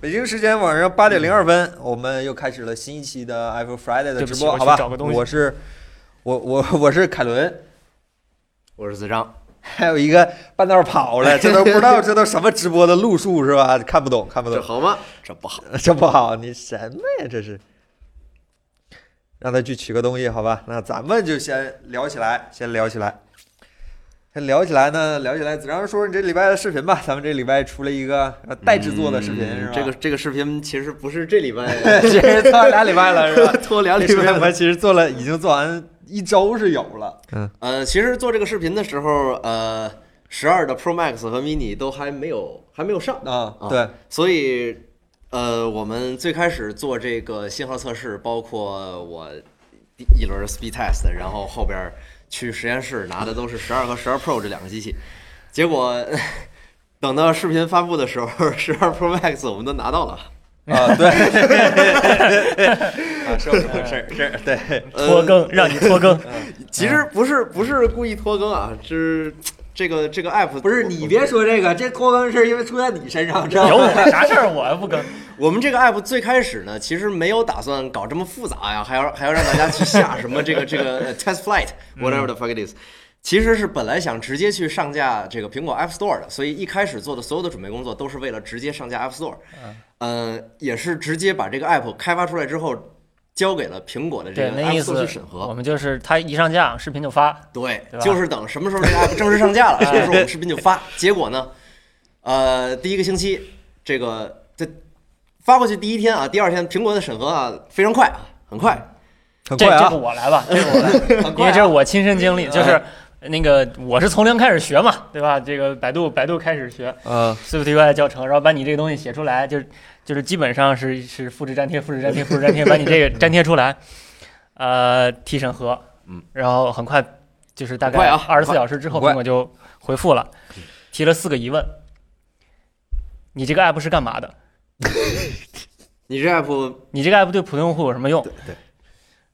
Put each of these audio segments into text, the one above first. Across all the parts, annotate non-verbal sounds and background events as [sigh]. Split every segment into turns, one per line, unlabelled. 北京时间晚上八点零二分，我们又开始了新一期的 Apple Friday 的
嗯对不
直
起
播，
我去
好吧
找个？东西
我是我我我是凯伦，
我是子章，
还有一个半道跑了，这都不知
[laughs]
道这都什么直播的路数是吧？看不懂，看不
这
懂，
好吗？这不好。
[laughs] 这不好，你什么呀？这是，让他去取个东西，好吧？那咱们就先聊起来，先聊起来，先聊起来呢，聊起来。子章说说你这礼拜的视频吧，咱们这礼拜出了一个呃代制作的视频，
嗯
是吧？
这个这个视频其实不是这礼拜，
[laughs] 其实拖了俩礼拜了，是 [laughs] 吧？
拖两礼
这视频
拜
我
了。
们其实做了，已经做完一周是有了。
嗯
呃，其实做这个视频的时候，呃，十二的 Pro Max 和 mini 都还没有还没有上，
啊，
啊
对，
所以，呃，我们最开始做这个信号测试，包括我第一轮 speed test，然后后边去实验室拿的都是十二和十二 Pro 这两个机器，结果 [laughs] 等到视频发布的时候，十二 Pro Max 我们都拿到了，
啊，对， [laughs] 啊，是有这么回事儿，是，对，
拖
呃。
更，让你拖更，
其实不是不是故意拖更啊，是这个这个 app
不是你别说这个，这拖更是因为出在你身上，知道
[laughs]
[laughs]
有
吗？
我啥事儿我不更。
我们这个 app 最开始呢，其实没有打算搞这么复杂呀，还要还要让大家去下什么这个这个呃 test flight whatever the fuck it is。其实是本来想直接去上架这个苹果 App Store 的，所以一开始做的所有的准备工作都是为了直接上架 App Store。嗯，也是直接把这个 app 开发出来之后，交给了苹果的这
对，
个
那意
App
思
Store 去审核。
我们就是他一上架，视频就发。
对
对，吧哎
就是等什么时候这个 app 正式上架了，这个时候我们视频就发。结果呢，呃，第一个星期，这个这发过去第一天啊，第二天苹果的审核啊非常快啊，很快。
很
这
快
这个
啊，
我来吧，这个我来，
啊
因为这是我亲身经历，就是那个我是从零开始学嘛，对吧？这个百度百度开始学
嗯，
SwiftUI 教程，然后把你这个东西写出来，就是就是基本上是是复制粘贴、复制粘贴、复制粘贴，把你这个粘贴出来，呃，提审核，
嗯，
然后很快就是大
很快
概
啊
二十四小时之后，
很快
苹果就回复了，提了四个疑问，你这个 app 是干嘛的？
你这 app，
你这个 app 对普通用户有什么用？
对对，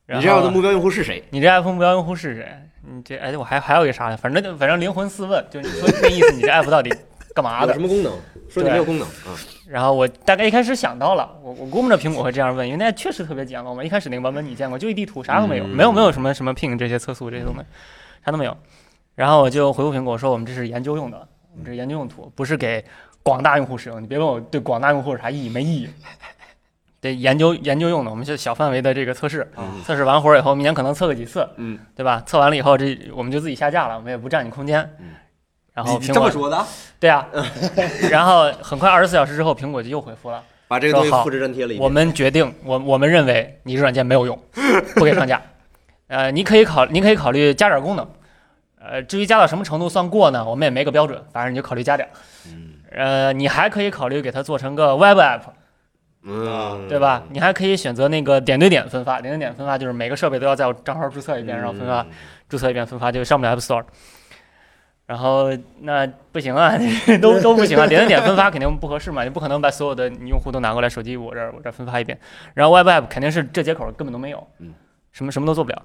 然
你这 app
后
的目标用户是谁？
你这 app 目标用户是谁？你这哎，我还还有一个啥来？反正反正灵魂四问，就是你说那意思，你这 app 到底干嘛
有
的
什？么功能？说你
对
没有功能啊，
然后我大概一开始想到了，我我估摸着苹果会这样问，因为那确实特别简陋嘛。一开始那个版本你见过，就一地图，啥都没有，
嗯
没有没有什么什么 ping 这些测速这些东西，啥都没有。然后我就回复苹果说，我们这是研究用的，我们这是研究用途，不是给广大用户使用。你别问我对广大用户有啥意义，没意义。对，研究研究用的，我们就小范围的这个测试，
嗯
测试完活儿以后，明年可能测个几次，
嗯，
对吧？测完了以后，这我们就自己下架了，我们也不占你空间。
嗯
然后
你你
苹
这
果
么说的啊，
对啊， [laughs] 然后很快二十四小时之后，苹果就又回复了。
把这个东西
说好
复制粘贴了一
我
遍。
们决定，我我们认为你这软件没
[laughs]
有用，不给上架。呃，你可以考，你可以考虑加点功能。呃，至于加到什么程度算过呢，我们也没个标准，反正你就考虑加点。
嗯
呃，你还可以考虑给它做成个 Web App，
嗯，
啊对吧？？你还可以选择那个点对点分发，点对点分发就是每个设备都要在我账号注册一
嗯
遍，然后分发，注册一遍分发就上不了 App Store。然后那不行啊， [laughs] 都都不行啊，点对点分发肯定不合适嘛，你不可能把所有的用户都拿过来手机我这儿我这儿分发一遍，然后 Web App 肯定是这接口根本都没有，
嗯，
什么什么都做不了，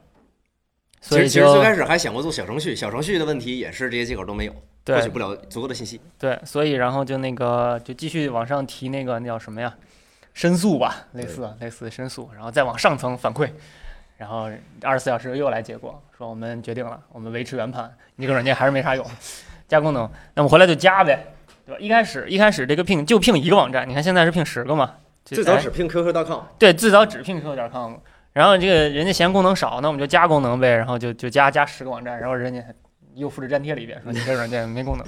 其
所以
实其实
就
最开始还想过做小程序，小程序的问题也是这些接口都没有，获
对
取不了足够的信息。
对，所以然后就那个就继续往上提那个那叫什么呀？申诉吧，类似类似申诉，然后再往上层反馈，然后二十四小时又来结果，说我们决定了，我们维持原判，你这个软件还是没啥用， [laughs] 加功能，那我回来就加呗，对吧？一开始一开始这个聘就聘一个网站，你看现在是聘十个嘛，这
最早
哎
只拼 QQ.com，
对，最早只聘 QQ.com，然后这个人家嫌功能少，那我们就加功能呗，然后就就加加十个网站，然后人家又复制粘贴了一遍，说你这软件没功能。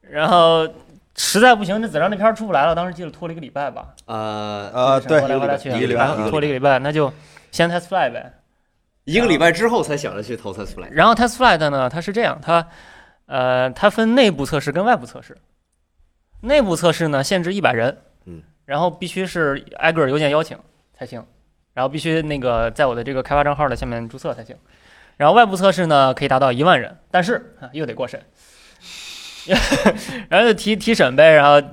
然后实在不行，这子章这片儿出不来了，当时记得拖了一个礼拜吧，
呃，
啊，对
后，来后来去
一个礼拜
然后
一个
拖了一个礼拜，那就先 test fly 呗。
一个礼拜之后才想着去投 test flight。
然后 test flight 呢，它是这样，它呃它分内部测试跟外部测试，内部测试呢限制一百人，
嗯，
然后必须是挨个儿邮件邀请才行，然后必须那个在我的这个开发账号的下面注册才行，然后外部测试呢可以达到一万人，但是啊又得过审。 [laughs] 然后就提提审呗，然后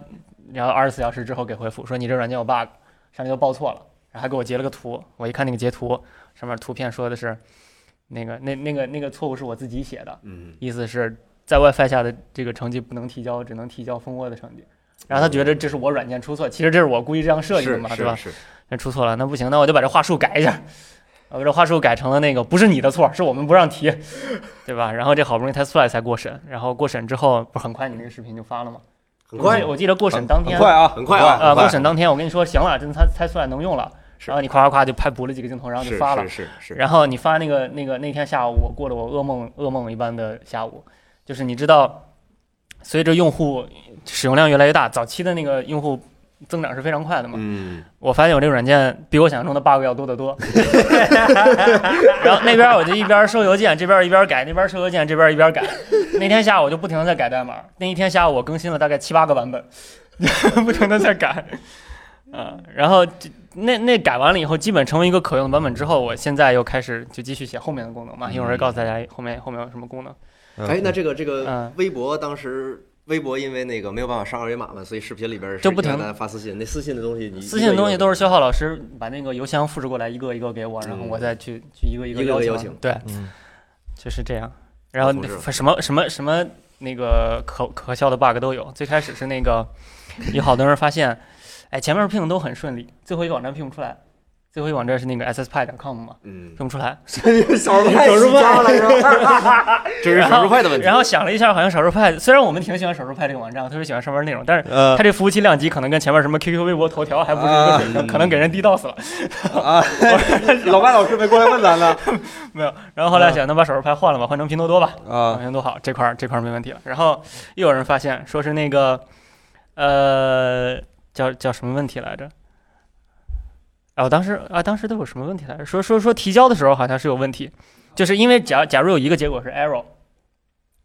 然后二十四小时之后给回复说你这软件有 bug，上面就报错了，然后还给我截了个图，我一看那个截图上面图片说的是那个那那个那个错误是我自己写的，
嗯，
意思是在 WiFi 下的这个成绩不能提交，只能提交蜂窝的成绩。然后他觉得这是我软件出错，其实这是我故意这样设计的嘛，
是
对吧？
是，是
那出错了，那不行，那我就把这话术改一下。我把这话术改成了那个不是你的错，是我们不让提，对吧？然后这好不容易 TestFlight 才过审，然后过审之后，不是很快你那个视频就发了吗？
很
我
快
记，我记得过审当
很
天，
快啊，
很快啊
呃，
很
过
快。
审当天我跟你说行了，真的 Test TestFlight 能用了，
是
然后你夸夸夸就拍补了几个镜头，然后就是发了
是。是是，
然后你发那个那个那天下午，我过了我噩梦噩梦一般的下午，就是你知道，随着用户使用量越来越大，早期的那个用户增长是非常快的嘛。
嗯，
我发现我这个软件比我想象中的 bug 要多得
[laughs]
多。然后那边我就一边收邮件，这边一边改，那边收邮件，这边一边改。那天下午我就不停的在改代码，那一天下午我更新了大概七八个版本， [laughs] 不停的在改。嗯，然后这那那改完了以后，基本成为一个可用的版本之后，我现在又开始就继续写后面的功能嘛。一会儿告诉大家后面后面有什么功能。
嗯
哎，那这个这个
嗯
微博当时。微博因为那个没有办法上二维码嘛，所以视频里边是
就不停
让大家发私信。那私信的东西你，
私信的东西都是
消
肖浩老师把那个邮箱复制过来，一个一个给我，然后我再去去一个嗯一个
一个一个
邀
邀请。
对，
嗯，
就是这样。然后
同事
什么什么什么那个可可笑的 bug 都有。最开始是那个有好多人发现，哎，前面 ping 都很顺利，最后一个网站 ping 不出来。最后一个网站是那个 sspy.com 嘛 [laughs]
嗯，
，ping 不出来。
啊 [laughs] 小
太
手
喜
术
欢
了是吧？
这是少数派的问
[laughs]
题。
然后想了一下，好像少数派，虽然我们挺喜欢少数派这个网站，我特别喜欢上面内容，但是
呃
它这服务器量级可能跟前面什么 QQ、微博、头条还不是一个水平，
啊
可能给人 DDoS 了。 [laughs]
啊，老麦老师没过来问咱呢
没有。然后后来想，能把少数派换了吧，换成拼多多吧。网
啊，
线多好，这块儿这块儿没问题了。然后又有人发现说是那个，呃，叫叫什么问题来着？啊，我当时啊，当时都有什么问题来着？说说说提交的时候好像是有问题，就是因为假假如有一个结果是 error，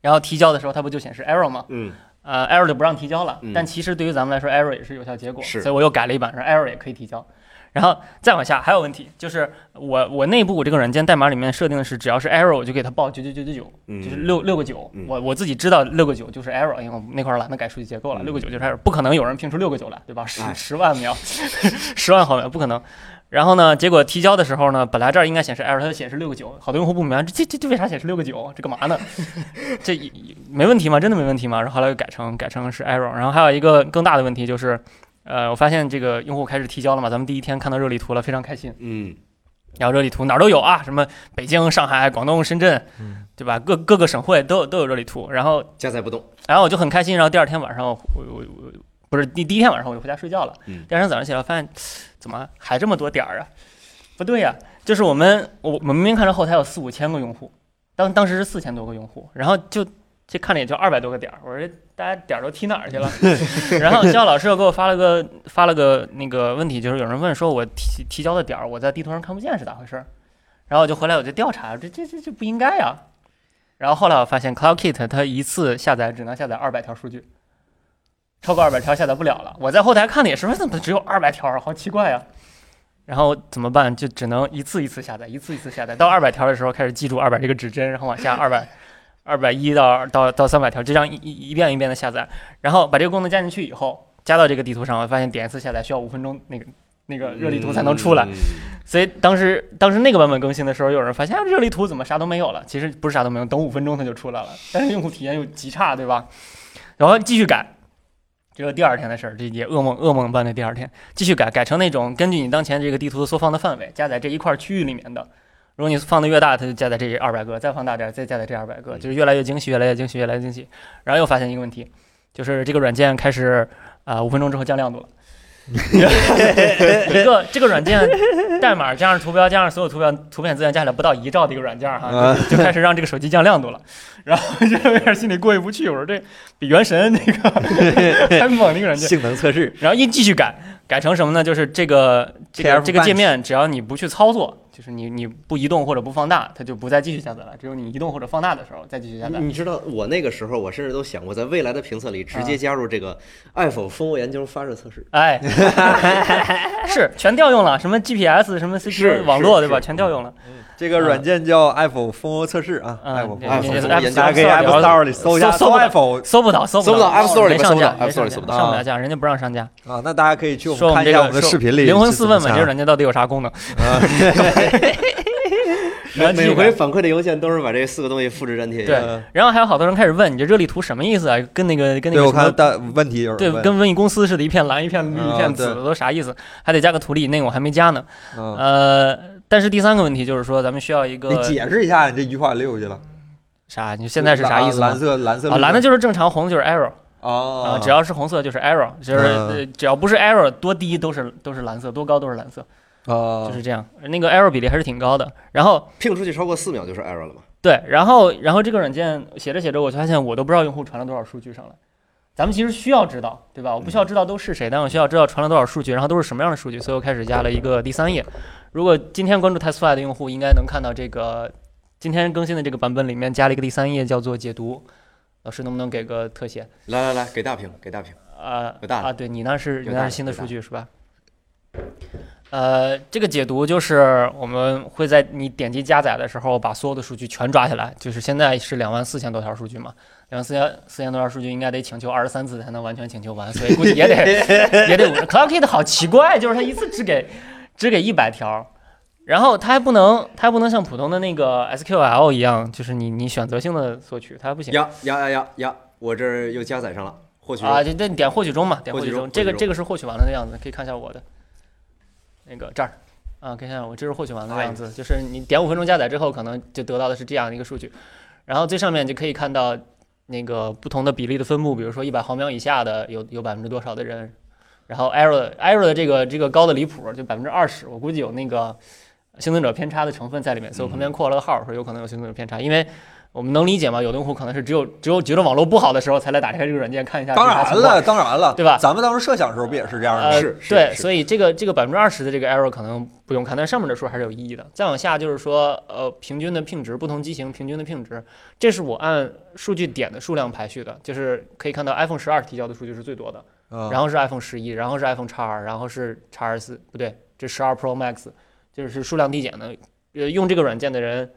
然后提交的时候它不就显示 error 吗？
嗯，
呃，error 就不让提交了
嗯。
但其实对于咱们来说，error 也是有效结果，
是
所以我又改了一版，说 error 也可以提交。然后再往下还有问题，就是我我内部我这个软件代码里面设定的是，只要是 error 我就给它报九九九九九，
嗯
就是六六个九
嗯。
我我自己知道六个九就是 error，因为我们那块儿懒得改数据结构了，
嗯
六个九就是 error，不可能有人拼出六个九来，对吧？十
哎
[laughs] 十万秒，十万毫秒不可能。然后呢，结果提交的时候呢，本来这儿应该显示 error，它就显示六个九，好多用户不明白，这这这这为啥显示六个九？这干嘛呢？ [laughs] 这一一没问题吗？真的没问题吗？然后后来又改成改成是 error，然后还有一个更大的问题就是，呃，我发现这个用户开始提交了嘛，咱们第一天看到热力图了，非常开心。
嗯，
然后热力图哪儿都有啊，什么北京、上海、广东、深圳
嗯，
对吧？各各个省会都有都有热力图。然后
加载不动。
然后我就很开心，然后第二天晚上我我我我不是第第一天晚上我就回家睡觉了，
嗯
第二天早上起来发现怎么还这么多点儿啊？不对呀、就是我们我我明明看着后台有四五千个用户，当当时是四千多个用户，然后就这看着也就二百多个点儿，我说大家点儿都踢哪儿去了？ [laughs] 然后肖老师又给我发了个发了个那个问题，就是有人问说我提提交的点儿我在地图上看不见是咋回事儿？然后我就回来我就调查，这这这这不应该呀、然后后来我发现 CloudKit 它一次下载只能下载二百条数据，超过二百条下载不了了。我在后台看的也是，为什么只有二百条啊？好奇怪啊！然后怎么办？就只能一次一次下载，一次一次下载。到二百条的时候开始记住二百这个指针，然后往下二百、二百一到到到三百条，就这样一一一遍一遍的下载。然后把这个功能加进去以后，加到这个地图上，我发现点一次下载需要五分钟，那个那个热力图才能出来。
嗯。
所以当时当时那个版本更新的时候，有人发现、啊、热力图怎么啥都没有了？其实不是啥都没有，等五分钟它就出来了，但是用户体验又极差，对吧？然后继续改，这是第二天的事儿，这也噩梦噩梦般的第二天，继续改，改成那种根据你当前这个地图所放的范围，加在这一块区域里面的。如果你放的越大，它就加在这二百个，再放大点，再加在这二百个，
嗯
就是越来越精细，越来越精细，越来越精细。然后又发现一个问题，就是这个软件开始啊，五、分钟之后降亮度了。一个这个软件代码加上图标加上所有图标图片资源加起来不到一兆的一个软件儿哈，就就开始让这个手机降亮度了，然后就有点心里过意不去。我说这比原神 [laughs] 那个还猛的一个软件，
性能测试
然后一继续改，改成什么呢？就是这个这个
TF
这个界面，只要你不去操作，就是你你不移动或者不放大，它就不再继续下载了。只有你移动或者放大的时候再继续下载。
你知道我那个时候，我甚至都想过在未来的评测里直接
嗯
加入这个爱否蜂窝研究发热测试。
哎，是全调用了，什么 GPS、什么
是
CPU 网络
是
对吧？
是嗯
全调用了。
这个软件叫 Apple 蜂窝测试啊
嗯
，Apple
对
蜂
哎
窝
对
我
测
对
试，
对
搜研究
大家可以 Apple Store 里搜一下，
搜
搜
搜不到
Apple
搜不到，搜
搜不到 App
没
Store 里面
上
搜不到啊
架，
，App
没上
Store 里
架
搜不
到
上不了架，人家不让上架。
啊，那大家可以去我们
说
看一
这
下
个
我们的
说
视频里啊
灵魂
去
四
怎
问
么
嘛，
下
这个软件到底有啥功能？
每
继续
每回反馈的邮件都是把这四个东西复制粘贴一下。
[laughs] 对，然后还有好多人开始问你这热力图什么意思啊？跟那个跟那
对，
个
我
什么
看大问题有人
对，
问
跟瘟疫公司似的，一片蓝，一片绿，
啊
一片紫，
对
都啥意思？还得加个图例，那个我还没加呢。
嗯，
呃，但是第三个问题就是说，咱们需要一
你
个
解释一下你这一句话溜去了，
啥？你现在是啥意思
蓝蓝
吗？
色蓝色
啊，蓝的
的
就是正常，红的就是 error 啊，
哦，
只要是红色就是 error，就是
嗯
呃只要不是 error，多低都是都是蓝色，多高都是蓝色，
哦
就是这样。那个 error 比例还是挺高的。然后
拼出去超过四秒就是 error 了嘛？
对，然后然后这个软件写着写着，我就发现我都不知道用户传了多少数据上来。咱们其实需要知道，对吧？我不需要知道都是谁，但我需要知道传了多少数据，然后都是什么样的数据，所以我开始加了一个第三页。如果今天关注 TestFly 的用户，应该能看到这个今天更新的这个版本里面加了一个第三页，叫做解读。老师能不能给个特写？
来来来，给大屏，给大屏。
啊
有大的
啊，对你那是你
有大
那
的
是新的
有大
数
的
据是吧？呃，这个解读就是我们会在你点击加载的时候把所有的数据全抓下来，就是现在是两万四千多条数据嘛，两万四千四千多条数据应该得请求二十三次才能完全请求完，所以估计也
[laughs]
得也得五十。CloudKit 好奇怪，就是它一次只给只给一百条，然后它还不能它还不能像普通的那个 SQL 一样，就是你你选择性的索取，它还不行。
呀呀呀呀呀！我这儿又加载上了，获取
啊，就那你点获取中嘛，点
获
获取
取
中，
中获
这
取
个
中
这个是获取完了的样子，可以看一下我的那个这儿啊，可以看一下我这是获取完了
哎
的样子，就是你点五分钟加载之后，可能就得到的是这样的一个数据，然后最上面就可以看到那个不同的比例的分布，比如说一百毫秒以下的有有百分之多少的人，然后 error error 的这个这个高的离谱，就百分之二十，我估计有那个幸存者偏差的成分在里面，所以
嗯
我旁边括了个号，说有可能有幸存者偏差，因为。我们能理解吗？有的用户可能是只有只有觉得网络不好的时候才来打开这个软件看一下。
当然了，，当然了，
对吧
咱们当时设想的时候不也是这样的吗？
呃、
是是
对，
是
所以这个这个百分之二十的这个 error 可能不用看，但上面的数还是有意义的。再往下就是说，呃，平均的聘值，不同机型平均的聘值，这是我按数据点的数量排序的，就是可以看到 iPhone 十二提交的数据是最多的，
嗯
然后是 iPhone 十一，然后是 iPhone 叉二，然后是叉二四，不对，这十二 Pro Max 就是数量递减的。呃，用这个软件的人，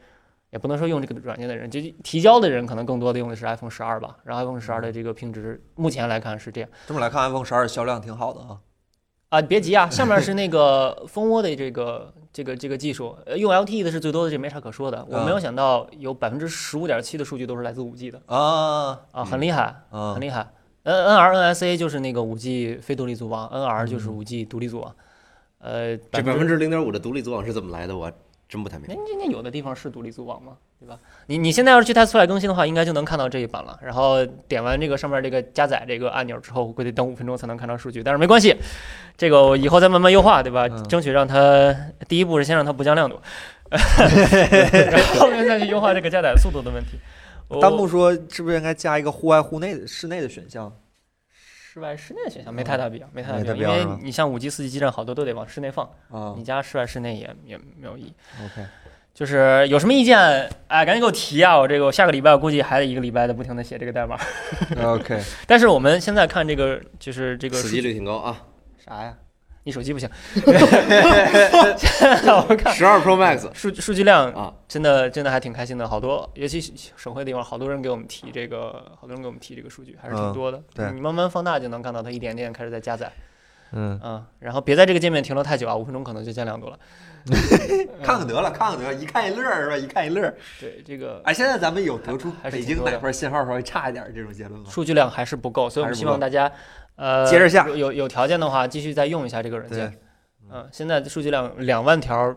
也不能说用这个软件的人，就提交的人可能更多的用的是 iPhone 十二吧。然后 iPhone 十二的这个评值，目前来看是这样。
这么来看，iPhone 十二销量挺好的啊。
啊，别急啊，下面是那个蜂窝的这个这个这个技术，呃，用 LTE 的是最多的，这没啥可说的。我没有想到有百分之十五点七的数据都是来自5 G 的
啊
啊，很厉害，
啊
很厉害。N NR NSA 就是那个5 G 非独立组网，NR 就是5 G 独立组网。呃，
这百
之
分之零点五的独立组网是怎么来的？我真不太明
那
白。
那那有的地方是独立组网嘛，对吧？你你现在要是去它出来更新的话，应该就能看到这一版了。然后点完这个上面这个加载这个按钮之后，估计等五分钟才能看到数据，但是没关系，这个我以后再慢慢优化，对吧？
嗯
争取让它第一步是先让它不降亮度， [laughs] 然后后面再去优化这个加载速度的问
[laughs]
题。我
弹幕说是不是应该加一个户外、户内、室内的选项？
室外室内的选项
嗯
没太大必要，没太大
没太
必
必要
要，
是
因
吧
为你像五 G、四 G 基站好多都得往室内放，
啊
你加室外室内也也没有意义。
，OK，
就是有什么意见，哎，赶紧给我提啊！我这个我下个礼拜我估计还得一个礼拜的不停的写这个代码。 [laughs]
OK，
但是我们现在看这个就是这个
死
数
机
据
率挺高啊，
啥呀？你手机不
[laughs]
行。 [laughs] 现在我看
十二
[laughs]
Pro Max
数数据量
啊，
真的真的还挺开心的，好多尤其是省会地方，好多人给我们提这个，好多人给我们提这个数据，还是挺
嗯
多的。
对
你慢慢放大就能看到它一点点开始在加载，
嗯，
嗯，然后别在这个界面停留太久啊，五分钟可能就见亮度了。嗯
看看得了，看看得了，一看一乐儿是吧？一看一乐儿。
对这个
哎，现在咱们有得出
还是
北
挺
京
多的
哪块儿信号稍微差一点儿这种结论吗？
数据量还是不够，所以我
还
们
是
希
不够
望大家，呃，
接着下
有有有条件的话，继续再用一下这个软件
对。
嗯，现在的数据量两万条，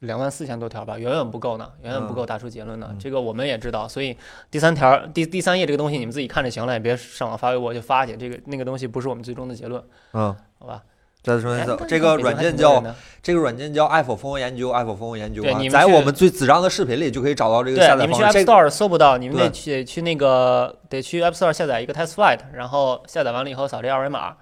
两万四千多条吧，远远不够呢，远远不够打出结论呢。
嗯
这个我们也知道，所以第三条、第第三页这个东西你们自己看着行了，也别上网发微博去发去，这个那个东西不是我们最终的结论，
嗯，
好吧？
再说一
哎
次，
但
这
是
个
北京
软
还
件
挺多
叫
人的
这个软件叫 iPhone 蜂窝研究，iPhone 蜂窝研究
对
啊
你，们
在
去
我们最子章的视频里就可以找到这个
对
下，
你
载
们去
方
App
式。这
Store 搜不到，你们
对
得去去那个得去 App Store 下载一个 TestFlight，然后下载完了以后扫这二维码，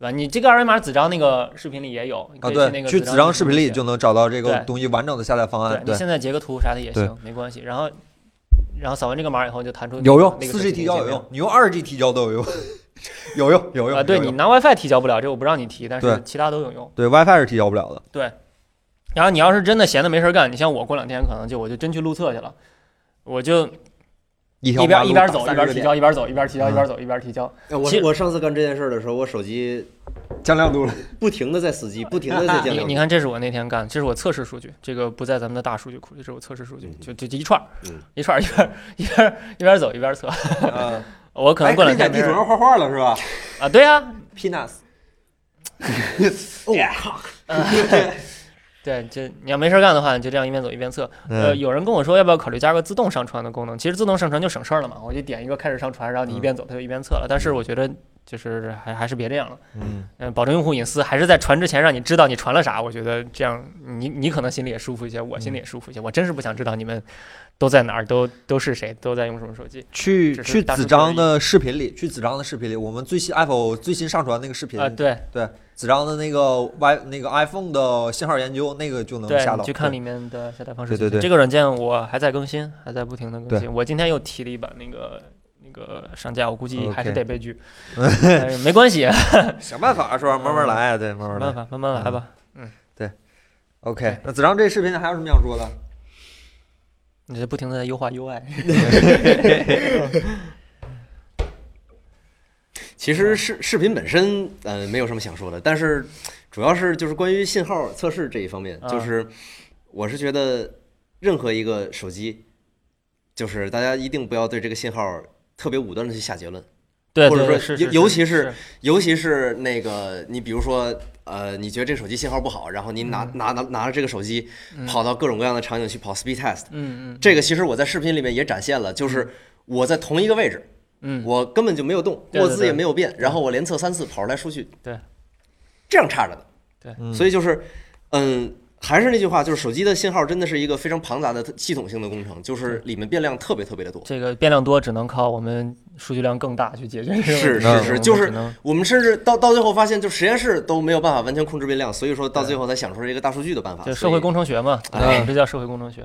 对吧？你这个二维码子章那个视频里也有，你
啊，
可以去那
对，
个
去子章视频里
写
就能找到这个
对
东西完整的下载方案。
对你
对，
现在截个图啥的也
对
行，没关系。然后，然后扫完这个码以后就弹出
有用，
那个
四
手
G
机
提
那
交有
个界面
用，你用二 G 提交都有用， [laughs] 有用有用
啊。对
有
你
用
拿 WiFi 提交不了，这我不让你提，但是
对
其他都有用。
对 WiFi 是提交不了的。
然后你要是真的闲的没事儿干，你像我过两天可能就我就真去路测去了，我就
一条
一边
马路
一边
打
走一
30
边
个
提
点
交，一边走一边提交，一
嗯
边走一边提交。
哎我
其实
我上次干这件事儿的时候，我手机
降亮度了。
不停的在死机，不停的在降
啊 [laughs] 你
亮
你看，这是我那天干的，这是我测试数据，这个不在咱们的大数据库，这是我测试数据，就就就一串儿
嗯
一串儿一边儿一边儿一边儿走一边儿测。
嗯，
[laughs] 我可能过两天没事儿
画画了是吧
啊，对呀， [laughs]
？Peanuts，
度。
呃对，这你要没事儿干的话，你就这样一边走一边测。呃，
嗯，
有人跟我说要不要考虑加个自动上传的功能？其实自动上传就省事儿了嘛，我就点一个开始上传，然后你一边走它就一边测了。但是我觉得就是还还是别这样了，
嗯，
嗯、保证用户隐私，还是在传之前让你知道你传了啥。我觉得这样你你可能心里也舒服一些，我
嗯
心里也舒服一些。我真是不想知道你们都在哪儿，都都是谁，都在用什么手机
去
只是
去
大
子
数据而
章
已
的视频里，去子章的视频里，我们最新 Apple 最新上传那个视频
啊、，对
子章的那个 Y 那个 iPhone 的信号研究，那个就能
对，
下
你
到。
去看里面的下载方式
对
就行。
对对
这个软件我还在更新，还在不停的
对
更新。我今天又提了一版那个。那个上架，我估计还是
OK
得被
[laughs]
拒但是没关系，
想办法是吧？慢慢来，对，慢慢
没
来。
办嗯法，慢慢来吧。
OK，那子章这视频还有什么想说的？嗯
你这不停的在优化 UI，
其实视视频本身，呃，没有什么想说的，但是主要是就是关于信号测试这一方面，
啊
就是我是觉得任何一个手机，就是大家一定不要对这个信号特别武断的去下结论，
对，
或者
对
说
是
尤
是
尤
是
其
是
是尤其是那个你比如说。呃，你觉得这个手机信号不好，然后你拿、拿拿拿着这个手机
嗯
跑到各种各样的场景去跑 speed test，、
嗯嗯
这个其实我在视频里面也展现了，就是我在同一个位置，
嗯，
我根本就没有动，
对对
卧姿也
对嗯
没有变，然后我连测三次，跑出来数据，
对，
这样差着呢。
对
嗯
所以就是，嗯，还是那句话，就是手机的信号真的是一个非常庞杂的系统性的工程，就是里面变量特别特别的多。
这个变量多只能靠我们数据量更大去解决这个问题。
是
是
我
是
们
就是
只能
我们甚至到到最后发现，就实验室都没有办法完全控制变量，所以说到最后才想出了一个大数据的办法。
就社
所以
会工程学嘛，
哎
啊，这叫社会工程学，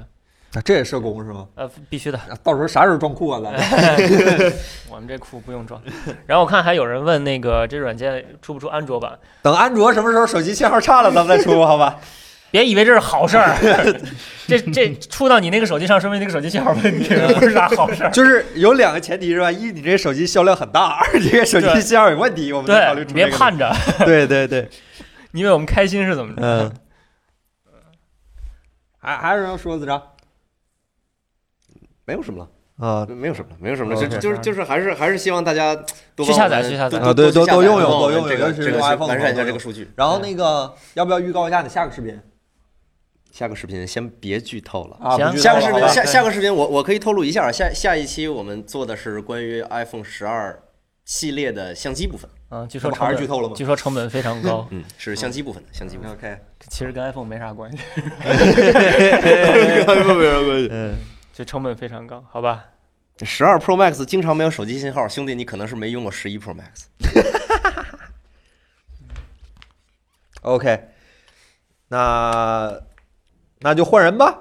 啊这也社工是吗？
呃，必须的，
啊到时候啥时候装酷啊？咱 [laughs]
我们这库不用装。然后我看还有人问那个这软件出不出安卓版，
等安卓什么时候手机信号差了，咱们再
[laughs]
出，好吧？
别以为这是好事儿， [laughs] 这这出到你那个手机上，说明那个手机信号问题，不是啥好事
[laughs]
儿。
就是有两个前提是吧？一，你这手机销量很大；二，你这个手机
对
信号有问题，我们再考虑
对，
出
你别
这个
盼着，
东西。对对对，
你以为我们开心是怎么着 [laughs]
嗯？。还还有人要说子章
没有什么了，
啊？
没有什么了，没有什么了，就
OK
就就是就是还是还是希望大家多
去
帮
下
我
载
们
去下载
啊
多
对
多
多
去
多
下载
用用
帮我
多用
们这
用
个
尤其
这
是
个去
iPhone
完善一下
用
这个数据。
然后那个要不要预告一下你下个视频
下个视频先别剧透了。
啊？
行
不剧
下
透了好
个视频
吧
下
对
下个视频我我可以透露一下，下下一期我们做的是关于 iPhone 十二系列的相机部分，
嗯，据说
这不
成
还是
本
剧透了吗
据说成本非
[laughs]
常高，
嗯，是相机部分的相机部分。
OK，
其实跟 iPhone 没啥关系。
没有关系。
嗯，
这成本非常高，好 [laughs] 吧？
十二 Pro Max 经常没有手机信号，兄弟，你可能是没用过十一 Pro Max。
OK，那那就换人吧。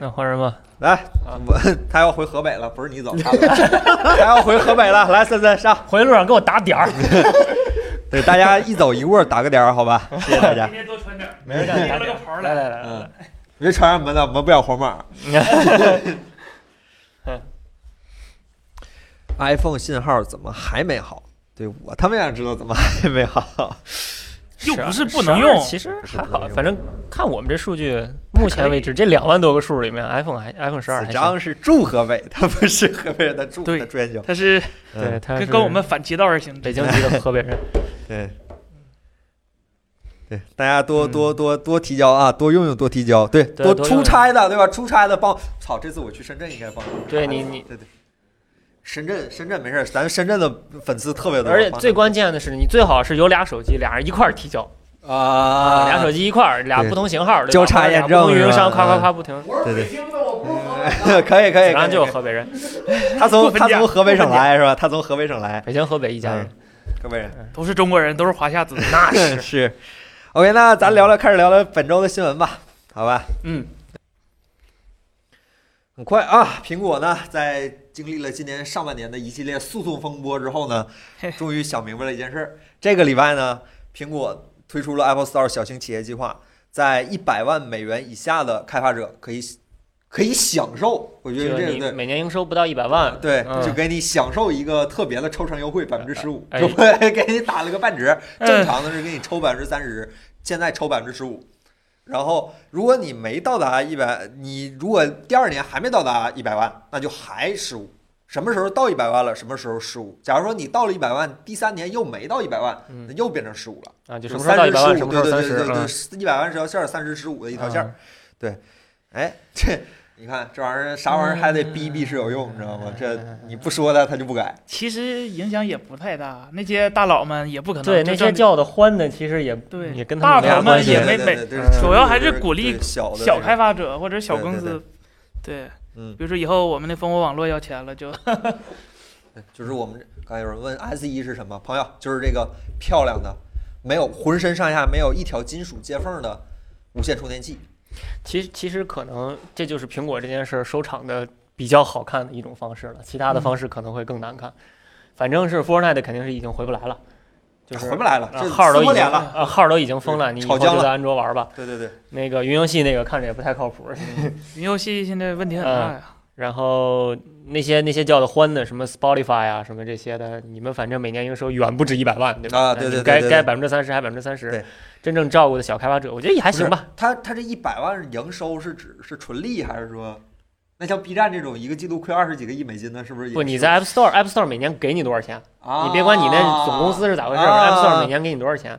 那换人吧，
来
啊，
我他要回河北了，不是你走， [laughs] 他走他要回河北了。来，森森上，
回路上给我打点儿，
对大家一走一过打个点儿，好吧？谢谢大 [laughs] 家。
天多穿点儿，
没人干打点儿。来来来 [laughs] 来
嗯，别传染门的，我们不要黄码。iPhone 信号怎么还没好？对我他妈也想知道怎么还没好。
又
12
不是不能用
12其实还好，反正看我们这数据，目前为止这两万多个数里面，iPhone 还 iPhone 十二
子
还行，
章是住河北，他不是河北人，他住
对
他住研究。
它是
对，
嗯
它
跟
是
跟我们反其道而行。
北京籍的河
[laughs]
北人，
对对，大家多多多多提交啊，多用用，多提交。对，
嗯对多用
出
用
差的对吧？出差的帮，操，这次我去深圳应该帮。
对你你，
对对，深圳深圳没事儿，咱深圳的粉丝特别多，
而且
帮
最关键的是，你最好是有俩手机，俩人一块儿提交，
啊，
俩手机一块儿，俩
对
不同型号，对吧
交叉
或者俩
验证
不同运营
是吧嗯
商咔咔咔不停，
我
是北
京的，我不
[laughs] 可以可以可以，
然后就有河北人，
他从
不分
他
家
从河北省
不分家
来是吧？他从河北省来，
北京河北一家人，
各位人。
都是中国人，都是华夏子。
那 [laughs] 是，
是，OK，那咱聊聊，开始聊聊本周的新闻吧，好吧？
嗯，
很快啊，苹果呢，在经历了今年上半年的一系列诉讼风波之后呢，终于想明白了一件事儿。这个礼拜呢，苹果推出了 Apple Store 小型企业计划，在一百万美元以下的开发者可以可以享受，我觉
就
得嗯
是
这
你
个对。
每年营收不到一百万，
对，
嗯
就给你享受一个特别的抽成优惠，百分之十五，
哎
就会 [laughs] 给你打了个半折。
嗯
正常的是给你抽百分之三十，现在抽百分之十五。然后，如果你没到达一百，你如果第二年还没到达一百万，那就还十五。什么时候到一百万了？什么时候十五？假如说你到了一百万，第三年又没到一百万，
嗯
那又变成十五了。
啊，就什
就
么时候到一百万，什
15
么时候
对
三
对
十，
对对
嗯
对，一百万是条线儿，三十十五的一条线儿。哎， [laughs] 嗯这你看这玩意儿啥玩意儿还得逼逼是有用，你知道吗？这你不说他他就不改。
其实影响也不太大，那些大佬们也不可能
对，
嗯就
那
挣
些叫的欢的，其实也
对
也跟
大
他们没啥
佬
关
们
系。
也
对
没
对
没
对对
嗯
对
主要还是
对
鼓励
对小的
小
那
开
个，
发者或者小
对
公
对
司，对，
嗯，
比如说以后我们那蜂窝网络要钱了，就
就是我们刚才有人问 S 一是什么，朋友就是这个漂亮的，没有浑身上下没有一条金属接缝的无线充电器。
其实其实可能这就是苹果这件事儿收场的比较好看的一种方式了，其他的方式可能会更难看。反正是 Fortnite 肯定是已经回不来了，就是
回不来了，
啊
这
号儿都
撕
已
破
经
脸了。
啊号儿都已经封了，你以
炒
后
僵
就
了
在安卓玩吧。
对对对，
那个云游戏那个看着也不太靠谱，
云游戏现在问题很大呀。
然后那些那些叫的欢的，什么 Spotify 啊，什么这些的，你们反正每年营收远不止一百万，对吧？
啊对对对
你该
对对
该百分之三十还百分之三十
对，
真正照顾的小开发者，我觉得也还行吧。
他他这一百万营收是指是纯利还是说，那像 B 站这种一个季度亏二十几个亿美金的，是不是也
不，
是？
你在 App Store App Store 每年给你多少钱？
啊，
你别管你那总公司是咋回事、
啊
a p p Store 每年给你多少钱，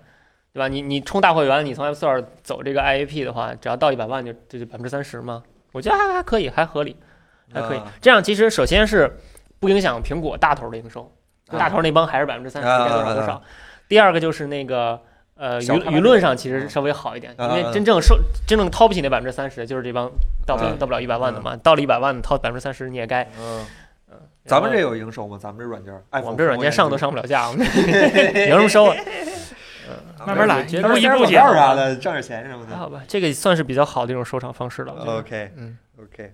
对吧？你你充大会员，你从 App Store 走这个 IAP 的话，只要到一百万就这就百分之三十嘛，我觉得还还可以，还合理，还可以。
啊
这样其实首先是不影响苹果大头的营收，
啊
大头那帮还是百分之三十，
啊
该多少多少。第二个就是那个。呃，
小
舆
开发者
舆论上其实稍微好一点，
啊
因为真正受真正掏不起那百分之三十，就是这帮到不了
嗯
到不了一百万的嘛，到了一百万的掏百分之三十你也该。
嗯，
然
咱
后
们这有营收吗？咱们这软件，哎，
我们这软件上都上不了
[laughs]
架，我们 [laughs] 有什么收啊？
慢慢来
我觉
一
得
步一步
广
解
告啥的，啊挣点钱什么
还
的。
好吧，这个算是比较好的一种收场方式了。我觉得
OK
嗯，
OK，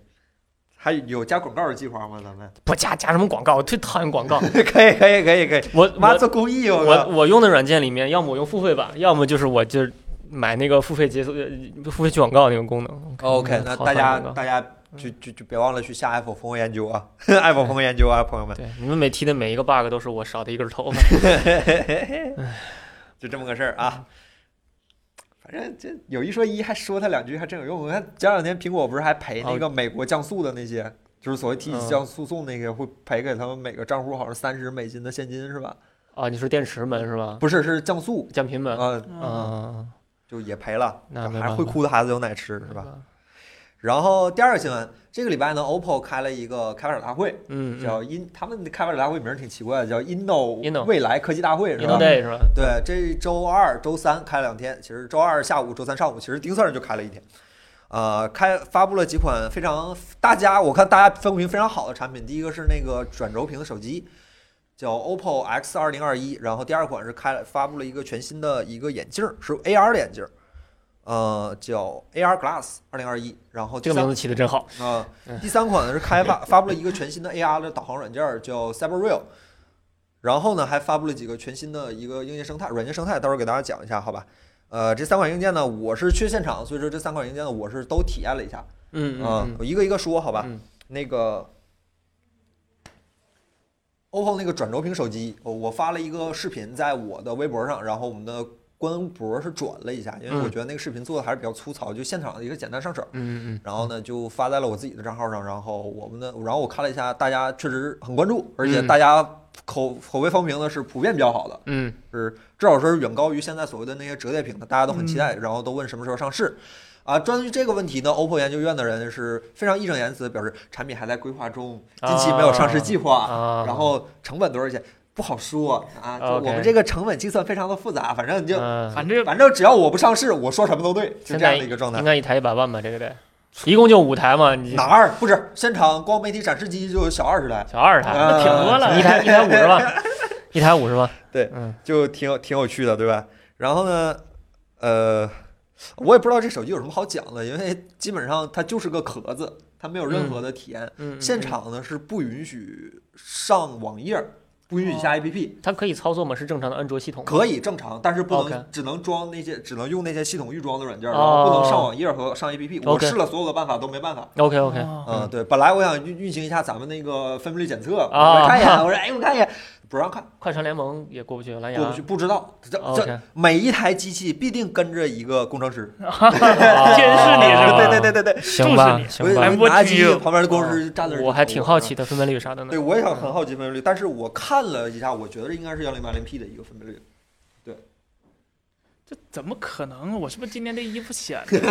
还有加广告的计划吗？咱
[laughs]
们
不加加什么广告，我最讨厌广 [laughs] 告。
可以可以可以可以， [laughs]
我
妈
我
做公益我
我
靠
我用的软件里面，要么我用付费版，要么就是我就是买那个付费解锁、呃付费去广告那个功能。
OK，
嗯
那
好
大
讨
家
厌广告
大家
嗯
就就就别忘了去下 Apple 蜂窝研究啊 [laughs] ，Apple 蜂窝研究啊，朋友们，
对你们每提的每一个 bug 都是我少的一根头发。 [laughs]
就这么个事儿
嗯
啊。反正这有一说一，还说他两句还真有用。我看前两天苹果不是还赔那个美国降速的那些，就是所谓提起
哦嗯
降诉讼那个，会赔给他们每个账户好像三十美金的现金是吧？
哦，你说电池门是吧？
不是，是降速，
降频门。
呃，
嗯，
嗯，
就也赔了，
那没
还是
办法
会哭的孩子有奶吃是
是
吧？？然后第二个新闻，这个礼拜呢，OPPO 开了一个开发者大会，
嗯，嗯
叫因他们的开发者大会名儿挺奇怪的，叫 Inno
Inno
未来科技大会是吧
Inno？Day 是吧？
对，这周二、周三开了两天，其实周二下午、周三上午，其实丁算上就开了一天。呃，开发布了几款非常大家我看大家风评非常好的产品，第一个是那个转轴屏的手机，叫 OPPO X 二零二一，然后第二款是开了发布了一个全新的一个眼镜儿，是 AR 的眼镜儿，呃，叫 AR Glass 二零二一，然后第
这个
三
名字起的真好。
啊
嗯，
第三款呢是开发发布了一个全新的 AR 的导航软件儿，叫 CyberReal，然后呢还发布了几个全新的一个硬件生态、软件生态，到时候给大家讲一下，好吧？呃，这三款硬件呢，我是去现场，所以说这三款硬件呢，我是都体验了一下啊、
嗯嗯，
我一个一个说，好
好
吧？。那个 OPPO 那个转轴屏手机，我我发了一个视频在我的微博上，然后我们的官博是转了一下，因为我
嗯
觉得那个视频做的还是比较粗糙，就现场的一个简单上手。
嗯嗯
然后呢就发在了我自己的账号上，然后我们的，然后我看了一下，大家确实很关注，而且
嗯
大家口、口碑风评呢是普遍比较好的，
嗯
是至少说是远高于现在所谓的那些折叠屏的，大家都很期
嗯
待，然后都问什么时候上市。啊，关于这个问题呢，OPPO 研究院的人是非常义正言辞地表示，产品还在规划中，近期没有上市计划，
啊，
然后成本多少钱不好说啊，就我们
OK
这个成本计算非常的复杂，反正你就、
嗯
反正哦
反正只要我不上市，我说什么都对，就
现
这样
在
的一个状态
应。该一台一百万吧，这个得，一共就五台嘛，你
哪儿不是现场光媒体展示机就有小二十台，
小二台，
啊
挺多
[laughs]
了
一台一台五十万，一台五十吧？
对
嗯，
就挺有挺有趣的，对吧？然后呢，呃，我也不知道这手机有什么好讲的，因为基本上它就是个壳子，它没有任何的体验。
嗯，嗯
现场呢是不允许上网页儿，不允许下 APP，、
它可以操作吗？是正常的安卓系统吗？
可以正常，但是不能
OK
只能装那些，只能用那些系统预装的软件儿，
哦
然后不能上网页儿和上 APP。我
OK
试了所有的办法都没办法。
OK OK，
哦
嗯，对，本来我想运运行一下咱们那个分辨率检测，
啊
我看一眼，我说哎，我看一眼，不让看，
快船联盟也过不去，蓝牙
过不去，不知道，这这
哎哦 OK，
每一台机器必定跟着一个工程师，
啊
监视你是
[laughs]
吧
啊对对对对对，
行吧
就是你
啊行
我
吧哦
哎，
我拿机旁边的工程师站在那儿
我还挺好奇它分辨率啥的呢
对，。我也想很好奇分辨率，但是我看了一下，我觉得应该是幺零八零 P 的一个分辨率。
这怎么可能？我是不是今天这衣服显得？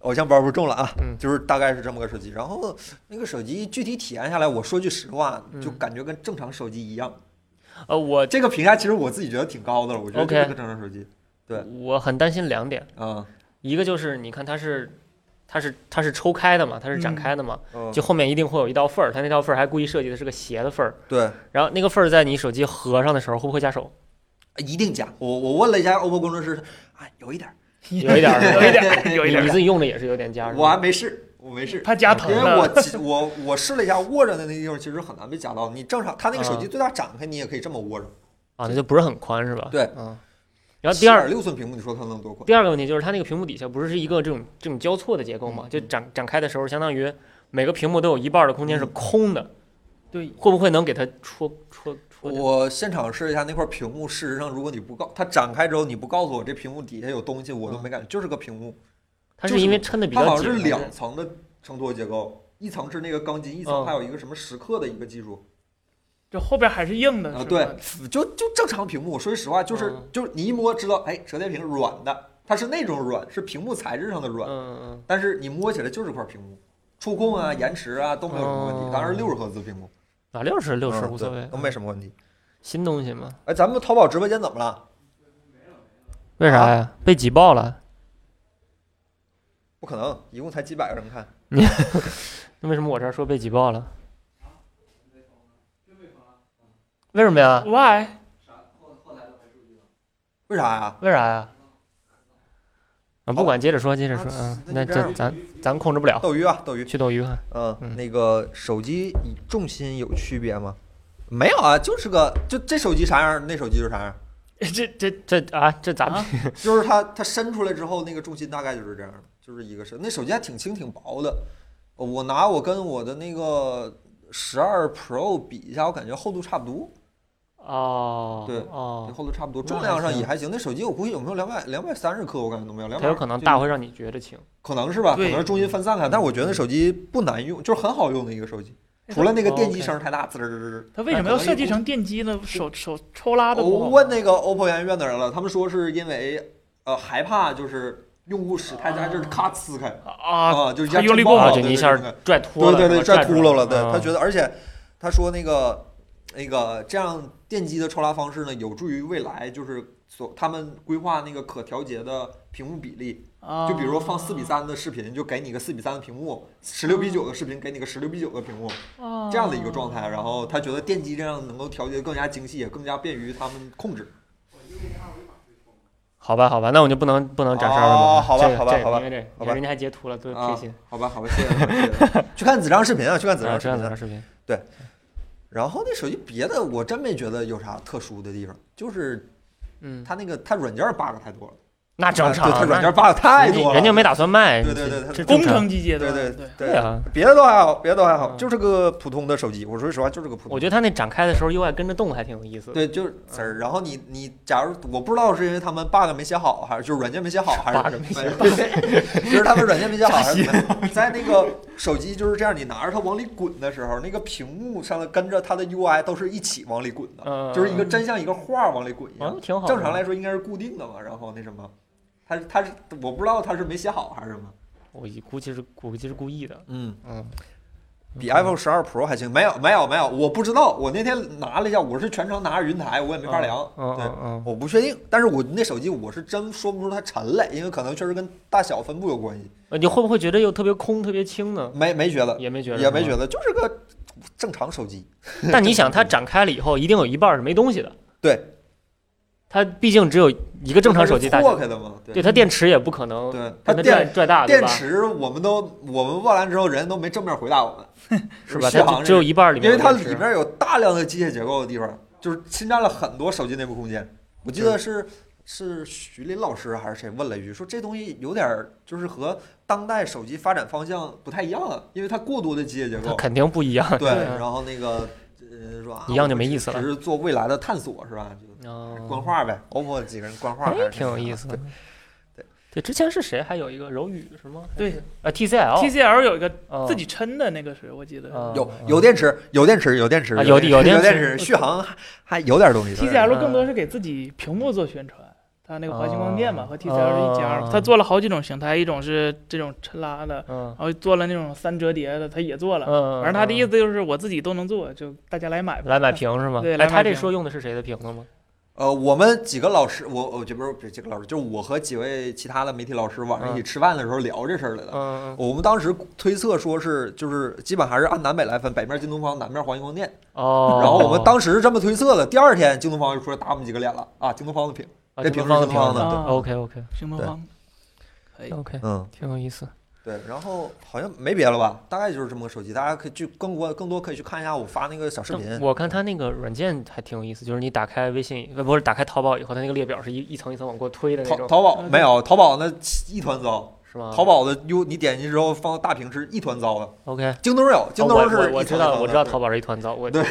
偶像包袱中了啊，
嗯
[laughs] 就是大概是这么个手机。然后那个手机具体体验下来，我说句实话，就
嗯
感觉跟正常手机一样。
呃，我
这个评价其实我自己觉得挺高的了，我觉得
OK
就是个正常手机。对
我很担心两点，
啊，
一个就是你看它是。它是它是抽开的嘛，它是展开的嘛，
嗯，
就后面一定会有一道缝儿，它那道缝儿还故意设计的是个斜的缝儿，
对，
然后那个缝儿在你手机合上的时候会不会夹手？
一定假。我我问了一下 OPPO 工程师，哎，有一点儿，
有一
[laughs]
点儿，
[laughs] 有一点儿，有一点
你
儿。
自己用着也是有点夹，是吧
我还没试，我没试。
他家
[laughs]
疼
因为
的，
我其我我试了一下握着的那地方，其实很难被夹到。你正常，它那个手机
嗯
最大展开，你也可以这么握着。
啊，那就不是很宽是吧？
对，
嗯。然后第二，
六寸屏幕，你说它能多宽？
第二个问题就是它那个屏幕底下不是是一个这种这种交错的结构
嗯
嘛？就展展开的时候，相当于每个屏幕都有一半的空间是
嗯
空的，
对，
会不会能给它戳戳戳掉？
我现场试了一下那块屏幕，事实上如果你不告它展开之后，你不告诉我这屏幕底下有东西，我都没感觉，就是个屏幕。
它
就是
因为撑的嗯比
它
较
好
紧
像
还
是
是，
两层的承托结构，一层是那个钢筋，一层
嗯
还有一个什么蚀刻的一个技术
这后边还是硬的，
啊
是。吧
对，就就正常屏幕，我说句实话，就是
嗯
就是你一摸知道，哎，折叠屏软的，它是那种软，是屏幕材质上的
嗯
软，
嗯嗯，
但是你摸起来就是块屏幕，触控啊、延迟啊都没有什么问
哦
题。当然六十赫兹屏幕，
啊，六十六十
嗯
无所
对
谓，
都没什么问题。
新东西嘛？
哎，咱们淘宝直播间怎么了？
为啥呀？被挤爆了？
不可能，一共才几百个人看。
那为什么我这儿说被挤爆了？为什么呀？
Why？
为啥呀？
为啥呀？啊，不
好
管，接着说，接着说，
啊
嗯，
那
那
就这
这
样
咱咱控制不了，
斗鱼啊，斗鱼。
去斗鱼看。
嗯，
嗯
那个手机以重心有区别吗？没有啊，就是个就这手机啥样，那手机就啥 [laughs] 样，
这这
[laughs] 这啊，这咋比？
啊
就是它它伸出来之后那个重心大概就是这样的，就是一个是那手机还挺轻挺薄的，我拿我跟我的那个十二 Pro 比一下，我感觉厚度差不多，
[laughs] 哦，
对
哦，
厚度差不多，
那
重量
还
上
行
也还行。那手机我估计有没有两百两百三十克，我感觉都没有，两
它
百
有可能大会让你觉得轻。
可能是吧，可
对
能是重心分散开，但是我觉得那手机不难用，就是很好用的一个手机，
哎
除了那个
哦
电机声太大，滋儿滋儿滋儿。
他为什么要设计成电机呢？手手抽拉的不
我
好吗
问那个 OPPO 研究院的人了，他们说是因为呃害怕就是用户使太大劲儿咔呲开
啊，
啊，就是一下
它用力
震爆
过
啊，
了
就
对
你一
对
下
对
拽秃了，
对对
是
对，
吧拽
拽秃噜了，对
嗯
他觉得，而且他说那个那个这样电机的抽拉方式呢，有助于未来就是所他们规划那个可调节的屏幕比例，
啊
就比如说放四比三的视频，就给你个四比三的屏幕；十六比九的视频给你个十六比九的屏幕。
哦
这样的一个状态，然后他觉得电机这样能够调节更加精细，也更加便于他们控制。
好吧，好吧，那我就不能不能展示二维码
哦
了。
好吧
这个
好吧
这个
好吧
因为这个
好吧
人家还截图了，多贴
啊
心。，
好吧，好吧，谢谢了，谢谢
[laughs]
了去看子章视频啊，去看子
啊，
章视
这
频
样子
啊
的。视频，
然后那手机别的我真没觉得有啥特殊的地方，就是
嗯，
它那个它软件 bug 太多了，
那正
啊
常啊
对，它软
那
件 bug 太
人家
多了，
人家没打算卖，
对对对
这
它
这正
工
常
程机阶
对
段，
对
对
对啊。
别的都还好，别的都还好，
嗯
就是个普通的手机。我说实话，就是个普通。
我觉得它那展开的时候 UI 跟着动还挺有意思的。
对，就是词儿。然后你你，假如我不知道是因为他们 bug 没写好，还是就是软件没写好，还是
[laughs] bug 没写
好， [laughs] 就是他们软件没写好，
[laughs]
还是怎么样 [laughs] 在那个手机就是这样，你拿着它往里滚的时候，那个屏幕上的跟着它的 UI 都是一起往里滚的，
嗯，
就是一个真像一个画儿往里滚一样
嗯。挺好的。
啊正常来说应该是固定的嘛，然后那什么，它是它是我不知道它是没写好还是什么。
我一估计是估计是故意的。
嗯
嗯，
比 iPhone 十二 Pro 还轻？没有没有没有，我不知道，我那天拿了一下，我是全程拿着云台，我也没法量。
嗯
对
嗯嗯，
我不确定，但是我那手机我是真说不出它沉嘞，因为可能确实跟大小分布有关系。
嗯呃你会不会觉得又特别空、特别轻呢？
没没觉得，
也没觉得，
也没觉
得。
得，就是个正常手机，
但你想，它展开了以后，一定有一半儿是没东西的。
对，
它毕竟只有一个正常手机大
破
小，
开的嘛，对
对它电池也不可能
对，它
把它
电
拽拽大，对
电
吧？
池我们都我们问完之后，人都没正面回答我们，
[laughs] 是吧？
续
它
航
只只有
这
一半儿里
个因
面
为
有
它
电
里
池，
面有大量的机械结构的地方，就是侵占了很多手机内部空间。我记得是是徐林老师还是谁问了一句，说这东西有点儿就是和当代手机发展方向不太一样啊，因为它过多的机械结
它
构。
肯定不一样。
对，
嗯
然后那个呃说啊
一样就没意思
只
了。
是做未来的探索是吧？就官
哦，
话呗，OPPO 几个人官话还
哎，
是
挺有意思的
对。对
对，之前是谁？还有一个柔宇什么？
对
啊，TCL
TCL 有一个
哦
自己抻的那个是我记得
哦
有有电池，有电池，有电池
啊，有有
[laughs] 有
电池
电池，续航还还有点东西。有点东西
嗯
，TCL 更多是给自己屏幕做宣传。它那个华星光电嘛，
哦
和 TCL 是一家
哦，
它做了好几种形态，一种是这种抻拉的，
嗯
然后做了那种三折叠的，它也做了。
嗯，
反正他的意
思。
思就是我自己都能做，就大家来买吧。
来买屏是吗？
对
哎，
来
他
买
这
屏
说用的是谁的屏了吗？
呃，我们几个老师，我我这不是不是几个老师，就是我和几位其他的媒体老师晚上一起吃饭的时候聊这事儿来的。
嗯嗯，嗯
我们当时推测说是，就是基本还是按南北来分，北面京东方，南面华星光电。
哦。
然后我们当时是这么推测的。第二天，京东方就出来打我们几个脸了啊！京东方的屏，
啊
这
京
屏
东
是
的
京东方
屏
的
对
啊 OK OK
行东
对
方，可以。
OK，
嗯，
挺有意思。
对。然后好像没别了吧？大概就是这么个手机，大家可以去更多更多可以去看一下我发那个小视频。
我看它那个软件还挺有意思，就是你打开微信，呃不是打开淘宝以后，它那个列表是一一层一层往过推的那
淘
种，嗯
淘宝没有，淘宝那一团糟。
是吗？
淘宝的 U 你点进去之后放到大屏是一团糟的，
OK，
京东有，京
哦
东
我
是
我我
一
知
团
道
糟的
我知道
对
淘宝是一团糟，我
对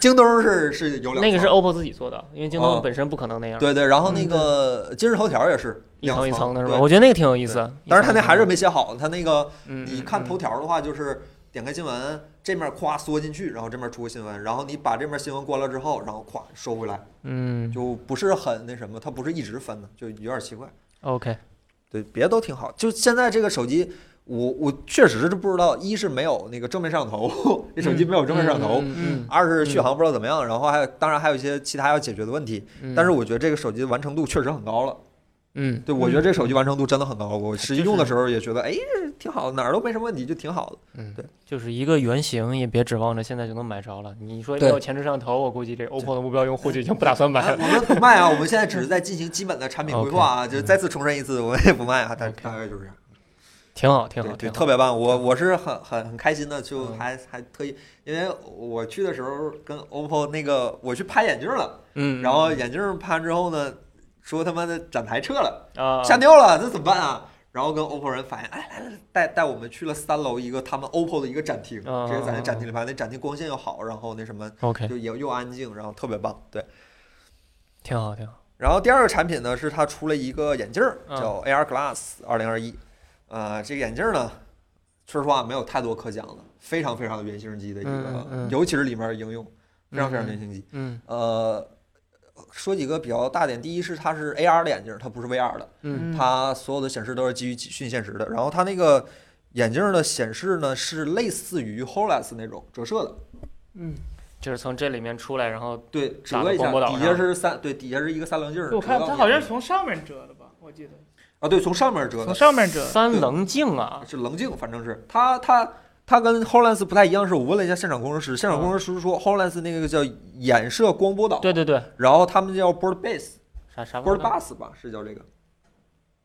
京东是是有两
那个是
层
OPPO 自己做的，因为京东
哦
本身不可能那样，
对对，然后
嗯
那个今日头条也是
一层一层的是吧？
对
我觉得那个挺有意思。一
但是他
层一
那
层
还是
的
没写好，他那个
嗯，
你
嗯
看头
嗯
条的话，就是点开新闻，这面夸缩进去，然后这面出个新闻，然后你把这面新闻关了之后，然后夸收回来，
嗯
就不是很那什么，它不是一直分的，就有点奇怪。
OK，
对，别的都挺好，就现在这个手机。我我确实是不知道，一是没有那个正面摄像头， [laughs] 这手机没有正面摄像头；
嗯
二是续航不知道怎么样，然后还有当然还有一些其他要解决的问题。
嗯，
但是我觉得这个手机的完成度确实很高了。
嗯
对，我觉得这手机完成度真的很高，我实际用的时候也觉得，哎，这挺好，哪儿都没什么问题，就挺好
[laughs]
的。
嗯
对，
就是一个原型，也别指望着现在就能买着了。你说没
对
有前置摄像头，我估计这 OPPO 的目标用户就已经不打算买
哎 [laughs]
了。
我们不卖啊，我们现在只是在进行基本的产品规划啊，就再次重申一次，我们也不卖啊，大
OK
大概就是这样。
挺好，挺
对
好，
对，
挺
特
好。
别棒，我我是很很很开心的，就
嗯
还还特意，因为我去的时候跟 OPPO 那个我去拍眼镜了，
嗯，
然后眼镜拍完之后呢，说他妈的展台撤了。
啊，
吓尿了，这怎么办啊？然后跟 OPPO 人反映，哎，来来来，带带我们去了三楼一个他们 OPPO 的一个展厅，
啊哎
直接在那展厅里哎拍，那展厅光线又好，然后那什么
OK，
就也又安静，然后特别棒，对。
挺好，挺好。
然后第二个产品呢，是它出了一个眼镜儿，
嗯
叫 AR Glass 二零二一，呃，这个眼镜儿呢，说实话没有太多可讲的，非常非常原型机的一
嗯
个，
嗯
尤其是里面的应用，非常非常原型机。
嗯
呃，说几个比较大点，第一是它是 AR 的眼镜儿，它不是 VR 的。
嗯
嗯
它所有的显示都是基于虚拟现实的。然后它那个眼镜儿的显示呢，是类似于 HoloLens 那种折射的，
嗯，
就是从这里面出来，然后
对，折
打到
一下
光波，导
底
上
下是三，对，底下是一个三棱镜儿。
我看
折到
它好像
眼
是从上面折的吧，我记得
啊，对，从上面折
从
的，
上面折。
三棱镜啊，
是棱镜，反正是它它。它跟 HoloLens 不太一样，是我问了一下现场工程师，现场工程师说 HoloLens 那个叫衍射光波导，
[laughs] 对嗯对对，
然后他们叫 Bird Base，Bird
啥啥玩意儿
Bus 吧，嗯是叫这个，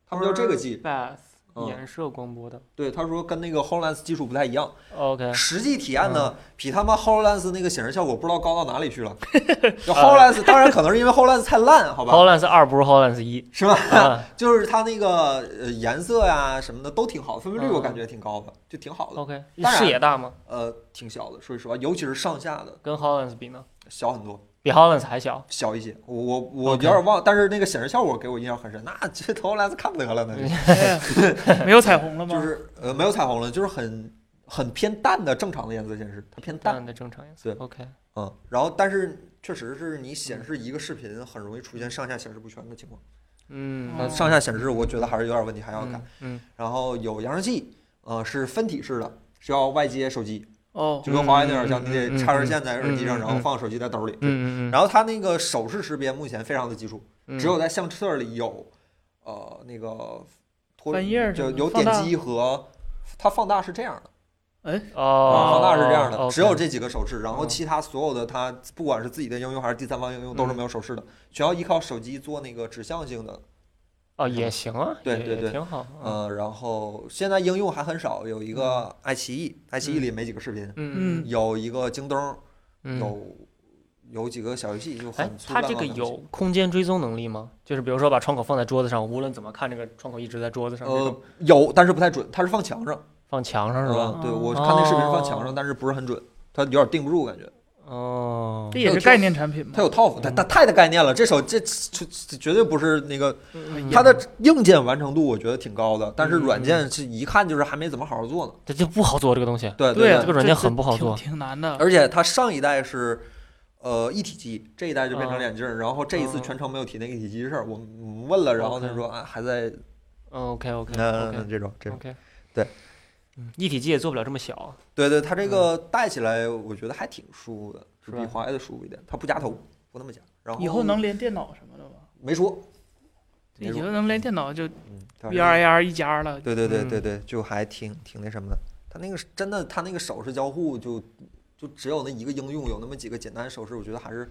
他们叫这个技， [laughs]
Bath，
嗯
衍射光波的。
对，他说跟那个 HoloLens 技术不太一样，
OK，
实际体验呢，比他妈 HoloLens 那个显示效果不知道高到哪里去 [laughs] 了。就 HoloLens 当然可能是因为 HoloLens 太烂，好吧，
HoloLens 二不是 HoloLens
[laughs]
一，
是吧？
啊
就是它那个呃颜色呀、什么的都挺好，分辨率
嗯
我感觉挺高的，就挺好的。
OK，
当然
视野大吗？
呃，挺小的，说实话，尤其是上下的
跟 HoloLens 比呢？
小很多，
比 HoloLens 还小。
小一些。我我我有
OK
点忘，但是那个显示效果给我印象很深。那这 HoloLens 看不得了呢，
哎呀没有彩虹了
[laughs]
吗？
就是呃没有彩虹了，就是很很偏淡的正常的颜色显示，它偏淡。
淡的正常颜色
对。
OK，
嗯，然后但是确实是你显示一个视频很容易出现上下显示不全的情况。
嗯，
那
哦
上下显示我觉得还是有点问题，还要改。
嗯嗯，
然后有扬声器，呃，是分体式的，是要外接手机，
哦，
就跟华为那点像，
嗯
你得插根线在耳机上，然后放手机在兜里。
嗯嗯
然后它那个手势识别目前非常的基础，
嗯，
只有在相册里有，呃，那个拖
翻页儿什
就
么的
有
放
点
大
击和它放大是这样的，
哦，
啊恒大是这样的，
OK
只有这几个手势，然后
嗯
其他所有的它不管是自己的应用还是第三方应用都是没有手势的，全要依靠手机做那个指向性的。
哦也行啊，
对
也
对
也
对
挺好，嗯
呃，然后现在应用还很少，有一个爱奇艺，爱奇艺里没几个视频，
嗯
有一个京东，
嗯，
有有几个小游戏就
哎
很，粗啊
它
烂
这
了
个
东西
有空间追踪能力吗？就是比如说把窗口放在桌子上，我无论怎么看，这个窗口一直在桌子上，这种
呃有，但是不太准，它是放墙上，
放墙上是吧？
嗯对我
哦
看那视频是放墙上，但是不是很准，它有点定不住感觉。
哦
这，也是概念产品
它
嘛。
有套它它太的概念了，这手这这这绝对不是那个
嗯
它的硬件完成度我觉得挺高的，但是
嗯
软件是一看就是还没怎么好好做呢。
这就不好做这个东西。
对
对啊，
对
这个软件很不好
挺
做
挺难的。
而且它上一代是。呃，一体机这一代就变成
嗯
眼镜儿，然后这一次
嗯
全程没有提那个一体机的事儿。我我问了，然后他
OK
说啊，还在呃
OK OK
那
哦 OK
这种这种，
OK，
对，
嗯，一体机也做不了这么小。
对对，它这个戴起来我觉得还挺舒服的，就是比
吧
华为的舒服一点，它不夹头，不那么夹。然后
以后能连电脑什么的吗？
没说，没
以后
说，
能连电脑就
嗯，它
V R A R 一家了。
对对对
嗯
对对，就还挺挺那什么的。它那个是真的，它那个手势交互就就只有那一个应用，有那么几个简单手势，我觉得还是。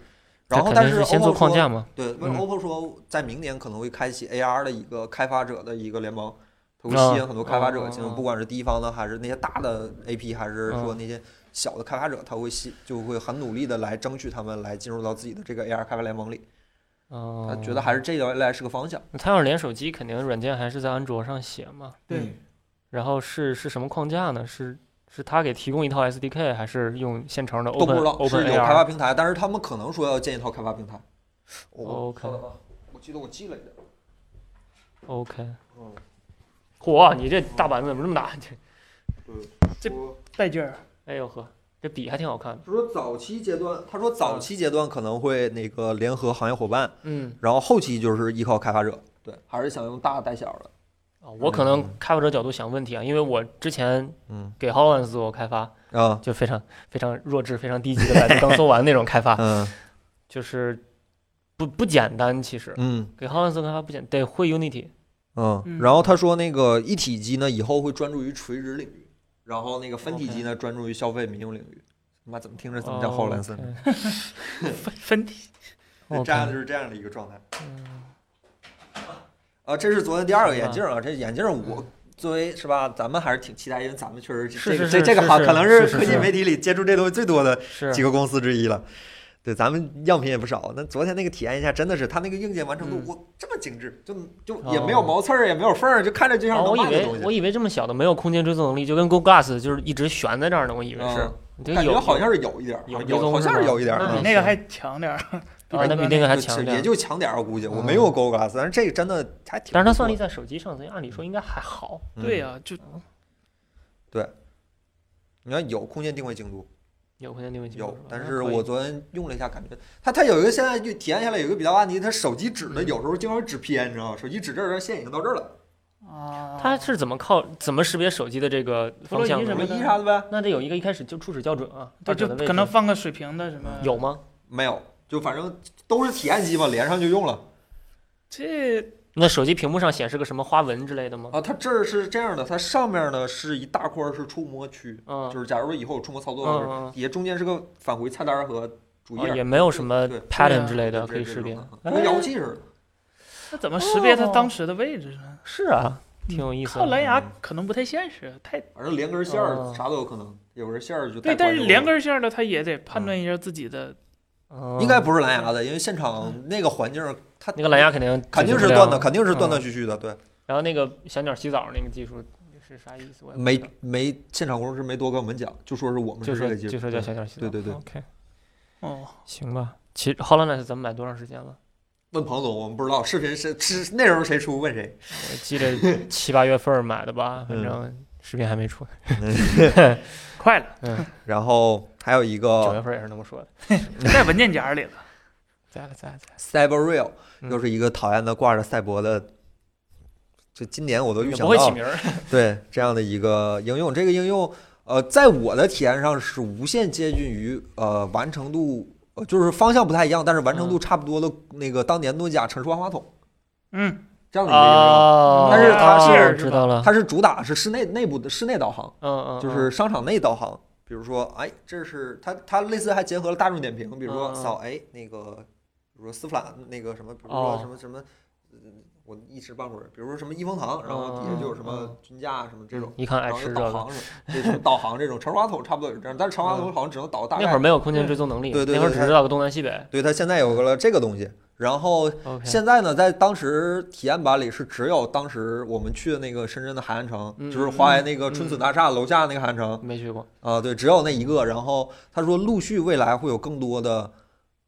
然后，
它肯
但
定是
OPPO
先做框
说
架嘛。
对，问
嗯
OPPO 说在明年可能会开启 AR 的一个开发者的一个联盟，它会
啊
吸引很多开发者
啊
进
啊
入，
啊嗯
不管是第一方的还是那些大的 AP，还是说那些小的开发者，他会吸就会很努力的来争取他们来进入到自己的这个 AR 开发联盟里。
哦，
他觉得还是这条来是个方向。
它要是连手机，肯定软件还是在安卓上写嘛。
嗯
对，
然后是是什么框架呢？是是它给提供一套 SDK，还是用现成的 Open
都不知道是
Open
有开发
AR？
平台，但是他们可能说要建一套开发平台。我
哦 OK
稍等啊，我记得我记了一点。
OK，
嗯，
嚯，你这大板子怎么这么大？这
这
说
带劲儿。
哎呦呵，这笔还挺好看的。
他说早期阶段，他说早期阶段可能会那个联合行业伙伴。
嗯，
然后后期就是依靠开发者，对，还是想用大带小的，
啊，我可能开发者角度想问题啊，因为我之前
嗯
给 Hollands 做开发，
啊，
就非常非常弱智、非常低级的百
[laughs]
度刚搜完那种开发，
嗯
就是不不简单。其实
嗯
给 Hollands 做开发不简得会 Unity。
嗯。
嗯
然后他说那个一体机呢，以后会专注于垂直领域，然后那个分体机呢，专注于消费民用领域。他妈怎么听着怎
哦
么像后兰森？ [laughs]
森？
分分体
对
OK
这样就是这样的一个状态。
嗯
啊，这是昨天第二个眼镜啊，这眼镜我。作为是吧，咱们还是挺期待，因为咱们确实
嗯
这
是
个
是
这
是
这个
是
行
是
可能
是
科技
是
媒体里接触这东西最多的
是
几个公司之一了。对，咱们样品也不少。那昨天那个体验一下，真的是它那个硬件完成度
嗯，
哇，这么精致，就就也没有
哦
毛刺儿，也没有缝儿，就看着就像
哦，
能
我以
卖的
为
东
我
西。
以为这么小的没有空间追踪能力，就跟 Go Glass 就是一直悬在那儿呢，我以为是
嗯。
你这个
感觉
有
好像是有一点儿，
有啊追
有
踪
好像
是
是
吧
有一点儿，
那
比
嗯
那个还强点儿， [laughs]
啊，那比那个还强
就
点
也
儿。
就强点儿，我估计我没
嗯
有 Go Glass，但是这个真的还挺不错的。
但是它算力在手机上，所以按理说应该还好。
嗯
对，呀，就
你看有空间定位精度，
有空间定位技术
有
吧，
但
那
是
可以
我昨天用了一下，感觉它它有一个现在就体验下来有一个比较大问题，它手机指的
嗯
有时候经常指偏，你知道吗？手机指这儿，然后线已经到这儿了，哦
啊，
它是怎么靠怎么识别手机的这个方向
弗
什
的
洛伊什
么
么
呢？
的
一啥的呗，
那得有一个一开始就初始校准啊，
对，
校
就
准的位
可能
置
放个水平的什么
有吗？
没有，就反正都是体验机嘛，连上就用了。
这
那手机屏幕上显示个什么花纹之类的吗？
啊，它这儿是这样的，它上面呢是一大块儿是触摸区，
嗯，
就是假如说以后有触摸操作的时候，
嗯嗯
底下中间是个返回菜单儿和主页
嗯，
儿，
也没有什么
对
pattern
对
之类
对
的
这
可以
这
识别哎
种。的跟遥控器似的。
那怎么识别它
哦
当时的位置呢？
是啊，挺有意思的。
靠蓝牙
嗯
可能不太现实，太
反正连根线儿
哦
啥都有可能，有的线儿就带
对，但
关
是
注
连
了
根线儿的它也得判断一下自己的，
嗯
应该不是蓝牙的，因为现场那个环境儿它
那个蓝牙肯定
肯定
解决
是
不了嗯
断的，肯定是断断续续的，对，
然后那个小鸟洗澡那个技术是啥意思？我也不
没
知道
没现场工程师没多跟我们讲，就说是我们
就是
这
说
个技术，
就说叫小鸟洗澡。
对对对
OK，
哦，
行吧。其实 Hololens 咱们买多长时间了？
问彭总，我们不知道视频是是内容谁出问谁。
我记得七八月份儿买的吧，反
[laughs] 嗯
正视频还
[laughs]
没出。
[laughs] 快了，
嗯，
然后还有一个
九月份儿也是那么说的。
在文件夹里了。
在了在了在了。
Cyberreal
嗯
又是一个讨厌的挂着赛博的，就今年我都预
也
想
不会起
到
名儿。
对这样的一个应用。这个应用呃，在我的体验上是无限接近于呃完成度，
嗯
呃就是方向不太一样，但是完成度差不多的那个当年诺基亚城市万花筒。
嗯，
这样的一个应用。
哦，
但是它是
哦知道了，
它是主打是室内内部的室内导航，
嗯嗯，
就是商场内导航。比如说，哎，这是它它类似还结合了大众点评，比如说
嗯嗯
扫哎那个，比如说丝芙兰那个什么，比如
哦
说什么什么，嗯我一时半会儿，比如说什么益丰堂，然后底下就有什
嗯
么均价什么这种
嗯。一看爱
然后
吃
就
这
导
个，
航什么，对什么导航这种，传话筒差不多也是这样，但是传话筒好像只能导大
那会儿
概。
没有空间追踪能力，
对对
那会儿
对
只知道个东南西北。
对，它现在有了这个东西，然后
OK，
现在呢，在当时体验版里是只有当时我们去的那个深圳的海岸城，
嗯
就是华为那个春笋大厦楼下那个海岸城
没去过，
啊、对，只有那一个。然后他说，陆续未来会有更多的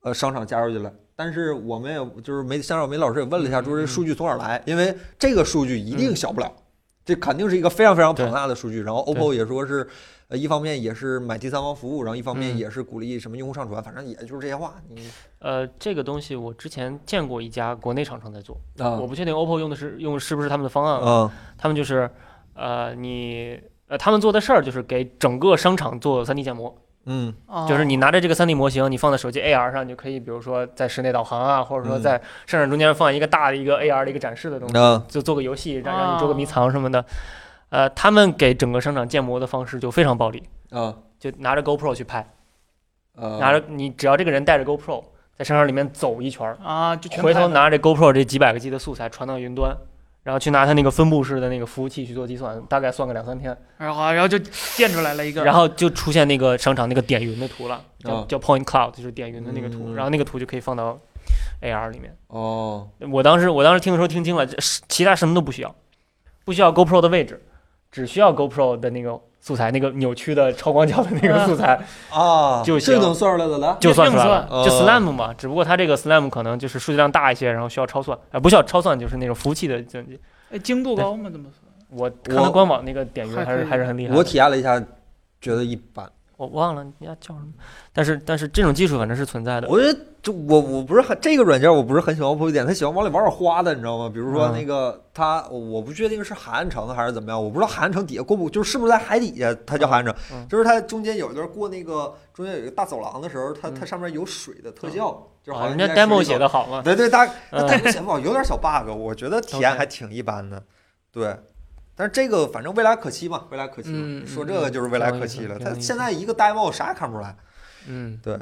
呃商场加入进来，但是我们也就是梅香少梅老师也问了一下，说
嗯
这
嗯
数据从哪儿来？因为这个数据一定小不了，这肯定是一个非常非常庞大的数据。然后 OPPO 也说是。呃，一方面也是买第三方服务，然后一方面
嗯
也是鼓励什么用户上传，反正也就是这些话。你
呃，这个东西我之前见过一家国内厂商在做，
啊
我不确定 OPPO 用的是用是不是他们的方案啊，
啊
他们就是呃你呃他们做的事儿就是给整个商场做 3D 建模，
嗯
哦
就是你拿着这个 3D 模型，你放在手机 AR 上，你就可以，比如说在室内导航啊，或者说
嗯
在商场中间放一个大的一个 AR 的一个展示的东西，
啊
就做个游戏，让
啊
让你捉个迷藏什么的。呃，他们给整个商场建模的方式就非常暴力，
啊
就拿着 GoPro 去拍，
啊！
拿着你只要这个人带着 GoPro 在商场里面走一圈儿，
啊，就全
回头
拍的
拿着 GoPro 这几百个 G 的素材传到云端。然后去拿它那个分布式的那个服务器去做计算，大概算个两三天，
然后然后就建出来了一个，
然后就出现那哦个商场那个点云的图了，叫
啊
叫 Point Cloud，就是点云的那个图，
嗯
然后那个图就可以放到 AR 里面。
哦，
我当时我当时听的时候听清了，这是其他什么都不需要，不需要 GoPro 的位置，只需要 GoPro 的那个素材，那个扭曲的超广角的那个
啊
素材
啊，
就
这
行
能算出来的来？
就算出来
硬
了，
算
就
哦
SLAM 嘛，只不过它这个 SLAM 可能就是数据量大一些，然后需要超算，啊不需要超算，就是那种服务器的计算机。
哎精度高吗？怎么说？
我看它官网那个点云
还
还是
可以
还是很厉害的，
我体验了一下，觉得一般。
我忘了你家叫什么，但是但是这种技术反正是存在的。
我觉得这我我不是很这个软件，我不是很喜欢 OPPO 一点，它喜欢往里往上花的，你知道吗？比如说
嗯
那个它，我不确定是海岸城还是怎么样，我不知道海岸城底下过不，就是是不是在海底下，它叫海岸城
嗯嗯，
就是它中间有一段过那个中间有一个大走廊的时候，它
嗯
它上面有水的特效，就是好
啊，
像
人家
应该是
demo
一种
写的好嘛，
对对，大那
嗯
弹幕显不好，有点小 bug，我觉得体验
OK
还挺一般的。对，但是这个反正未来可期嘛，未来可期嘛。
嗯嗯嗯
说这个就是未来可期了。
挺
它
有意思挺有意思
现在一个 demo 啥也看不出来。
嗯，
对。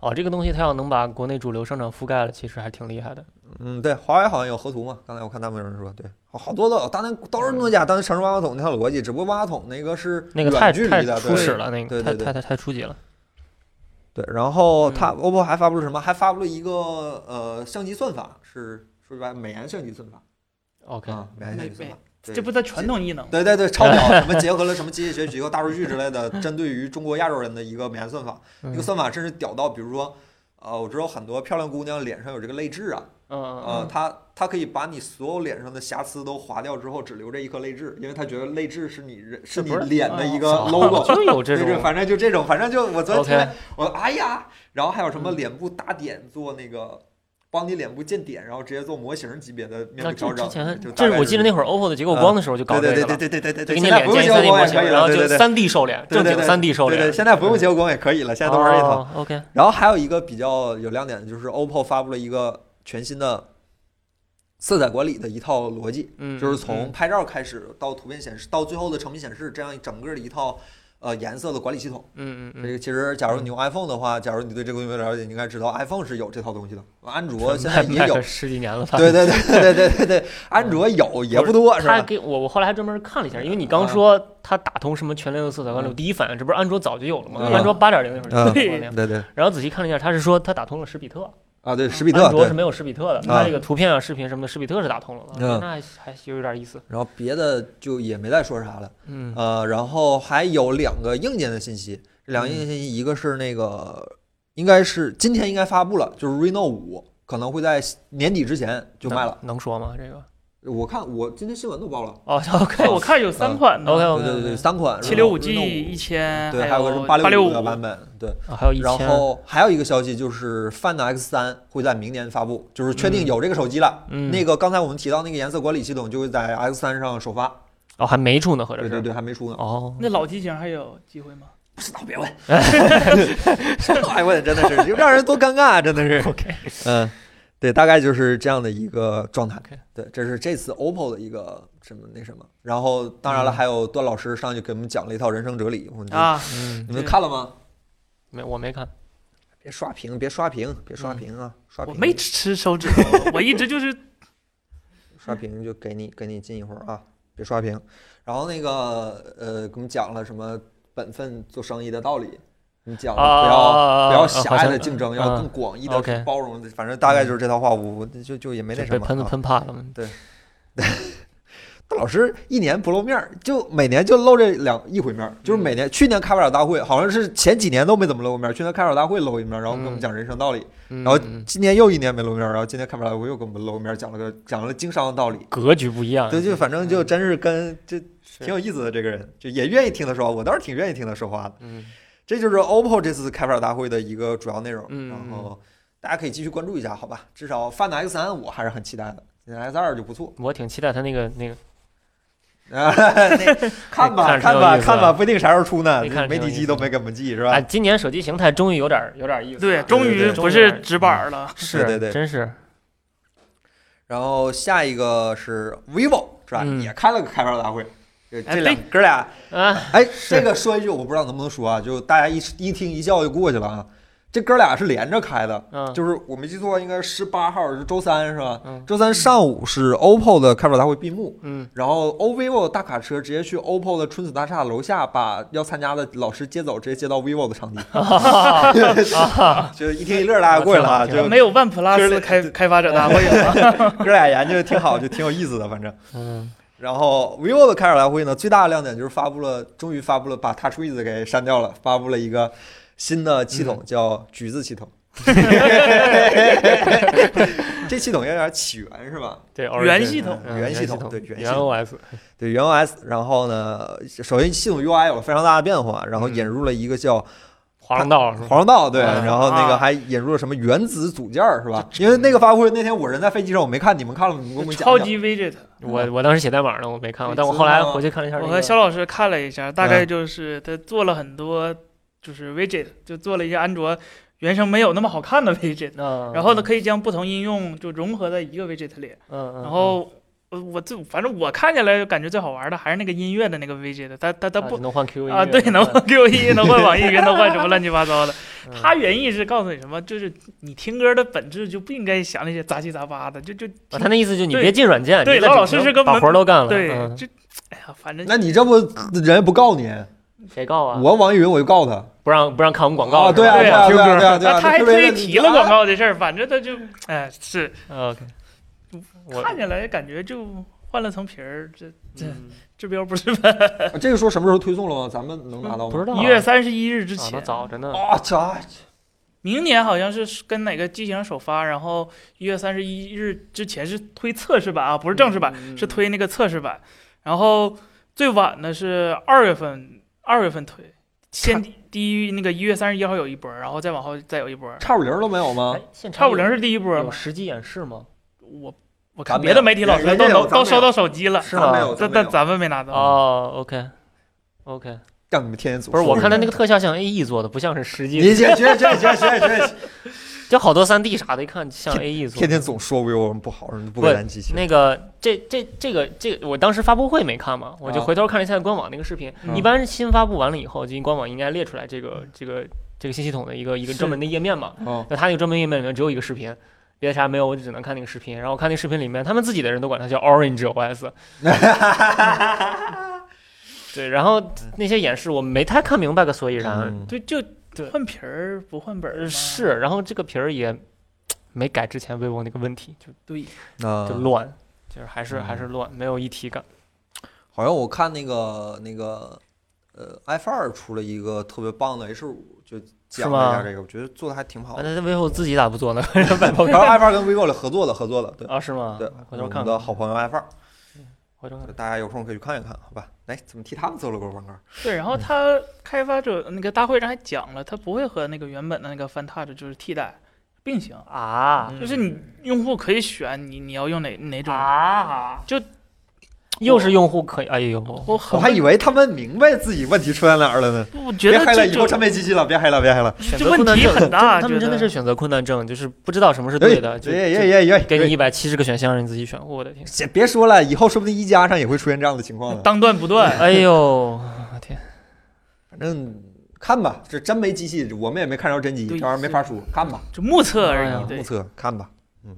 哦，这个东西它要能把国内主流商场覆盖了，其实还挺厉害的。
嗯，对，华为好像有河图嘛，刚才我看弹幕有人说，对，好好多的，当年都是诺基亚当年尝试万花筒那套逻辑，只不过万花筒那个是
那个
远
太
距
太
离的，
初
对
始了，那个
对
太
对对
太太太初级了。
对，然后
嗯
它 OPPO 还发布了什么？还发布了一个呃相机算法，是说白了美颜相机算法
OK，
啊，美颜相机算法。对
这不它传统异能吗？
对对对，
[laughs]
超屌！什么结合了什么机械学习和大数据之类的，针对于中国亚洲人的一个美颜算法。这个
嗯
算法甚至屌到，比如说，呃，我知道很多漂亮姑娘脸上有这个泪痣啊，呃，
嗯
它它可以把你所有脸上的瑕疵都划掉之后，只留这一颗泪痣，因为它觉得泪痣是你人是
这
你
不是
脸的一个
嗯，
呃 logo。
就有这
对对，
种
反正就这种，反正就我昨天听
OK
了我哎呀，然后还有什么
嗯
脸部打点做那个，帮你脸部建点，然后直接做模型级别的面
那
部调
这
整
之，前
就大
这
概嗯
是我记得那会儿 OPPO 的结构光的时候就搞这
对
个
对
了，
对对对对对
就
对，
给你
现在
脸
不用
建
结
一
合
3D
光
模
也
型
可以，
然后
了，对
就
对对。
3D 瘦脸，
对
正
对
经
对
3D 瘦
对对，
脸，
现在不用结构光也可以了，现在都玩一套。
哦。OK，
然后还有一个比较有亮点的就是 OPPO 发布了一个全新的色彩管理的一套逻辑，
嗯，
就是从
嗯
拍照开始到图片显示，到最后的成品显示，这样整个的一套呃颜色的管理系统。
嗯嗯
这
嗯
个其实，假如你用 iPhone 的话，假如你对这个东西了解，你应该知道 iPhone 是有这套东西的，安卓
嗯，
现在也
卖
有
了。十几年了吧，
对对对对对对对，安卓有也不多是
他
吧？
给我，我后来还专门看了一下，因为你
啊
刚说他打通什么全链路色彩管理，
嗯
我第一反应这不是安卓早就有了吗？
嗯
安卓八点零那会儿
嗯
就有了呀。
对对
然后仔细看了一下，他是说他打通了史比特，
啊，对史比特
安卓
对
是，没有史比特的，
啊
他这个图片啊、视频什么的，史比特是打通了的，
嗯
那还还有点意思。
然后别的就也没再说啥了。
嗯
呃，然后还有两个硬件的信息，这两个硬件信息，一个是那个应该是今天应该发布了，就是 Reno 五可能会在年底之前就卖了。
能，能说吗？这个？
我看我今天新闻都报了，
哦
对，
[laughs]
，OK
我看有
嗯
三款呢
OK
对
OK
对对，三款
七六五 G
Reno
一千，
对，还
还
有个是八
六
六的版本，对。
哦还有一
然
千。
后还有一个消息就是 Find X 三会在明年发布，就是确定有这个手机了。
嗯，
那个刚才我们提到那个颜色管理系统就会在 X 三上首发，
哦还没出呢，合着
对
是
对对，还没出呢。
哦，
那老机型还有机会吗？
不知道，别问，
[laughs]
什么玩意问，真的是就让人多尴尬，真的是。
OK，
嗯，对，大概就是这样的一个状态
OK。
对，这是这次 OPPO 的一个什么那什么。然后，当然了，
嗯
还有段老师上去给我们讲了一套人生哲理，我们就
啊，
嗯，
你们
对
看了吗？
没我没看，
别刷屏，别刷屏，别刷屏啊！刷
嗯我
屏，
没吃
[laughs]
手指头，我一直就是
刷屏就给你给你禁一会儿啊，别刷屏。然后那个呃，给我们讲了什么本分做生意的道理，你讲了不要、
啊
不要
好
狭
像
隘的竞争，要
嗯
更广义的、
OK
包容的，反正大概就是这套话，我我就就也没那
就
什
被
么、
喷
啊。
喷怕了嘛。
大老师一年不露面儿，就每年就露这两一回面儿，就是
嗯
每年去年开发者大会好像是前几年都没怎么露过面儿，去年开发者大会露一面儿，然后跟我们
嗯
讲人生道理，
然
然后今年又一年没露面儿，然后今年开发者大会又跟我们露面儿，讲了个讲了经商的道理。
格局不一样，
对，就反正就真是跟这
啊嗯是
挺有意思的这个人，就也愿意听他说话，我倒是挺愿意听他说话的。
嗯
这就是 OPPO 这次开发者大会的一个主要内容，
嗯
然后大家可以继续关注一下，好吧？至少 Find X3 我还是很期待的，X 二就不错。 [laughs]
我挺期待他那个那个 [laughs]
啊，那看吧，
看着挺
看
有
吧，
意思
看吧，
的
不一定啥时候出呢
那看。着
媒
挺有
体
意
机
思
都
的
没给我们寄，是
啊，
吧？
今年手机形态终于有点儿有点儿意思了，
对，终
对
于
对
不是直板了，
是对对。[laughs]
真是
然后下一个是 vivo 是吧？
嗯
也开了个开发者大会，就
哎
这两
对
哥
[laughs]
俩，
啊，
哎，这个说一句，我不知道能不能说啊，就大家一一听一笑就过去了啊。这哥俩是连着开的，
嗯，
就是我没记错，应该十八号是周三是吧？
嗯
周三上午是 OPPO 的开发者大会闭幕，
嗯
然后 OVIVO 大卡车直接去 OPPO 的春子大厦楼下把要参加的老师接走，直接接到 vivo 的
[laughs]
场地， [laughs] 就一听一乐，大家过去了
[laughs]
啊，
挺好
就
没有 One
就是
Plus
那
开开发者大会 [laughs] 了，
哥俩研究挺好，就挺有意思的，反正。
嗯，
然后 vivo 的开发者大会呢，最大的亮点就是发布了，终于发布了把 TouchWiz 给删掉了，发布了一个新的系
嗯
统，叫橘子
[laughs]
系统。这系统有点起源是吧？
对，
原系统
嗯
原系
系
统
统
对原系
原
统
OS，
对原 OS，然后呢，首先系统 UI 有了非常大的变化，然后
嗯
引入了一个叫
华容道是吧？
黄龙道，对，
嗯
然后那个
啊
还引入了什么原子组件儿是吧？因为那个发布会那天我人在飞机上，我没看，你们看了吗，你给我们讲
超
讲。
级 Widget。
我我当时写代码呢，我没看过，
对
但我
知
后来
道啊
回去看了一下那
哦我
个，
和肖老师看了一下，大
嗯
概就是他做了很多，就是 widget，就做了一些安卓原生没有那么好看的 [laughs] widget，
嗯，
然后呢，可以将不同应用就融合在一个 widget 里。
嗯，嗯，
然后我我最反正我看下来感觉最好玩的还是那个音乐的那个 widget，它它它
啊
不
只能换 Q
啊，对，能
嗯
换 Q 音，能换网易云，能换什
[laughs]
么乱七八糟的。它
他
原意是告诉你什么，就是你听歌的本质就不应该想那些杂七杂八的，就就
他那意思就你
对
别进软件，
对
你在
老
主
老实
屏
实跟
把
门
活儿都啊干了，
对，
嗯
就哎呀，反正
那你这不人家不告你，
谁告啊？
我网易云我就告他。
不让不让看我们广告
啊，
是吧，
对啊，
对
啊，
听
对啊，
歌
对啊，对啊。
啊他还
特
特
别
意
是
提
你
了广
啊
告这事儿，反正他就哎是。
哦，OK，我
看起来感觉就换了层皮儿，这
嗯
治标不治本。
这个说什么时候推送了吗？咱们能拿到吗？
不知道啊
[laughs] 一月三十一日之
啊
前哎
那，早着呢，
啊，这
明年好像是跟哪个机型首发，然后一月三十一日之前是推测试版啊，不是正式版，
嗯
是推那个测试版。然后最晚的是二月份，二月份推，先低低于那个一月三十一号有一波，然后再往后再有一波。
叉五零都没有吗
哎？现场
叉五零是第一波
有
吗，
实际演示吗？
我我
咱
看
们
别的媒体老师
人家
都
有
都
咱们
都收
有
到手机了，
是啊
咱没
吗
有，
但
咱
但
没有
咱们没拿到。
哦，OK OK，
让你们天天组
不是我看他
他
那个特效像 A E 做的，不像是实
[laughs]
际
你
的，
这这这这这
[laughs]
这
就好多三 D 啥的，一看像 A E 做的。
天天总说 vivo 人不好，人不给咱机器。
那个这这这个这个，我当时发布会没看嘛，我就
啊
回头看了一下官网那个视频。
嗯
一般是新发布完了以后，就官网应该列出来这个这个这个新系统的一个一个
是
专门的页面嘛。
嗯
那它那个专门页面里面只有一个视频，别的啥没有，我就只能看那个视频。然后我看那个视频里面，他们自己的人都管它叫 Orange
[laughs]
OS。对，然后那些演示我没太看明白个所以然，
嗯
对，就
对
换皮儿不换本儿
呃
嘛，
是，然后这个皮儿也没改之前 vivo 那个问题，就
对，
啊
就乱，就是还是
嗯
还是乱，没有一体感。
好像我看那个那个呃 F 二出了一个特别棒的 H 五，就讲了一下
是吗
这个，我觉得做的还挺好
哦
啊，
的。
那 vivo 自己咋不
[laughs]
做呢？外包
然 [laughs] 后 F 二跟 vivo 合作的，合作的，对
啊，是吗？
嗯对，
回
我
头
们
看
的
看，
好朋友 F 二，
回头看
嗯
看。
大家有空可以去看一看，好吧？来，怎么替他们做了个广告？
对。
嗯
然后他开发者那个大会上还讲了，他不会和那个原本的那个 FanTouch 就是替代并行，
啊
嗯啊
就是你用户可以选你你要用哪哪种，
啊！
就
又是用户可以，哎呦，
我
我
很
还以为他们明白自己问题出在哪儿了呢。
我觉
别
得
嗨了，
这
以后
这
战备机器了，别嗨了，别嗨了。
选
这
择困
问
难
题
症，
很大，
他们真的
觉
是
得
选择困难症，就是不知道什么是
哎
对的，就
耶
就
耶耶耶！
给你一百七十个选项，让你自己选。我的天，
先别说了，以后说不定一加上也会出现这样的情况的。
当断不断。
[laughs] 哎呦，我天，
反正看吧，这真没机器，我们也没看着真机，
对
这玩意儿没法说，看吧，
就目测而
哎呀
已，
目
对，
测看吧，嗯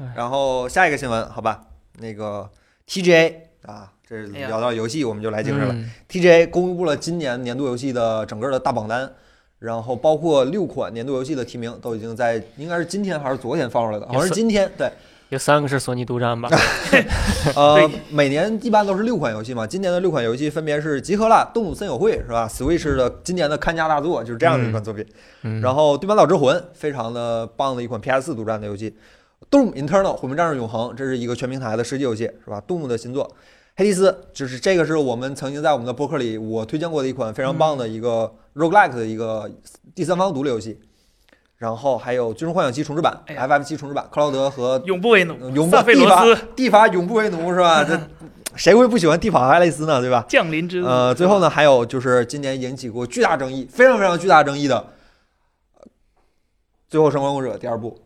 哎。
然后下一个新闻，好吧，那个 TGA 啊，这
哎呀
聊到游戏我们就来精神了。
嗯
TGA 公布了今年年度游戏的整个的大榜单，然后包括六款年度游戏的提名都已经在，应该是今天还是昨天放出来的，好像是今天。对，
有三个是索尼独
[laughs]
占吧？
呃
对，
每年一般都是六款游戏嘛，今年的六款游戏分别是集合了《动物森友会》是吧？Switch 的今年的看家大作就是这样的一款作品，
嗯，
然后《对马岛之魂》非常的棒的一款 PS 独占的游戏，《Doom Eternal》毁灭战士永恒，这是一个全平台的吃鸡游戏是吧？Doom 的新作，《黑迪斯》就是这个是我们曾经在我们的播客里我推荐过的一款非常棒的一个
嗯
roguelike 的一个第三方独立游戏，然后还有《最终幻想七重置版》
哎呀
FF 七重置版，克劳德和
永不为奴，
呃永不
萨菲
地
罗
法
斯
地法永不为奴是吧？
[laughs]
这谁会不喜欢地法爱丽丝呢？对吧？
降临之子
呃，最后呢，还有就是今年引起过巨大争议，非常非常巨大争议的《呃最后生还者》第二部。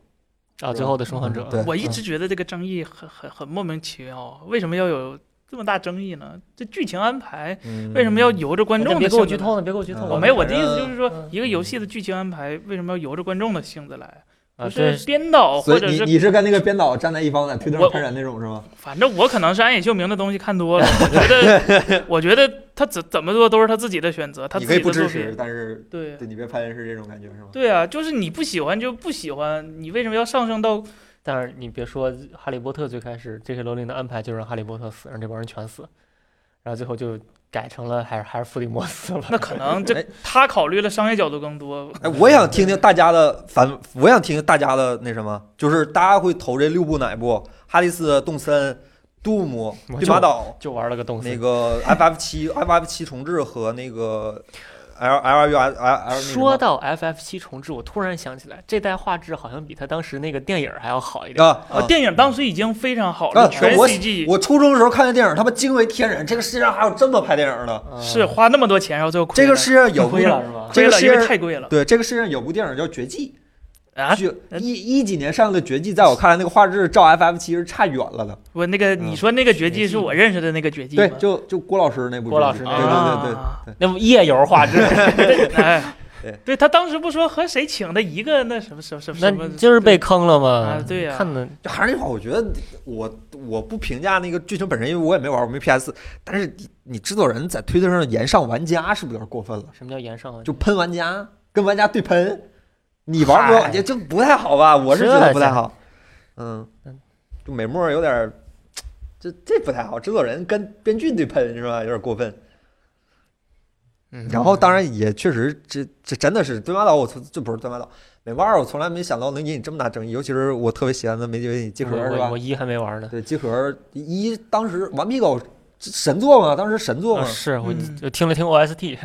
啊，最后的生还者，
对
我一直觉得这个争议很很很莫名其妙，为什么要有这么大争议呢？这剧情安排
嗯
为什么要由着观
哎
众的
别给
性
我
子
剧
来？
透呢，别给我剧透
嗯
呢。
我没有，我的意思
反
就
正
是说
嗯，
一个游戏的剧情安排为什么要由着观众的性子来？
啊，
不
这
是编导，
所
或
以
者
你
是
你是跟那个编导站在一方的，推特上
我
喷人那种是吗？
反正我可能是安野秀明的东西看多了，我觉
[laughs]
得，我觉得他怎怎么做都是他自己的选择，他
你
自
可以
己
不
的作
支持，
品。
但是
对
对你被喷是这种感觉是吗？
对啊，就是你不喜欢就不喜欢，你为什么要上升到
但是你别说，《哈利波特》最开始 J.K. 罗琳的安排就是让哈利波特死，让这帮人全死，然后最后就改成了还是还是伏地魔死了。 [laughs]
那可能
哎
这他考虑了商业角度更多。
哎，我想听听大家的反，我想听听大家的那什么，就是大家会投这六部哪部？哈里斯、动森、杜姆、
我
对
就
马岛、
就玩了个动
那
森。
个 FF 七、FF 七重置和那个 L L U S L L 那个什么
说到 FF 七重置，我突然想起来，这代画质好像比他当时那个电影还要好一点。
啊
啊，
啊！
电影当时已经非常好了，
啊
全
我
CG，
我初中的时候看的电影，他妈惊为天人，这个世界上还有这么拍电影的？
嗯
是花那么多钱，然后最后亏
这
了
个世界上 [laughs] 有部
亏了是吧？
这
亏
个
了，
是
因为太贵了
对这个世界上有部电影叫《绝技》，
啊！
就
呃
一一几年上映的《绝技》，在我看来那个画质照 FF 七是差远了的。
我那个你说那个绝技是我认识的那个绝技吗
嗯对，就就郭老师那部《
郭老师
对
那
对对对。
啊
那不夜游画
[laughs]
质，
[laughs] 哎
对，
对他当时不说和谁请的一个那什么什么什么，
那
什么
你就是被坑了嘛
啊？对呀
看的
就还是那句话，我觉得我我不评价那个剧情本身，因为我也没玩，我没 PS。但是你你制作人在推特上言上玩家，是不是有点过分了？
什么叫延上啊？
就喷玩家，跟玩家对喷，你玩不玩
嗨
也就不太好吧？我是觉得不太好。嗯
嗯，
就美墨有点儿，这这不太好。制作人跟编剧对喷是吧？有点过分。
嗯
然后当然也确实，这这真的是《对马岛》，我从这不是《对马岛》，美墨二我从来没想到能引起这么大争议，尤其是我特别喜欢的梅姐集合
我
是
嗯我
吧
我？一还没玩呢。
对，集合一当时《顽皮狗》神作嘛，当时神作
啊
嘛。
是我
嗯
我听了听 OST，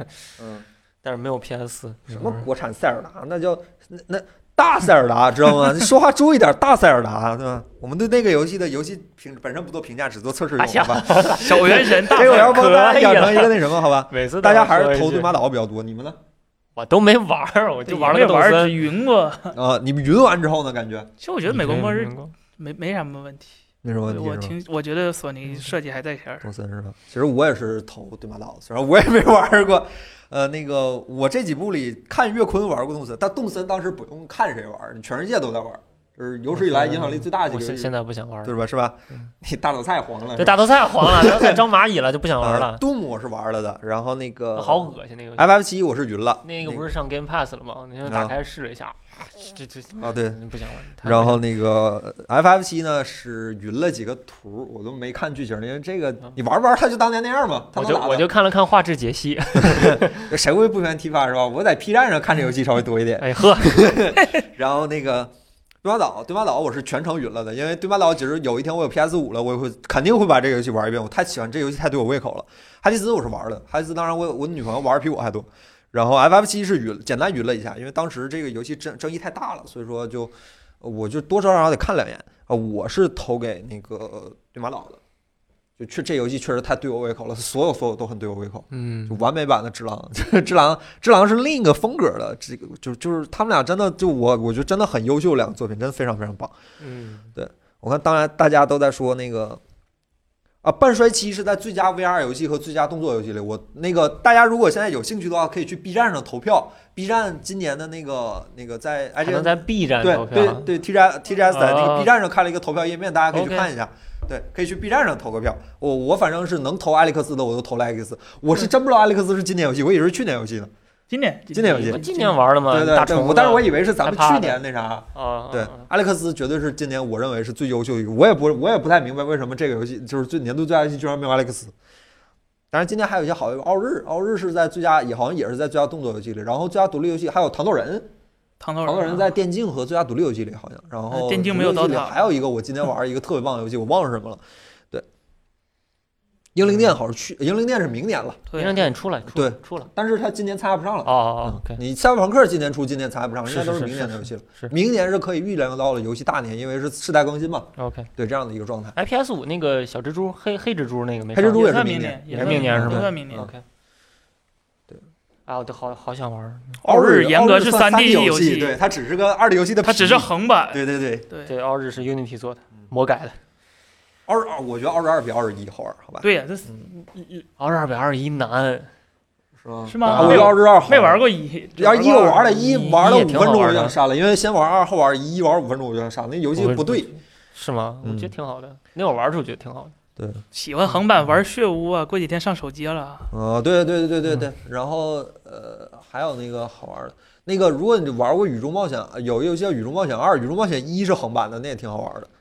嗯，
但是没有 PS。
什么国产塞尔达？那叫那那大塞尔达，知道
[laughs]
吗？你说话注意点，大塞尔达，对吧？我们对那个游戏的游戏评本身不做评价，只做测试用，
哎呀
好吧？
小原神大
这个我要
法
帮大家养成一个那什么，好吧？
每次
大家还是投对
对
马岛比较多，你们呢？
我都没玩儿，我就玩了
没
个动
玩儿
森
只。云过。
啊，你们云完之后呢？感觉
其实我
嗯
觉得美国
嗯
末日没没什么问题，
没什么问
我
题是吧？嗯
挺我觉得索尼设计还在前儿。
动森是吧？其实我也是投对马岛，虽然我也没玩过。呃，那个我这几部里看岳坤玩过动森，但动森当时不用看谁玩，全世界都在玩，就是有史以来影响力最大的几
我
个
现
游戏
现，在不想玩儿
对，吧？是吧
嗯？
你大头菜黄了，是吧
这大头菜
[laughs]
黄了，大头菜张蚂蚁了，就不想玩了，
杜姆我是玩了的，然后那个
好恶心那个游戏。
FF 七我是云了，
那个不是上 Game Pass 了吗？你就打开试了一下，啊这这
啊对，
不想玩。太
然后那个 FF 七呢是云了几个图，我都没看剧情，因为这个
嗯
你玩不玩它就当年那样嘛，它
我
能
就
咋
我就看了看画质
[laughs]
解析，
的谁会不喜欢踢法是吧？我在 P 站上看这游戏稍微多一点，
哎
[laughs]
呵，
然后那个。对马岛，对马岛，我是全程云了的，因为对马岛其实有一天我有 PS 五了，我也会肯定会把这个游戏玩一遍，我太喜欢这游戏，太对我胃口了。哈迪斯我是玩的，哈迪斯当然我我女朋友玩儿比我还多，然后 FF 七是云简单云了一下，因为当时这个游戏争争议太大了，所以说就呃我就多少少得看两眼啊。我是投给那个对马岛的，就就确这游戏确实太对我胃口了，所有所有都很对我胃口，
嗯
就，完美版的《只狼》。 [laughs] 只狼，只狼是另一个风格的，这个就就是他们俩真的就我我觉得真的很优秀，两个作品真的非常非常棒。
嗯，
我看当然大家都在说那个啊，《半衰期》是在最佳 VR 游戏和最佳动作游戏里。我那个大家如果现在有兴趣的话，可以去 B 站上投票。B 站今年的那个那个在
还
i g
能在 B 站
哎对
投票
对
啊，
对，TGS TGS 在那个
啊
B 站上开了一个投票页面，大家可以去
OK
看一下。对，可以去 B 站上投个票。我我反正是能投艾利克斯的，我都投了艾利克斯。我是真不知道艾利克斯是今年游戏，我以为是去年游戏呢。
今年
今年有
你
进
不今年玩了吗？
对
大
对对，
虫
我
子
但是我以为是咱们
害怕
去
的
年那啥。
哦，
对
哦，
艾利克斯绝对是今年我认为是最优秀的一个。我也不我也不太明白为什么这个游戏就是最年度最佳游戏居然没有艾利克斯。当然，今年还有一些好游戏，奥日奥日是在最佳也好像也是在最佳动作游戏里，然后最佳独立游戏还有糖豆人，
糖豆
糖豆人在电竞和最佳独立游戏里好像，然后
呃电竞没有
独立游戏
Dota
里还有一个我今天玩一个特别棒的游戏，我忘了是什么了。对，英灵殿好像去英灵殿是明年了，
名人
对，
电影出来，出
对
出了，
但是他今年参加不上了
哦。哦
嗯
，OK，
你赛博朋克今年出，今年参加不上，
是
人家都
是是
明年的游戏了。
是
明年是可以预料到的游戏大年，因为是世代更新嘛，
OK。
对这样的一个状态。
哎，PS 五那个小蜘蛛，黑黑蜘蛛那个没
黑
上
蜘蛛也
也
是
算
明
明
年嗯
也
也是
算
明年是
也
吗
算明年。
OK，对，啊，我都好好想玩儿。
奥日严格
奥
是
算
3D
游
游戏
对，它只是个二 D 游戏的皮，
它只是横版，
对对对，
对嗯
对，奥日是 Unity 做的，魔改的。
二二，我觉得二十二比二十一好玩，好吧？
对呀，这是
奥日二百二十一难，
是吗
是吗
啊我觉得二十二好
没玩过一，只
要一我玩了
一
一玩了五分钟我就
也挺好玩
想
的
删了，因为先玩二后玩一，一玩五分钟我就想删了，那游戏
我
不对。
是吗？我
嗯
觉得挺好的，那我玩出去挺好的。
喜欢横版玩血屋啊，过几天上手机了。
啊，对对对对对对。
嗯
然后呃，还有那个好玩的，那个如果你玩过《宇宙冒险》，有一个游戏叫《宇宙冒险二》，《宇宙冒险一》是横版的，那也挺好玩的，
嗯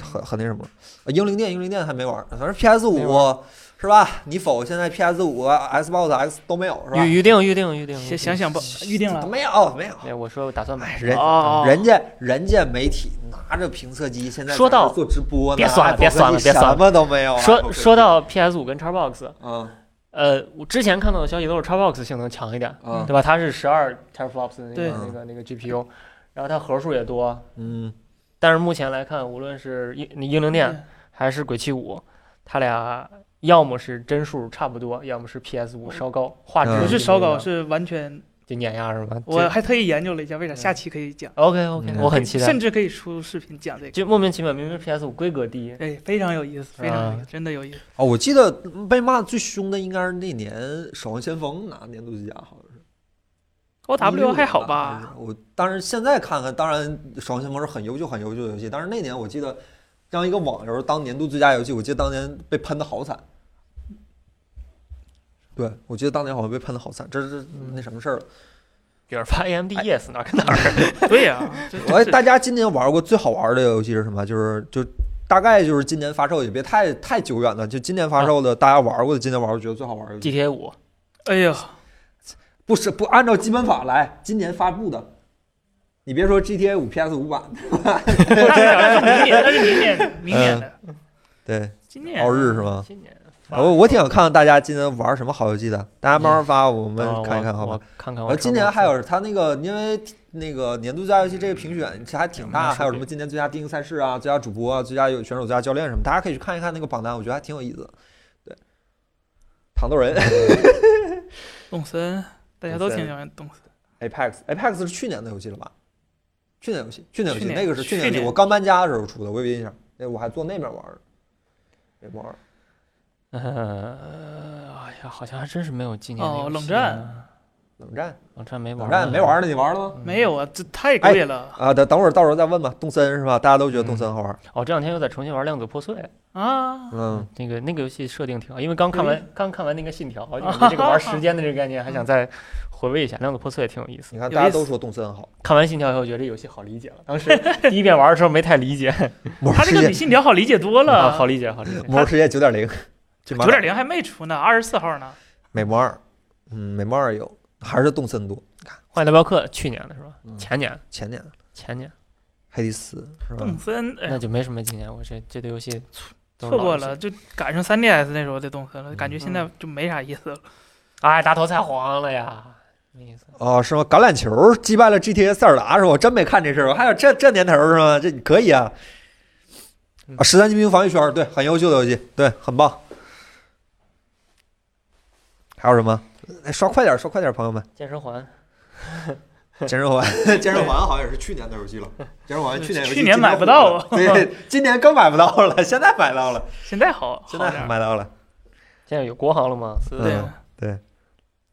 很很那什么。呃英灵殿，英灵殿还没玩，反正 PS
没
五是吧？你否现在 PS 五、Xbox X 都没有是吧？
预预定预定预定，
想想想吧，预定
都
了。
没有没有。
哎，我说我打算买
哎，。人
哦，
人家人家媒体拿着评测机，现在
说
在这
到
做直播呢，
别酸了别
Apple
酸了
科技
别酸
什
了
么都没
哎
有啊。Apple 科
说
技
说，到 PS 五跟 Xbox，
嗯
呃，我之前看到的消息都是 Xbox 性能强一点，
嗯
对吧？它是十二 teraflops 的那
对
个那个那个 GPU，然后它核数也多。
嗯，
但是目前来看，无论是英英灵殿还是鬼泣五，它俩要么是帧数差不多，要么是 PS 五稍高，画质
嗯
不是烧高，
就
是完全。
就碾压是吧？
我还特意研究了一下，为啥下期可以讲，
OK OK，
嗯
我很期待
甚，至可以出视频讲这个。
就莫名其妙，明明 PS 五规格低，
哎，非常有意思，非常有意思，真的有意思。
哦，我记得被骂最凶的应该是那年《守望先锋》拿年度最佳，好像是。
高 W
16
还好
还
吧？
是？我当然现在看看，当然《守望先锋》是很优秀、很优秀的游戏，但是那年我记得让一个网游当年度最佳游戏，我记得当年被喷的好惨。对，我记得当年好像被喷的好惨，这是嗯那什么事儿了。啊
有点发 AMD
哎
yes 哪儿跟哪
嗯
儿，
[laughs] 对呀，这
[laughs]
这
我哎
这
大家今年玩过最好玩的游戏是什么？就是就大概就是今年发售，也别太太久远了，就今年发售的，大家玩过的，今年玩过觉得最好玩的游戏，
GTA 五
哎呀，
不是不按照基本法来，今年发布的。你别说 GTA 五 PS 五版，
那是明年，那是明年，明年的，
对，
今年
奥日是吗？
今年发
我我挺想看看大家今年玩什么好游戏的，大家慢慢发，我们
啊我
看一看，好吧
我？看看
然
我
后
车
今年还
公司
有他那个，因为那个年度最佳游戏这个评选其实还挺大，还有什么今年最佳电竞赛事啊、最佳主播啊、最佳有选手、最佳教练什么，大家可以去看一看那个榜单，我觉得还挺有意思的。对，糖豆人
动森，大家都挺喜欢动森。
Apex Apex 是去年的游戏了吧？去年游戏，去年游戏，
去年
那个是去年游
去
戏，
年
我刚搬家的时候出的，我有印象。那我还坐那边玩儿，那玩儿。
呃，哎呀，好像还真是没有今年的
哦
游戏
冷战
呢，
冷战，
冷战没玩
冷
儿
战
呢嗯
没玩儿呢，你玩了吗？
没有啊，这太贵了
啊，等等会儿，到时候再问吧。动森是吧？大家都觉得动森好玩儿。
哦，这两天又在重新玩《量子破碎》，
啊！
嗯，
那个那个游戏设定挺好，因为刚看完刚看完那个《信条》，
[laughs]
就
啊
是这个玩时间的这个概念，还想再回味一下，《量子破碎》也挺有意思
你。看
有
大家
意思
都说动森好，
看完《信条》以后，觉得这游戏好理解了。当
[laughs]
时第一遍玩的时候没太理解，
魔
它
兽世
这个比
界，
信条嗯好理解多
啊，
了
[laughs] 好，理解，好理解。
魔兽世界九点零，九
九点零还没出呢，二十四号呢。
美魔二，嗯，美魔二有，还是动森多，
《荒野大镖客》去年的是吧？
嗯
前年，
前年
前年，
黑迪斯是吧？
动森哎
那就没什么经验。我这这对游戏错
错过了，。就赶上 3DS 那时候的动森了，感觉现在就没啥意思了。
哎，大头菜黄了呀，没意思。
哦，是吗？橄榄球击败了 GTA 塞尔达是吧？我真没看这事儿，我还有这这年头是吗？这可以啊。
嗯
啊，十三级兵防御圈，对，很优秀的游戏，对，很棒。还有什么？哎刷快点，刷快点，朋友
[laughs]
们！
健身环，
健身 [laughs] 环，
健身环好像也是去年的游戏
[laughs]
了，健身环去年游戏
去年买不
今年火
到
了，
啊， [laughs]
对，今年更买不到了，现在买到了，
现在好，
现
好
在
点儿
买到了。
现在有国行了吗？
对
嗯，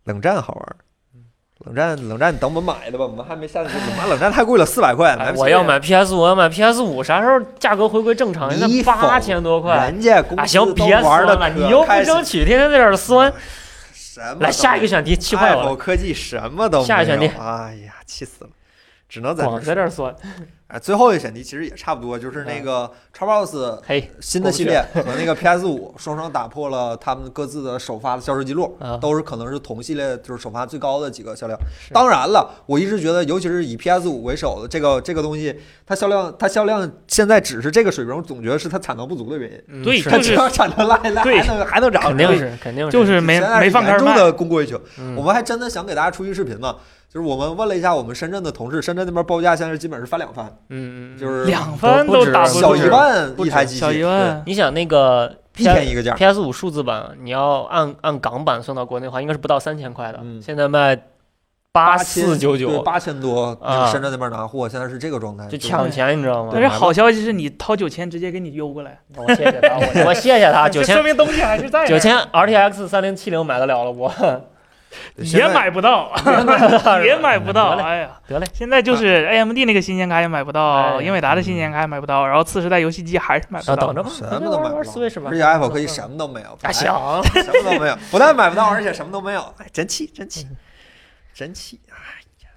冷战好玩儿，
嗯
冷战冷战，等我们买的吧，我们还没下定决心。妈，冷战太贵了，四百块，买
哎
不起
我要买 PS 五，我要买 PS 五，啥时候价格回归正常？现
你
在
否
八千多块
人家公
啊！
司
行，
都
别酸
玩的
了，你又不争气，天天在这儿酸。
什么都没有？
来下一个选题，气坏我了，
Apple 科技什么都没有。
下一个选题
哎呀，气死了，只能在这
光
儿
在
说。
这儿酸。
哎，最后一个选题其实也差不多，就是那
嗯
个 Xbox
嘿，
新的系列和那个 PS 五 [laughs] 双双打破了他们各自的首发的销售记
[laughs]
录，
嗯
啊
都是可能是同系列就是首发最高的几个销量。
是
当然了，我一直觉得，尤其是以 PS 五为首的这个这个东西，它销量它销量现在只是这个水平，我总觉得是它产能不足的原因。
嗯
对
是
它
就是
只要产能拉一拉，
对
还能还能涨，
肯定是，肯定，
就是是没
现在
没放开
严重
卖，
的供过于求。
嗯
我们还真的想给大家出一视频嘛，就是我们问了一下我们深圳的同事，深圳那边报价现在基本是翻两番，
嗯嗯，
就是是
两番
不
都
止
打不
小
住
一万
不
一
止
台机器，
小一万，
你想那个
对，一天一个价。
PS 五数字版，你要按按港版算到国内的话，应该是不到三千块的，
嗯
现在卖八四九
对
九，
八千多，
啊
就是深圳那边拿货，现在是这个状态，
就是抢钱，你知道吗？
但是好消息是你掏九千直接给你邮过来，
我谢谢他，我我谢谢他，啊九
这说
千
明东西还是在那儿
九，千 RTX 三零七零买得了了，我
现
也
在
买不到， [laughs] 也买不到，哎呀，
得嘞，
现在就是 AMD 那个新显卡也买不到，
哎
英伟达的新显卡也买不到，然后次世代游戏机还是买不
啊
到
等，着吧，
什么都买
玩
不
玩
到
Switch 吧
而且，Apple 科技什么都没有，哎
啊行，
什么都没
[laughs]
有，不但买不到，而且什么都没有，哎，真气，真气，
嗯
真气，哎呀，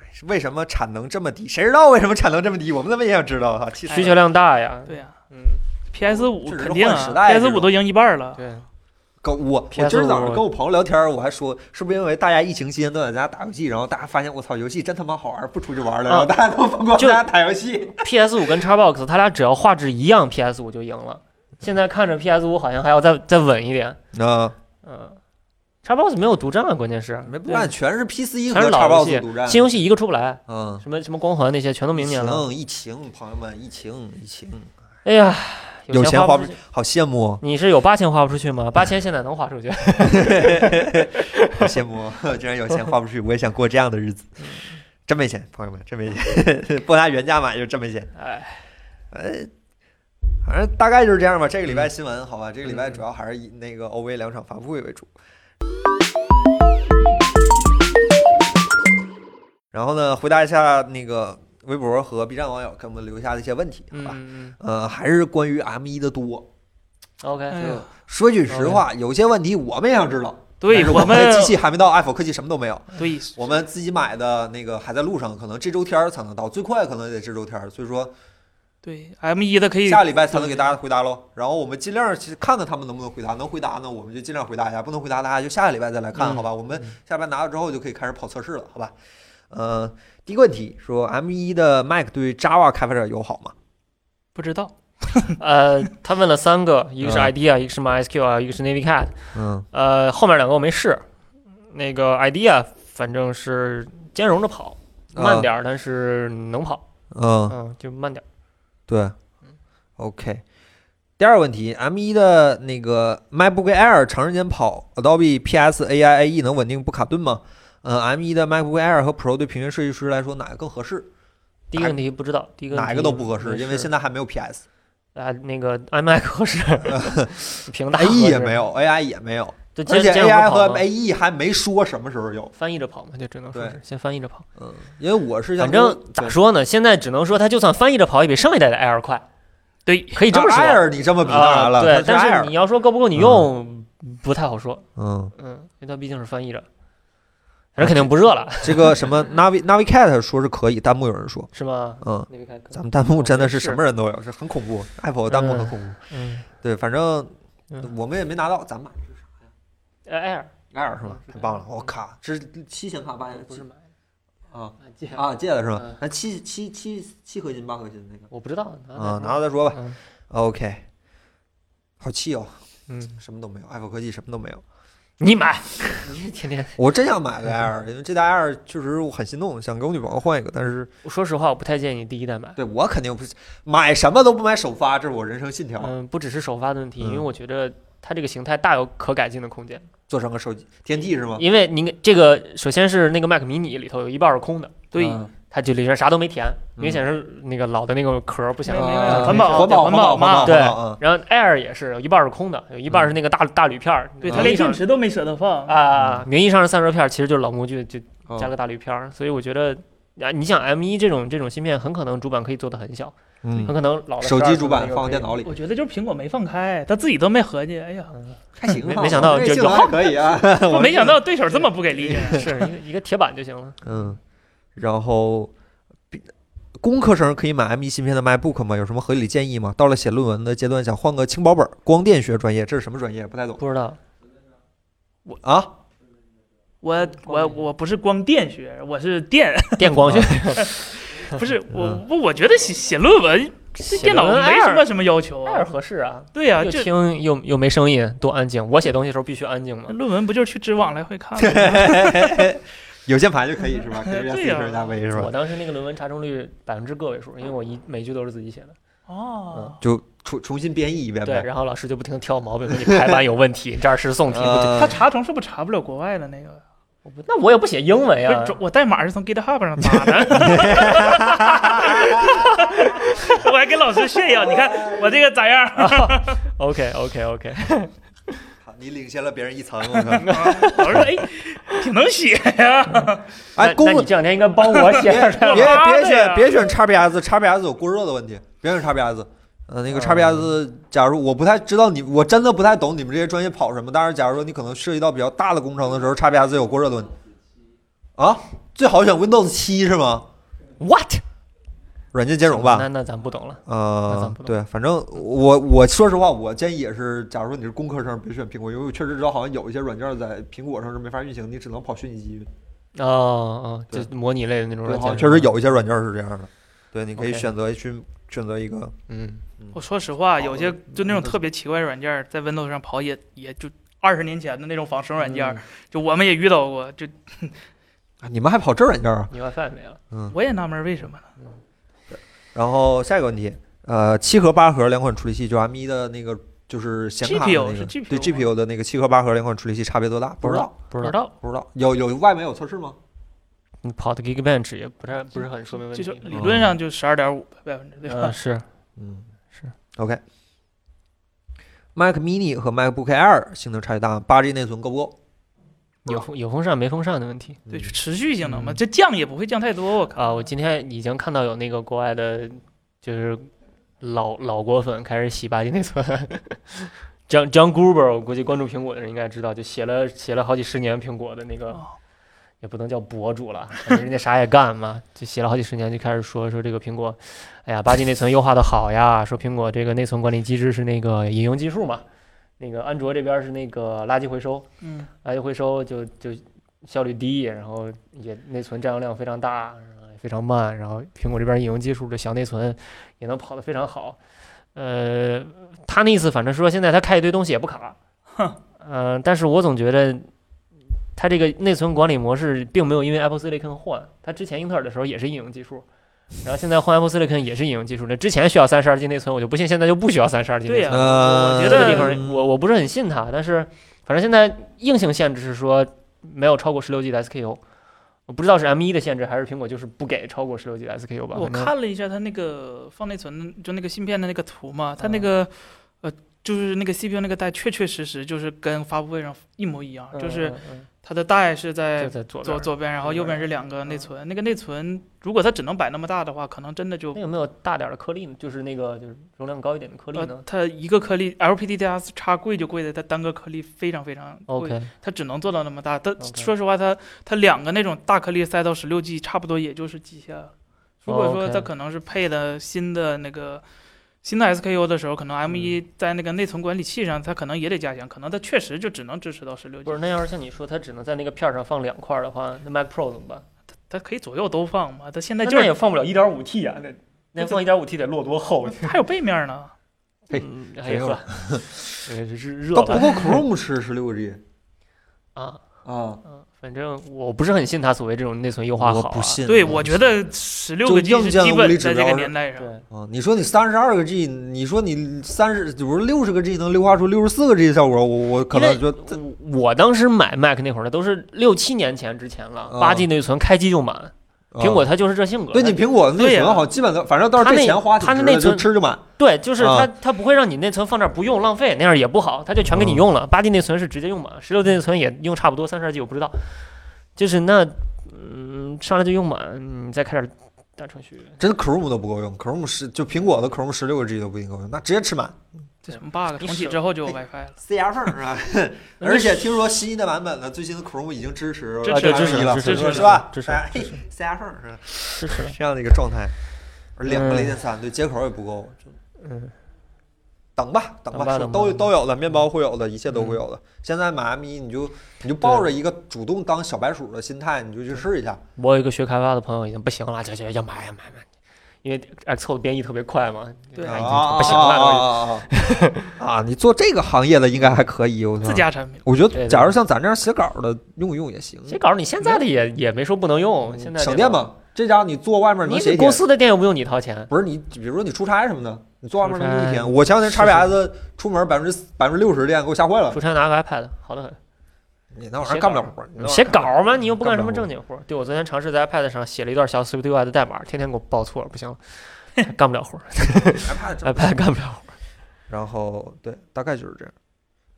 哎为什么产能这么低？谁知道为什么产能这么低？我们怎么也想知道哈，啊气死
需
了。
求量大呀，
对呀
嗯，
，PS 五
这是
肯定
换时
啊
代这
，PS
种
五都赢一半了，
对，
跟我我今
PS5
儿早上跟我朋友聊天儿，我还说是不是因为大家疫情期间都在家打游戏，然后大家发现我操游戏真他妈好玩儿，不出去玩儿了，
啊
然后大家都疯狂在
就
家打游戏。
PS 五跟 Xbox 它俩只要画质一样，PS 五就赢了。现在看着 PS 五好像还要再再稳一点，
啊，
嗯，Xbox 没有独占啊，关键是
没不干，全是 PC
全
和
是老游戏
Xbox 独占。
新游戏一个出不来，
嗯，
什么什么光环那些全都明年了。
疫情，疫情，朋友们，疫情，疫情，
哎呀，
有钱
钱
花
不出去。
好羡慕哦，
你是有八千花不出去吗？八千现在能花 [laughs] 出去。哎
好羡慕哦， [laughs] 竟然有钱花不出去，我也想过这样的日子。
嗯
真没钱，朋友们，真没钱， [laughs] 不拿原价买就真没钱。
哎，
反正大概就是这样吧。这个礼
嗯
拜新闻，好吧，这个礼拜主要还是以那个 OV 两场发布会为主。然后呢，回答一下那个微博和 B 站网友给我们留下的一些问题，好吧？
嗯嗯
呃，还是关于 M 一的多，
哎
，OK，
呀
说句实话，有些问题我们也想知道。但
对
是我
们
的机器还没到，Apple 科技什么都没有。
对
我们自己买的那个还在路上，可能这周天儿才能到，最快可能也得这周天儿。所以说
对 M 一的可以
下礼拜才能给大家回答喽。然后我们尽量去看看他们能不能回答，能回答呢我们就尽量回答一下，不能回答大家就下个礼拜再来看，
嗯
好吧？我们下班拿到之后就可以开始跑测试了，好吧？呃，第一个问题说 M 1的 Mac 对 Java 开发者友好吗？
不知道，
呃，他问了三 [laughs] 个，一个是
嗯
idea，一个是 MySQL，一个是啊 Navicat，
嗯
呃，后面两个我没试。那个 idea 反正是兼容着跑，
啊
慢点儿，但是能跑，
嗯，
嗯，就慢点儿。
对，OK。第二个问题，M 1的那个 MacBook Air 长时间跑 Adobe PS AI AE E 能稳定不卡顿吗？嗯，M 1的 MacBook Air 和 Pro 对平面设计师来说哪个更合适？
第一个问题不知道，第一个问题
哪个都不合适，
没
因为现在还没有
[laughs]
PS，
啊那个 [laughs] iMac 合
[laughs]
适，屏大合
AE 哎 E 也
适
没，有，AI 也没有，
就兼
而且
兼容着
AI 和
跑嘛
AE 还没说什么时候有。
翻译着跑嘛，就只能说
对
是先翻译着跑。
嗯，因为我是想
反正咋说呢，现在只能说它就算翻译着跑，也比上一代的 Air 快，
对，
可以这么说。
啊，Air 你这么比当然了，
啊对，
它
但是
Air，
你要说够不够你用，不太好说。
嗯，
嗯，因为它毕竟是翻译着，人肯定不热了，
这个什么 Navi Navicat 说是可以，弹幕有人说，
是吗？
嗯，
那边看看
咱们弹幕真的是什
是
么人都有，是很恐怖。Apple 弹幕很恐怖，
嗯
对，反正
嗯
我们也没拿到，咱买的是
呃，Air
啥？Air 嗯是吧？
是的
太棒了！我靠，这是七显卡八
不是买
啊
的借
啊，借的是吧
嗯？
那七七七七核心八核心那个
我不知道
啊，拿
拿
到再说吧。
吧。
OK，好气哦，哦
嗯，
什么都没有，Apple 科技什么都没有。
你买，你天天
我真想买个 Air，因为这代 Air 确实我很心动，想给我女朋友换一个，但是
我说实话，我不太建议第一代买。
对我肯定不买什么都不买首发，这是我人生信条。
嗯，不只是首发的问题，因为
嗯
我觉得它这个形态大有可改进的空间。
做成个手机天梯是吗？
因为您这个首先是那个 Mac mini 里头有一半是空的，
对，
嗯
它就里边啥都没填，明显是那个老的那个壳儿不
没
想
没
要。
没
嗯
环保
环保
环保
环保
嘛，
对
环保嗯
然后 Air 也是有一半是空的，有一半是那个大大铝片儿。
对
名
他
义
连
嗯上
电池都没舍得放，
啊，名义上是散热片儿，其实就是老模具，就
嗯
加个大铝片
哦
儿。所以我觉得。啊，你想 M 一这种这种芯片，很可能主板可以做的很小，
嗯，
很可能老了
手
12
机主板
寸的那个
放
可以
电脑里，
我觉得就是苹果没放开，他自己都没合计，哎呀，
还行
没
啊
没想到
这
就
性
有
能还可以
[laughs]
啊。
[laughs] 我没想到对手这么不给力。
是一个一个铁板就行了。
嗯，然后比工科生可以买 M 1芯片的 MacBook 吗？有什么合理建议吗？到了写论文的阶段，想换个轻薄本儿，光电学专业，这是什么专 [laughs] 业？不太懂
不知道，
啊。
[laughs] 我我我不是光电学，我是电， [laughs]
电光学
嗯
[laughs]
不是我不，我觉得写写论文，这电脑没什么什么要求
那是
啊。
合适啊，
对呀、
又
这
听又又没声音，多安静。我写东西的时候必须安静嘛。
论文不就是去知网来回看 [laughs] 吗？
有键盘就可以
[laughs]
是吧？可以加 C
对呀
可以加 V 是
我
吧？
当时那个论文查重率百分之个位数，因为我一每句都是自己写的。
哦，
就重重新编译一遍
对，
呗。
然后老师就不停的挑毛病，说你排版有问题，你这儿是送题不
呃
对。
他查重是不是查不了国外的那个？
我不那我也不写英文
不
哎呀
是，，我代码是从 GitHub 上扒 [laughs] 的，我还跟老师炫耀，你看我这个咋样？ [laughs]
OK OK OK，
啊你领先了别人一层，
[laughs]
我靠！
老师说，哎，挺能写呀。
哎，
那
公
那你这两天应该帮我写
别
点
[laughs]
儿。
别
妈
别
的
选
呀
别选 x PS x PS 有过热的问题，别选 x PS。呃，那个 x PS，假如我不太知道你，我真的不太懂你们这些专业跑什么。但是假如说你可能涉及到比较大的工程的时候，x PS 有过热的问题。啊，最好选 Windows 七是吗？
What？
软件兼容吧
那。那咱不懂了。那咱
呃
不，懂
对，反正我我说实话，我建议也是，假如说你是工科生，别选苹果，因为我确实知道好像有一些软件在苹果上是没法运行，你只能跑虚拟机运。
哦哦，就
对
模拟类的那种
对，
软
好像
件，
确实。有一些软件是这样的。对，你可以
OK
选择去选择一个。
嗯，
我说实话，有些就那种特别奇怪的软件，在 Windows 上跑也也就二十年前的那种仿生软
嗯
件，就我们也遇到过，就
啊你们还跑这软件啊？
你 WiFi 没了。
我也纳闷为什么呢？
然后下一个问题，呃，七核八核两款处理器，就 M 1的那个就是显卡的那
GPU
个，
是 GPU
对
吗
GPU 的那个七核八核两款处理器差别多大？不知道，
不知
不知
道，
道，
不知道。有有外媒有测试吗？
你跑的 Geekbench 也不太不是很说明问
就
题。
是理论上就十二点五百分之对
呃
吧？
是
嗯，
是
OK。Mac Mini 和 MacBook Air 性能差距大吗，八 G 内存够不够？
有风有风扇没风扇的问题。
嗯
对，就持续性能嘛，这降也不会降太多，我
嗯
靠。
啊，我今天已经看到有那个国外的，就是老老果粉开始洗八 G 内存。John John Gruber，我估计关注苹果的人应该知道，就写了写了好几十年苹果的那个，
哦
也不能叫博主了，反正人家啥也干嘛，就写了好几十年，就开始说说这个苹果，哎呀，八 G 内存优化的好呀，说苹果这个内存管理机制是那个引用技术嘛，那个安卓这边是那个垃圾回收，
嗯，
垃哎圾回收就就效率低，然后也内存占用量非常大，然后也非常慢，然后苹果这边引用技术的小内存也能跑得非常好。呃，他那意思反正说现在他开一堆东西也不卡，嗯、但是我总觉得他这个内存管理模式并没有因为 Apple Silicon 换，他之前英特尔的时候也是引用技术。然后现在换 Apple Silicon 也是引用技术，那之前需要三十二 G 内存，我就不信现在就不需要三十二 G 内存
对
了。
呀、
呃
我
别
觉
的
得
地方，我我不是很信他，但是反正现在硬性限制是说没有超过十六 G 的 SKU，我不知道是 M 1的限制还是苹果就是不给超过十六 G 的 SKU 吧。
我
反正
看了一下它那个放内存的，就那个芯片的那个图嘛，它
嗯
那个、呃，就是那个 CPU 那个带，确确实实就是跟发布会上一模一样，
嗯
就是
嗯
它的带是
嗯就
在
在左边
左
儿嗯
左边，然后右边是两个内存。那个内存如果它只能摆那么大的话，可能真的就
那有没有大点儿的颗粒呢？就是那个就是容量高一点的颗粒
呃
呢，
它一个颗粒 LPDDR 叉贵就贵在它单个颗粒非常非常贵
？OK，
它只能做到那么大。它
OK
说实话，它它两个那种大颗粒塞到十六 G，差不多也就是极限了。如果说
OK
它可能是配的新的那个新的 SKU 的时候，可能 M
嗯
一在那个内存管理器上，它可能也得加强，可能它确实就只能支持到十六
不
G，
是那要是像你说它只能在那个片儿上放两块儿的话，那 Mac Pro 怎么办？
它可以左右都放嘛。它现
那
在就是
也放不了一点五 T 啊，那那放一点五 T 得落多厚？
还有背面呢，
嘿
嗯，
谁
哎
用
呵，哎是热 [laughs]
都不
了。
够 Chrome 吃十六 G，
啊，
啊，
嗯，反正我不是很信他所谓这种内存优化好、
我
啊，
不信。
对，我觉得十六
就
个 G
硬
是
件
基
无
本
理
在
指
这个
标
年代上。
对，
啊，你说你三十二个 G，你说你三十，不是六十个 G 能优化出六十四个 G 的效果，我我可能
因
就
为我我当时买 Mac 那会儿呢，都是六七年前之前了，
啊
八 G 内存开机就满，苹果它就是这性格。
对
它
你苹果的内
对呀
存好，基本都反正到时候
它
这
那
钱花挺
它那
值的
内存
就吃就满。
对，就是它、
啊
它不会让你内存放这儿不用浪费，那样也不好，它就全给你用了。八、G 内存是直接用满，十六 G 内存也用差不多，三十二 G 我不知道，就是那嗯上来就用满，你嗯再开点大程序。
真 Chrome 都不够用，Chrome 十就苹果的 Chrome 十六个 G 都不一定够用，那直接吃满。
这什么 bug？
你
重启
舍
之后就有 WiFi 了。
塞牙缝儿是吧？
而且听说新的版本的最新的 Chrome 已经支持
支
啊，对，支
持支
持
了，
支持
支持
是吧？
支持
哎
支持
塞牙缝儿是吧？
支持。
这样的一个状态，而两个
嗯
雷电三对接口也不够，就
嗯，
等吧，等
等吧
是都
等吧等吧嗯
都有的，面包会有的，一切都会有的。现在马咪你就你就抱着一个主动当小白鼠的心态，你就去试一下。
我有一个学开发的朋友已经不行了，就就要买要买买，因为 Xcode 编译特别快嘛，
对
啊
啊
已
啊
经不行了都已
啊
经。
啊啊啊！啊，你做这个行业的应该还可以，我操
自。家产品，
我觉
对
得，
对
假如像咱这样写稿的，用一用也行，
写稿你现在的也也没说不能用，现在
嗯省电
吧。
嘛。这家伙你做外面能
你
写一
公
天，
司的电又不用你掏钱，
不是你，比如说你出差什么的，你做外面能用一
出差
天。我前两天
是是
XPS 出门百分之百分之六十电给我吓坏了
出，差拿个 iPad 好得很。
你那玩意儿干不了活儿，你那玩意儿
写
干不了
稿嘛，你又不干什么
干不了
正经活儿。对我昨天尝试在 iPad 上写了一段小 Swift UI 的代码，天天给我报错，不行了，干不了
[laughs]
活儿
iPad 真
，iPad 干不了活儿。
然后对，大概就是这样。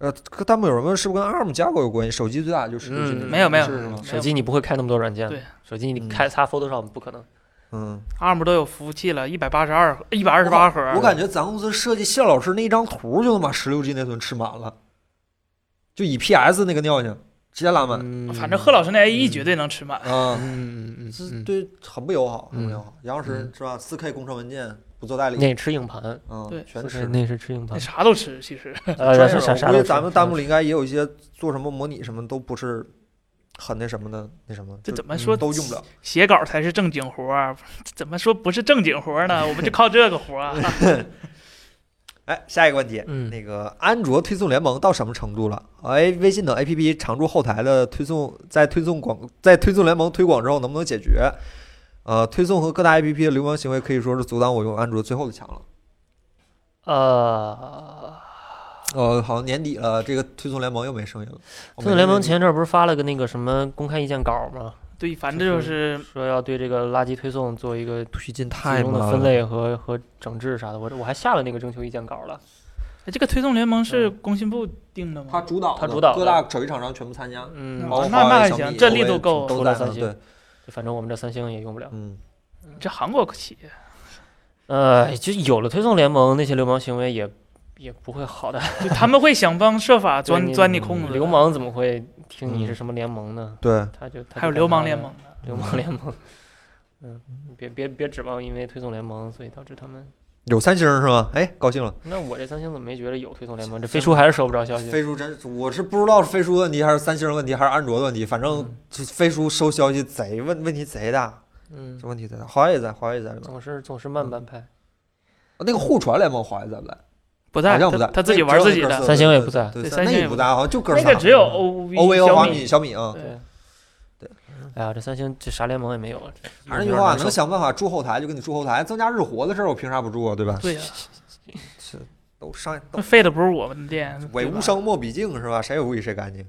呃，可弹幕有人问是不是跟 ARM 架构有关系？手机最大就是
嗯
没有没有
是吗？
手机你不会开那么多软件，
对，
手机
嗯
你开它 Photoshop 不可能。
嗯，
ARM 都有服务器了，一百八十二、一百二十八核儿。
我感觉咱公司设计谢老师那一张图就能把十六 G 内存吃满了，就以 PS 那个尿性直接拉满。
嗯，
反正贺老师那 AE 绝对能吃满。
啊，
嗯，嗯嗯
这
嗯嗯，
对很不友好，很不友好。杨老师
嗯
是吧？四 K 工程文件不做代理，
那吃硬盘，
嗯
对，
全
是
吃。
那是吃硬
那
盘，
啥都吃，其实
呃，
专
啥
业
啥
人
啥
我
都
估计
吃。
咱们弹幕里应该也有一些做什么模拟什么都不是很那什么的，那什么
这
就
怎么说？
都用不了。
写稿才是正经活儿，啊这怎么说不是正经活儿呢？
[laughs]
我们就靠这个活儿啊。
哎，下一个问题，
嗯
那个安卓推送联盟到什么程度了？哎，微信等 APP 常驻后台的推送，在推送广在推送联盟推广之后能不能解决？呃，推送和各大 APP 的流氓行为可以说是阻挡我用安卓最后的墙了。
呃，
呃，好像年底了，这个推送联盟又没声音了。
推送联盟前阵儿不是发了个那个什么公开意见稿吗？
对，反
[laughs]
正就是
说要对这个垃圾推送做一个
推进
集
太
中的分类和和整治啥的。我我还下了那个征求意见稿了。
哎这个推送联盟是工信部定的
嗯他
吗？
主导的，
它主导的
各大手机厂商全部参加。
嗯，
嗯
包括
那那
华为
还
小
行
米
这力
都
度够
都
除
在
了
呢
三星
对，
反正我们这三星也用不了。
嗯，
这韩国企业
呃，就有了推送联盟，那些流氓行为也也不会好的。
就他们会想方
[laughs]
设法
对
钻钻你空子。
流，氓怎么会听
嗯
你是什么联盟呢？
对，
他就他就
还有
干
流氓
他的
联盟，
流氓联盟。嗯，别别别指望因为推送联盟，所以导致他们。
有三星是吗？哎，高兴了。
那我这三星怎么没觉得有推送联盟？这飞书还是收不着消息。
飞书真，我是不知道是飞书问题还是三星问题还是安卓的问题，反正
嗯
就飞书收消息贼问问题贼大，
嗯
这，问题贼大。华为也在，华为也在这边。
总是总是慢半拍。
那个互传联盟华为在不在？
不
好
在，
像不
他
在，
他自己
那
玩
只有
自己
那哥
的。
仨
三星也不在
对，
对
三
三
那
星
也
也
不
不
在，好像就哥
那
仨
个只有 O
OVO
小
华
米
米、小米啊。
对
对。哎呀，这三星这啥联盟也没有了。这
反正
有
那句
点
话，
难受
能想办法住后台就给你住后台，增加日活的事儿我凭啥不住啊？对吧？
对呀，
是都上都
那废的不是我们的店，
伪
对吧
无声莫比静是吧？谁也无以谁干净。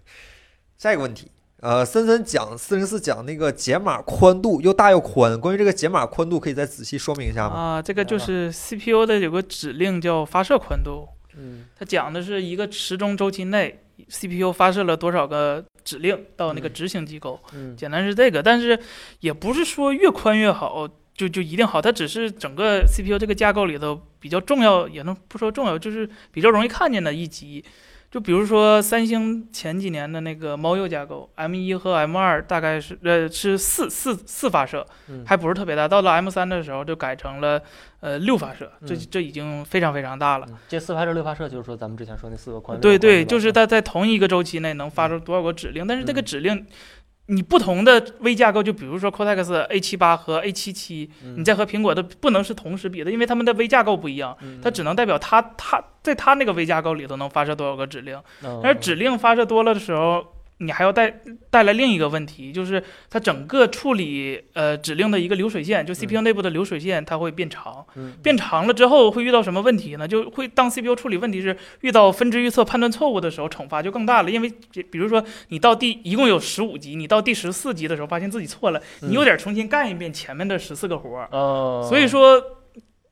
下一个问题，呃，森森讲四零四讲那个解码宽度又大又宽，关于这个解码宽度可以再仔细说明一下吗？
啊，这个
明白
就
了
是 CPU 的有个指令叫发射宽度，
嗯
它讲的是一个时钟周期内 CPU 发射了多少个指令到那个
嗯
执行机构，
嗯
简单是这个，但是也不是说越宽越好，就就一定好，它只是整个 CPU 这个架构里头比较重要，也能不说重要，就是比较容易看见的一级。就比如说三星前几年的那个猫鼬架构，M 一和 M 二大概是呃是四四四发射，
嗯
还不是特别大。到了 M 三的时候就改成了呃六发射，这
嗯
这已经非常非常大了。
嗯这四发射六发射就是说咱们之前说那四个宽。
对对，
宽
就是它在同一个周期内能发出多少个指令，但是这个指令，你不同的微架构，就比如说 Cortex A 7 8和 A 7 7你再和苹果的不能是同时比的，因为它们的微架构不一样，它只能代表它它在它那个微架构里头能发射多少个指令，
嗯
但是指令发射多了的时候。你还要带带来另一个问题，就是它整个处理呃指令的一个流水线，就 CPU 内部的流水线，它会变长。
嗯
变长了之后会遇到什么问题呢？就会当 CPU 处理问题是遇到分支预测判断错误的时候，惩罚就更大了。因为比比如说你到第一共有十五级，你到第十四级的时候发现自己错了，
嗯
你又得重新干一遍前面的十四个活儿。
哦，
所以说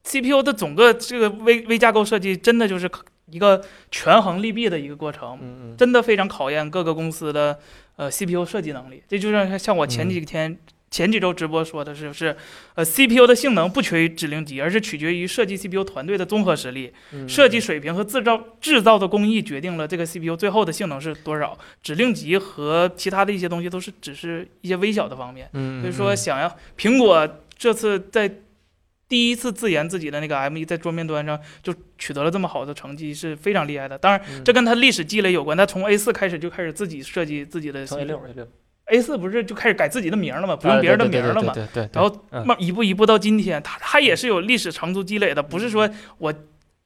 ，CPU 的整个这个微微架构设计真的就是一个权衡利弊的一个过程。
嗯，嗯
真的非常考验各个公司的呃 CPU 设计能力。这就像像我前几天、前几周直播说的是是，呃 CPU 的性能不取决于指令集，而是取决于设计 CPU 团队的综合实力、
嗯，
设计水平和制造制造的工艺决定了这个 CPU 最后的性能是多少。指令集和其他的一些东西都是只是一些微小的方面。
嗯，嗯，
所以说，
嗯
想要苹果这次在第一次自研自己的那个 M1 在桌面端上就取得了这么好的成绩，是非常厉害的。当然，
嗯
这跟它历史积累有关。它从 A 4开始就开始自己设计自己的
从 A 六 A 六，
A 4不是就开始改自己的名儿了吗？不用别人的名儿了
嘛，
吗？
对对，对
然后
嗯
慢一步一步到今天，它它也是有历史长足积累的，不是
嗯
说我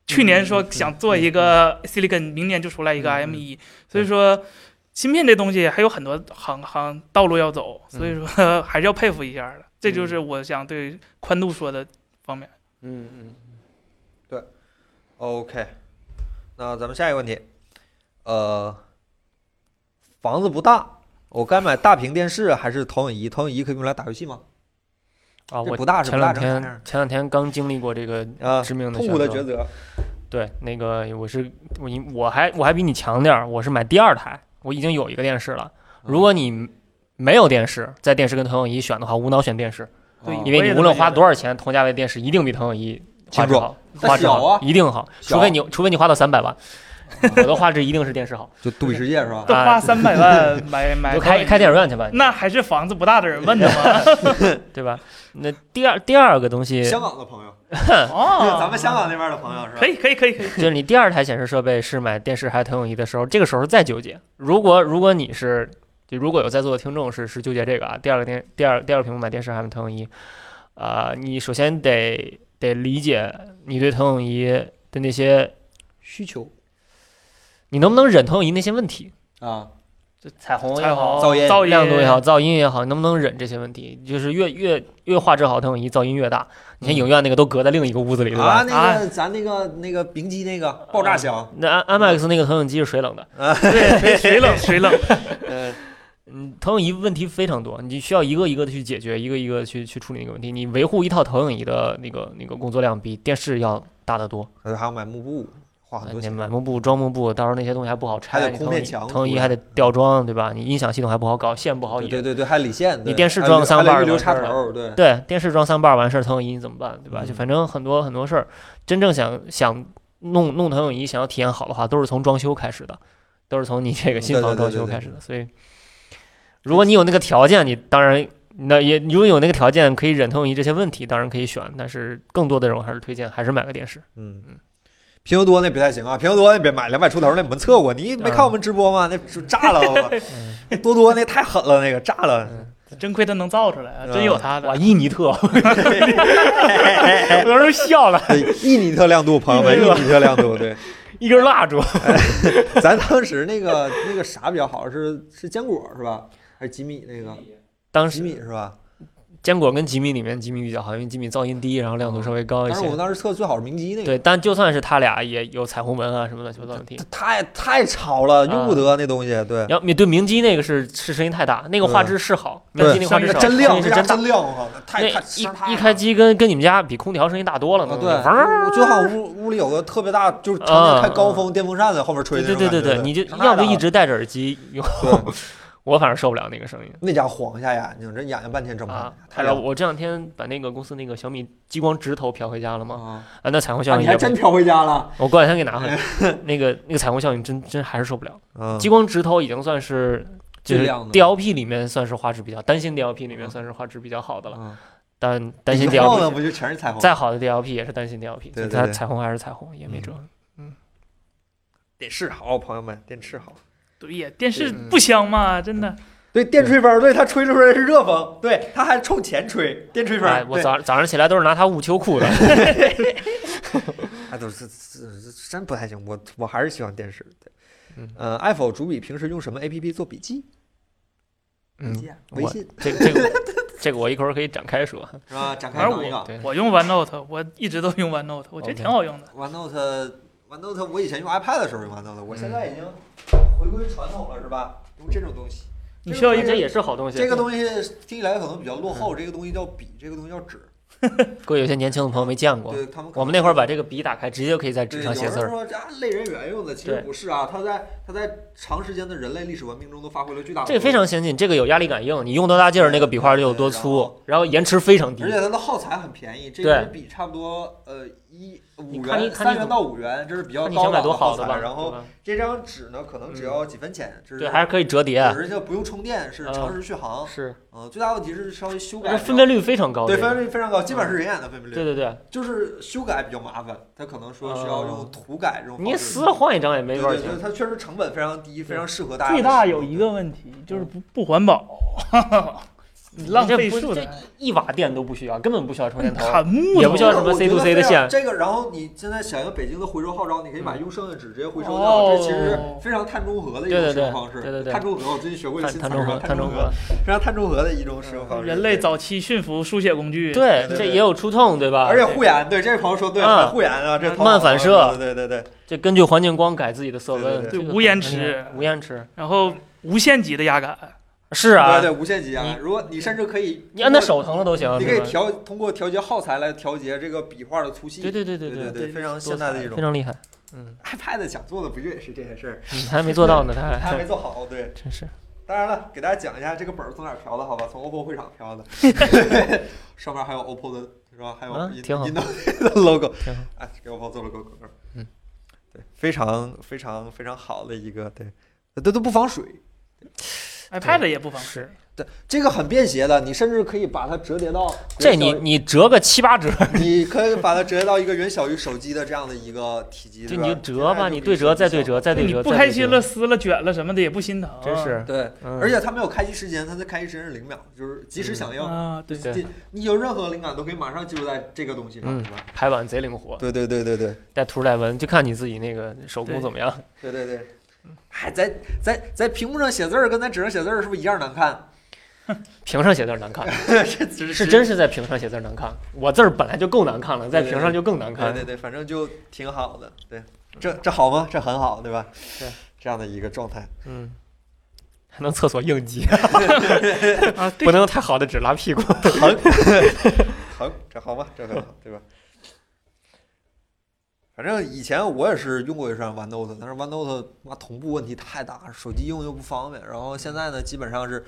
去年说想做一个 silicon，明年就出来一个
嗯嗯
M1，所以说芯片这东西还有很多行行道路要走，所
嗯
以说 [laughs] 还是要佩服一下的。这就是我想对宽度说的方面。
嗯嗯
OK，那咱们下一个问题，呃，房子不大，我该买大屏电视还是投影仪？投影仪可以用来打游戏吗？
啊，
这
我
不大是
前
不大
两
成啥样
天前两天刚经历过这个
啊，
致命的
痛苦的抉
选择
择。
对，那个我是我已我还我还比你强点儿，我是买第二台，我已经有一个电视了。如果你没有电视，在电视跟投影仪选的话，无脑选电视，
对
啊
因为
我也
你
这
无论
么
花
觉得
多少钱，同价位电视一定比投影仪画
清
质
楚
好，
那
画质
小
好
啊
一定好，除非你除非你花到
[laughs]
三百万，我的画质一定是电视好。
就杜比世界是吧？
都花三百万
[laughs]
买
你
买
啊就开开电影院去吧，
那还是房子不大的人问的
[laughs]
吗？
对吧？那第二第二个东西
香港的朋友，就是
哦，
咱们香港那边的朋友是吧？
可以可以可以可以，
就是你第二台显示设备是买电视还是投影仪的时候，这个时候再纠结。如果如果你是，就如果有在座的听众是是纠结这个啊，第二个电第二第二个屏幕买电视还是投影仪，啊、你首先得得理解你对投影仪的那些需求，你能不能忍投影仪那些问题？
啊，
就彩虹也
彩虹
好，
噪音
噪音
亮度也好，噪音也好，你能不能忍这些问题？就是越越越画质好，投影仪噪音越大。你看影院那个都隔在另一个屋子里，对吧？
啊，那个咱那个那个冰机那个爆炸响，
那 i IMAX 那个投影机是水冷的，
对水水冷水冷，
嗯，投影仪问题非常多，你需要一个一个的去解决，一个一个地去去处理那个问题。你维护一套投影仪的那个那个工作量比电视要大得多。
还要买幕布，花很
哎
多
你
钱。
买幕布、装幕布，到时候那些东西还不好拆，
还得
你
空
投
面
影
墙
投影
对
仪还得吊装，对吧？你音响系统还不好搞，线不好
对
引。
对对对，还理线，对
你电视
还
装
得
三
还得
瓣儿
预留
完事
插
儿
头，对，
对电视装三瓣儿完事儿，投影仪你怎么办，对吧？就
嗯
反正很多很多事儿，真正想想弄弄投影仪，想要体验好的话，都是从装修开始的，都是从你这个
嗯
新
对
房
对
装
对
修
对
开始的。所以，如果你有那个条件，你当然那也如果有那个条件可以忍投影仪这些问题，当然可以选。但是更多的人我还是推荐还是买个电视。
嗯。平油多那别太行啊，平油多那别买两百出头那我们测过，你没看我们直播吗？那炸了我，那多多那太狠了，那个炸了。
真亏他能造出来啊，真有他的
嗯哇，。伊尼
[laughs]
特，我当时笑了，
对一尼特亮度，朋友们，一
一尼特
尼特亮度， [laughs] 对，
一根蜡烛。
咱当时那个那个啥比较好，是是坚果是吧？还是吉米那个？
当
吉
时
米是吧？
坚果跟吉米里面，吉米比较好，因为吉米噪音低，然后亮度稍微
嗯
高一
但
些。
是我们当时测最好是明基那个，
对，但就算是他俩也有彩虹门啊什么的，就问题
它。太太吵了，用不得那东西，对。
然后你对鸣鸡那个是是声音太大，那个画
嗯
质是好，鸣
对
鸡那个画质是好
真亮，
声音是
这家
真大。
亮，我靠，太太声
那
太
一一
大
开
了
机跟跟你们家比空调声音大多了，
啊，
那
对，
嗡儿
我就好像屋屋里有个特别大，就是常年开高峰电风扇在后面吹
对
那种
对
感
啊对
觉
对
对
对，你就
声太
要不
大
一
了
直戴着耳机用，
对
我反正受不了那个声音
那家晃一下眼睛，这眼睛半天睁不开
啊。。
太
然后
亮
我这两天把那个公司那个小米激光直头嫖回家了吗？
啊！
啊，那彩虹效
啊
应
你
也
还
不
真飘回家了？
我过两天给拿
[laughs]
回来。那个那个彩虹效应真真还是受不了。
嗯
激光直投已经算是就
最
是
亮的
DLP 里面算是画质比较，单芯 DLP 里面算是画质比较好的了。
嗯
但单芯
以后呢
DLP
不就全是彩虹？
再好的 DLP 也是单芯
对
DLP，所以
对
它
对嗯
彩虹还是彩虹，也没辙。
电视好，朋友们，电视好。
对呀，电视
嗯
不香嘛，真的。
对，电吹风，对它吹出来是热风，对，它还冲前吹，电吹风。
哎，我
对
早早上起来都是拿它捂秋
[laughs]
裤的。
哎，都是这这这真不太行，我我还是喜欢电视。对呃，爱否主笔平时用什么 APP 做笔记？啊
嗯，
微
我
信
这个这个我这个我一会儿可以展开说。
是吧？展开
反正
搞一搞。
对，
我用 OneNote，我一直都用 OneNote，我觉
OK
得挺好用的。
OneNote OneNote，我以前用 iPad 的时候用 OneNote，我现在已经回归传统了，是吧？用这种东西，
你需要一
这嗯
个
也是好东
[laughs]
西。
这个东西听起来可能比较落后，这个东西叫笔，这个东西叫纸。
各位有些年轻的朋友没见过，
对他们可能，
我们那会儿把这个笔打开，直接就可以在纸
对
上写字
有人
儿。
说这啊类人猿用的，其实
对
不是啊，它在它在长时间的人类历史文明中都发挥了巨大的
这个
作
非
用
常先进，这个有压力感应，你用多大劲儿，那个笔画就有多粗，然后延迟非常低
而。且它的耗材很便宜，这
对
支笔差不多呃一五
你看你
元
看
三
你
元
怎么
到五元，这是比较
你
高
想买
档
多
耗
好的吧？
材。然
对
后
吧嗯
这张纸呢，可能只要几分钱，这是
对，还是可以折叠。
而且不用充电，是
嗯
长时续航。
是，
嗯，最大问题是稍微修改
而
比
且
较，
分辨率非常高。
对
这
分
个
辨率非常高，基本是人眼的分辨
对
率，
对对，
就是修改比较麻烦，它可能说需要用涂改这种方式。
嗯你撕了换一张也没
对
多少
对
钱
对，。它确实成本非常低，非常适合大家。
最大有一个，问题
嗯
就是不不
[laughs]
环保，你浪
这
费
不是
数
这
的，
一瓦电都不需要，根本不需要充电头。
砍木头
也不需要什么
我觉得
C2C
非
的
常
线嗯
这个，然后你现在想用北京的回收号召，你可以把用剩的纸直接回收掉，
哦
这其实非常碳中和的一种
对对
使
对
用方式。
对对对
碳中和，我最近学过一个
碳
新词
碳
儿
中
叫
和，
碳
碳
中
中
和，
和，
非常碳中和的一种使用方式。
人类
对。
早期驯服书写工具，
对，
对
这
对
也有触痛，对吧？
而且护眼，对这位朋友说对，
嗯
很护眼啊，这
慢反射
对对对对，
这根据环境光改自己的色
对
温，
对
这个
无延
很
迟
无延迟
然后无限级的压感，
是啊
对，对无限极啊
你！
如果你甚至可以，
你按他手疼了都行，
你可
对
以
吧
调通过调节耗材来调节这个笔画的粗细。
对对对对
对
对，
对，非常
多
现代的
彩
一
非
种。
常厉害。嗯，
iPad 想做的不就也是这些事儿，
你还没做到呢，他
他还
还
没做好。对，
真是
当然了，给大家讲一下这个本儿从哪儿嫖的，好吧？从 OPPO 会场嫖的， [laughs] 上面还有 OPPO 的是吧？还有
啊
in-
挺好
Indonesia 的 logo，
挺好。
哎，给 OPPO 做了个广告。
嗯，
对，非常非常非常好的一个，对，都都不防水。
，iPad 也不防水，
对，这个很便携的，你甚至可以把它折叠到
这你你折个七八折，
[laughs] 你可以把它折叠到一个远小于手机的这样的一个体积，对
就你就
吧？
折吧，
现在就
你
比
对折
手机
再对
小，
折再对
你
折，
不
再
开
对
心
折
了，，撕了、卷了什么的也不心疼，
真是。
对，
嗯
啊而且它没有开机时间，它的开机时间是零秒，就是及时响应。
啊，对，
对
你你有任何灵感都可以马上记录在这个东西上，
嗯
是吧？
排版贼灵活，
对对对对对
带图带文，就看你自己那个手工
对
怎么样。
对对对。哎，在在在屏幕上写字儿跟在纸上写字儿是不是一样难看？ [laughs]
屏上写字儿难看，
这只
是真是在屏上写字儿难看。我字儿本来就够难看了，在
对对
屏上就更难
对
看。
对对，反正就挺好的。对，这这好吗？这很好，对吧？
对，
这样的一个状态。
嗯，还能厕所应急，
啊，对
不能用太好的纸拉屁股。
疼疼，这好吗？这很好，对吧？反正以前我也是用过一扇 OneNote，但是 OneNote 妈同步问题太大，手机用又不方便。然后现在呢，基本上是，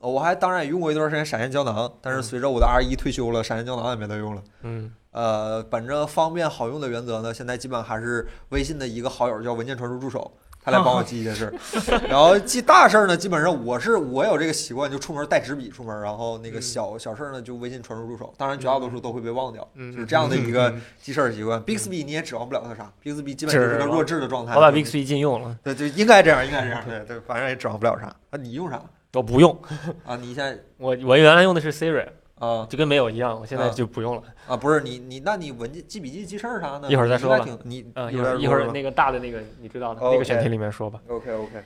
呃我还当然也用过一段时间闪现胶囊，但是随着我的 R 一退休了，闪现胶囊也没得用了。
嗯，
呃，本着方便好用的原则呢，现在基本还是微信的一个好友叫文件传输助手，他来帮我记一些事儿。 [laughs] 然后记大事儿呢，基本上我是我有这个习惯，就出门带纸笔出门，然后那个
嗯
小、小事儿呢就微信传输助手，当然绝大多数都会被忘掉，
嗯
就是这样的一个记事儿习惯。Bixby 你也指望不了它啥，Bixby 基本就是个弱智的状态。
我把
就是
Bixby 禁用了，
对对，应该这样，应该这样，对对，反正也指望不了啥。啊，你用啥
我不用。
啊？你现在
我我原来用的是 Siri，
啊
就跟没有一样，我现在
啊
就不用了。
啊不是你你那你文件记笔记记事儿啥呢？
一会儿再说吧
应该挺你
嗯，一
一
会
会儿
儿
再
一会
说
儿
吧
那个大的那个你知道的
OK
那个选题里面说吧。
OK OK。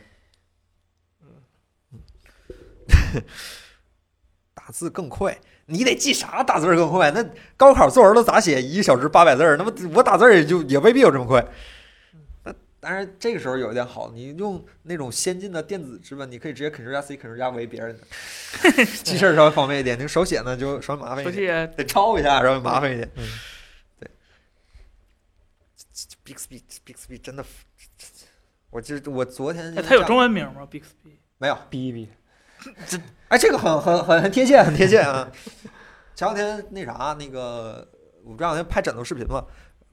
打字更快，你得记啥打字儿更快？那高考作文都咋写？一小时八百字儿，那么我打字儿也就也未必有这么快。那当然，这个时候有一点好，你用那种先进的电子纸本，你可以直接 Ctrl 加 C、Ctrl 加 V 别人的， [laughs] 记事儿稍微方便一点。你手写呢就稍微麻烦一
不
点。
是也
得抄一下，稍微麻烦一点。
嗯
对，Bixby Bixby 真的，我这我昨天
哎它有中文名吗？Bixby
没有？
哔一哔，
哎，这个很很很很贴切，很贴切啊！ [laughs] 前两天那啥，那个我这两天拍枕头视频嘛，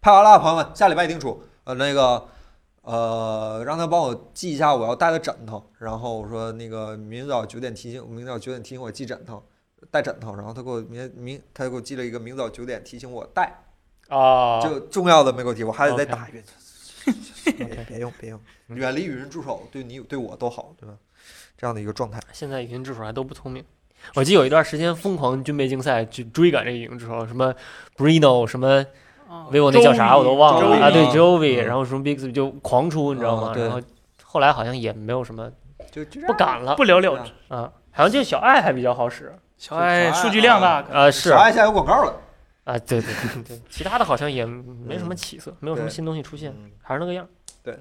拍完了，朋友们，下礼拜一定出。呃，那个呃，让他帮我记一下我要带的枕头，然后我说那个明早九点提醒，明早九点提醒我记枕头，带枕头，然后他给我明明他给我记了一个明早九点提醒我带。
啊，
就重要的没给我提，我还得再
OK
打 [laughs] 一遍。别别用别用，
嗯
远离语音助手对你对我都好，对吧？这样的一个状态。
现在语音助手还都不聪明。我记得有一段时间疯狂军备竞赛去追赶这个语音助手，什么 Brino，什么
啊
哦 vivo 那叫啥我都忘
周
了
易
啊，对
啊
Jovi，
嗯
然后什么 Bixby 就狂出，你知道
啊
吗？
对
然后后来好像也没有什么
就就这
不
样
敢了
不了了之。
啊，好像就小爱还比较好使
小爱数据量大，
啊，是
小爱下有广告了，
啊，对对对对，其他的好像也没什么起色，没有什么
对
新东西出现，还是那个样儿。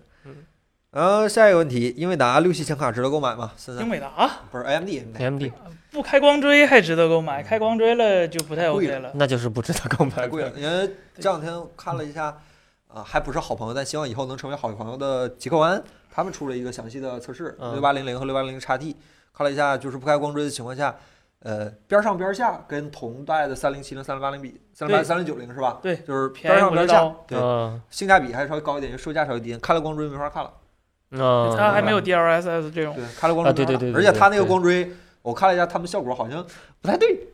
嗯，下一个问题，英伟达六系显卡值得购买吗？现在
英伟达
不是 AMD，
AMD
啊不开光追还值得购买，开光追了就不太
贵
OK
了
了。
那就是不值得购买，
太贵了。因为这两天看了一下，啊，还不是好朋友，但希望以后能成为好朋友的极客安，他们出了一个详细的测试，
嗯
六八零零和六八零零 XT，看了一下，就是不开光追的情况下，呃，边上边下跟同代的三零七零、三零八零比，三零八、
对
三零九零是吧？
对
就是
便
边
宜
上
五
边
十
下
刀，，
对，
嗯，
性价比还稍微高一点，售价稍微低一点。看了光追没法看了。
那
它还没有
嗯
DLSS 这种。
对，开了光追、
啊对对对对
而且它那
对
个光追，我看了一下，他们效果好像不太对。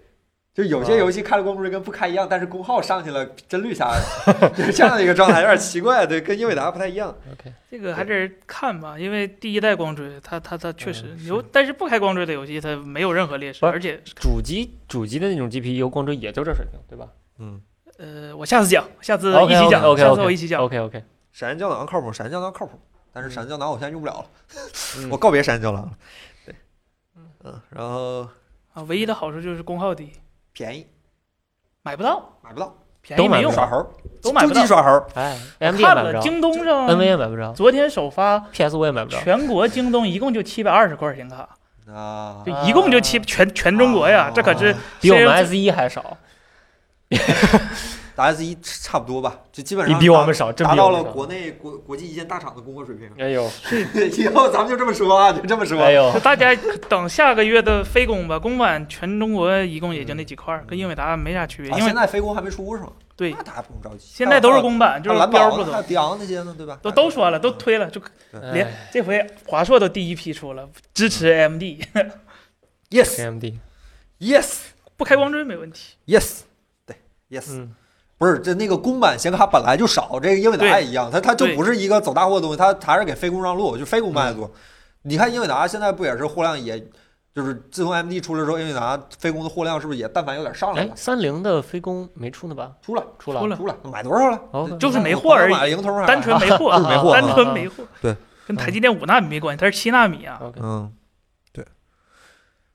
就有些
啊
游戏开了光追跟不开一样，但是功耗上去了，帧率下来了，就是这样的一个状态，有点奇怪。对，跟英伟达不太一
[laughs]
样。
OK，
这个还是看吧，因为第一代光追它它它确实有，但是不开光追的游戏它没有任何劣势，
不是
而且
主机主机的那种 GPU 光追也就这水平，对吧
嗯，
呃，我下次讲，下次一起讲，
？OK，OK，OK，OK，OK？OK OK
下次我一起讲。
OK OK，
闪电胶囊靠谱，闪电胶囊靠谱，但是闪电胶囊我现在用不了了，
嗯
我告别闪电胶囊了。对，嗯，然后
啊，唯一的好处就是功耗低，
便宜
买不到，
买不到，
便宜没
都
用
买不，
耍猴儿，
都买不
就地
到。
耍猴儿。
哎
看
，AMD 也买不
了，
着
京东上
，NV 也买不着
昨天首发，
，PS 我也买不着。
全国京东一共就七百二十块显卡，
啊
就，一共就七全全中国呀，这可是
比我们
谁
S 一还少，
打 S 一差不多吧，就基本
你
上
比
达
我们少，真
达
比
到
我们
了
少
国内国国际一线大厂的供货水 [laughs] 平。
哎呦，
以后咱们就这么说
[laughs]
啊，就这么说。
哎呦
就，大家等下个月的非公吧，公版全中国一共也就那几块儿，跟英伟达没啥区
嗯
别，
啊，
因为
现在飞工还没出是吗？
对
那大家不用着急。
现在都
还
是
有
公版，就
还有
是
蓝
标
宝
不
呢，还有
走，
迪昂那些呢，对吧？啊
都都说了，都推了，就
哎
连这回华硕都第一批出了，支持
嗯
AMD，
yes
AMD，
yes
[laughs] 不开光追没问
[laughs]
题。
yes，对 yes，
嗯，
不是这那个公版显卡本来就少，这个英伟达
对
也一样，它它就
对嗯
不是一个走大货的东西，它还是给非工让路，就非工卖的多。你看英伟达现在不也是货量也？就是自从 AMD 出来之后，英伟达非工的货量是不是也但凡有点上来
哎，
了？
三菱的飞攻没出呢吧？
出了，
出了哦
出了
出了，买多少了？
，OK，
就是没
我
货而
朋
已
友买了，迎头还
单
买
纯没货，
啊没货啊
单纯没货。
对，
跟台积电五纳米没关系，它是七纳米啊。
OK，
嗯，对。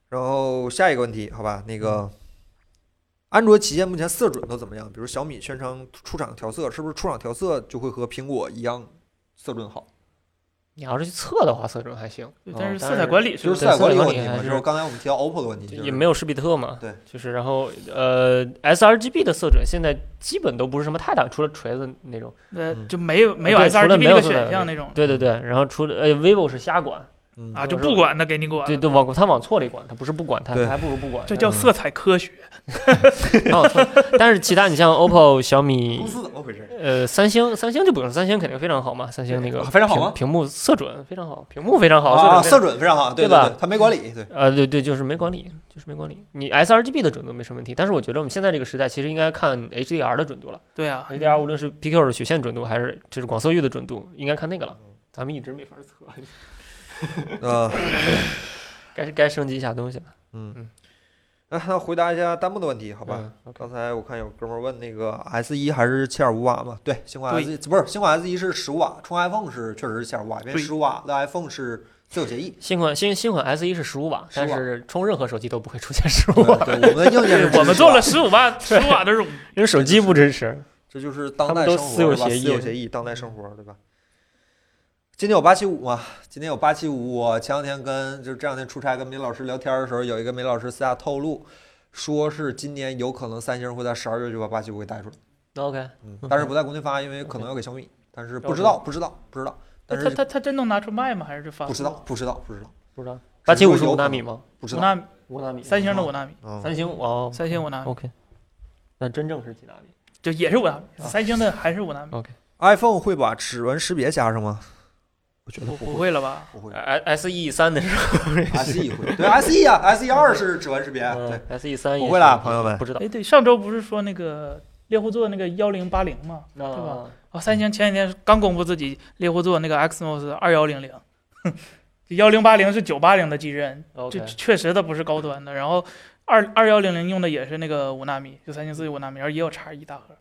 然后下一个问题，好吧，那个安卓旗舰目前色准都怎么样？比如小米宣称出厂调色，是不是出厂调色就会和苹果一样色准好？
你要是去测的话，色准还行，
对
哦
但是
当
色彩
然
管理是
就
不
是
是
色彩管理的问
对
题
色彩
嘛，
管理还
就是是刚才我们提到 OPPO 的问题，
就
就是
也没有施比特嘛，
对，
就是然后呃，sRGB 的色准现在基本都不是什么太大，除了锤子那种，
呃
嗯
就没有没有
对除了
sRGB
没
这
有
个
色彩
选项那种
对对对，然后除了呃，vivo 是瞎管，
嗯
啊，就不管它给你管
对，对，往它往错里管，它不是不管，它
对
它还不如不管，
这叫色彩科学。
它往错。但是其他你像 OPPO、小米
公。司怎么回事？
呃，三星，三星就不用，三星肯定非常好嘛，三星那个
啊非常好
屏
吗
屏幕色准非常好，屏幕非常好，
啊，
色
色准
准非常
非常好，对
对吧
对，他没管理，对，
[laughs] 呃，对对，就是没管理，就是没管理。你 sRGB 的准度没什么问题，但是我觉得我们现在这个时代其实应该看 HDR 的准度了。
对啊，
HDR 无论是 PQ 的曲线准度，还是就是广色域的准度，应该看那个了。咱们一直没法测，
呃，
该该升级一下东西了。
嗯，那那回答一下弹幕的问题，好
好
吧？
o k
刚才我看有哥们儿问那个 S 一还是七点五瓦嘛？对，新款 S 不是新款 S 一是十五瓦，冲 iPhone 是确实是七点五瓦，因为
对
十五瓦的 iPhone 是自有协议。
新款新新款 S 一是十五瓦，但
15瓦
是充任何手机都不会出现十五
对，
瓦，
对我们的硬件是支持
我们做了
15瓦，
十五
[laughs]
万十五瓦的容，
因为手机不支持。
这就是当代
他们都
生活
私有
对吧
协议
私有协议，当代生活对吧？今天有八七五嘛？今天有八七五。我前两天跟就是这两天出差跟梅老师聊天的时候，有一个梅老师私下透露，说是今年有可能三星会在十二月就把八七五给带出来。
OK，
嗯，但是不在国内发，因为可能要给小米，但是不知
了
道，不知道，不知道。但
它
是
它它真能拿出卖吗？还是就发？
不知道，，不知道，不知道，
不知道八七五
只
是
是说有
五
可
纳
能
米吗？
不知
五
道。
纳米，
五纳米，
三星的五纳米，
嗯，
三星哦，
三星五纳米
OK，那真正是几纳米？
就也是五纳米，
啊
三星的还是五纳米，
iPhone 会把指纹识别加上吗？我觉得
不
不
不
会，
会了吧？
不会。
S S E 三的时候
S E 会，对 S E 啊，S E 二是指纹识别，对，
，S E 三
不会啦，朋友们
不。知道
哎，对，上周不是说那个猎户座那个幺零八零吗？
那
对吧哦，三星前几天刚公布自己猎户座那个 Exynos 二幺零零，幺零八零是九八零的继任，
OK，
这确实它不是高端的。然后二二幺零零用的也是那个五纳米，就三星自己五纳米，然后也有叉一大核。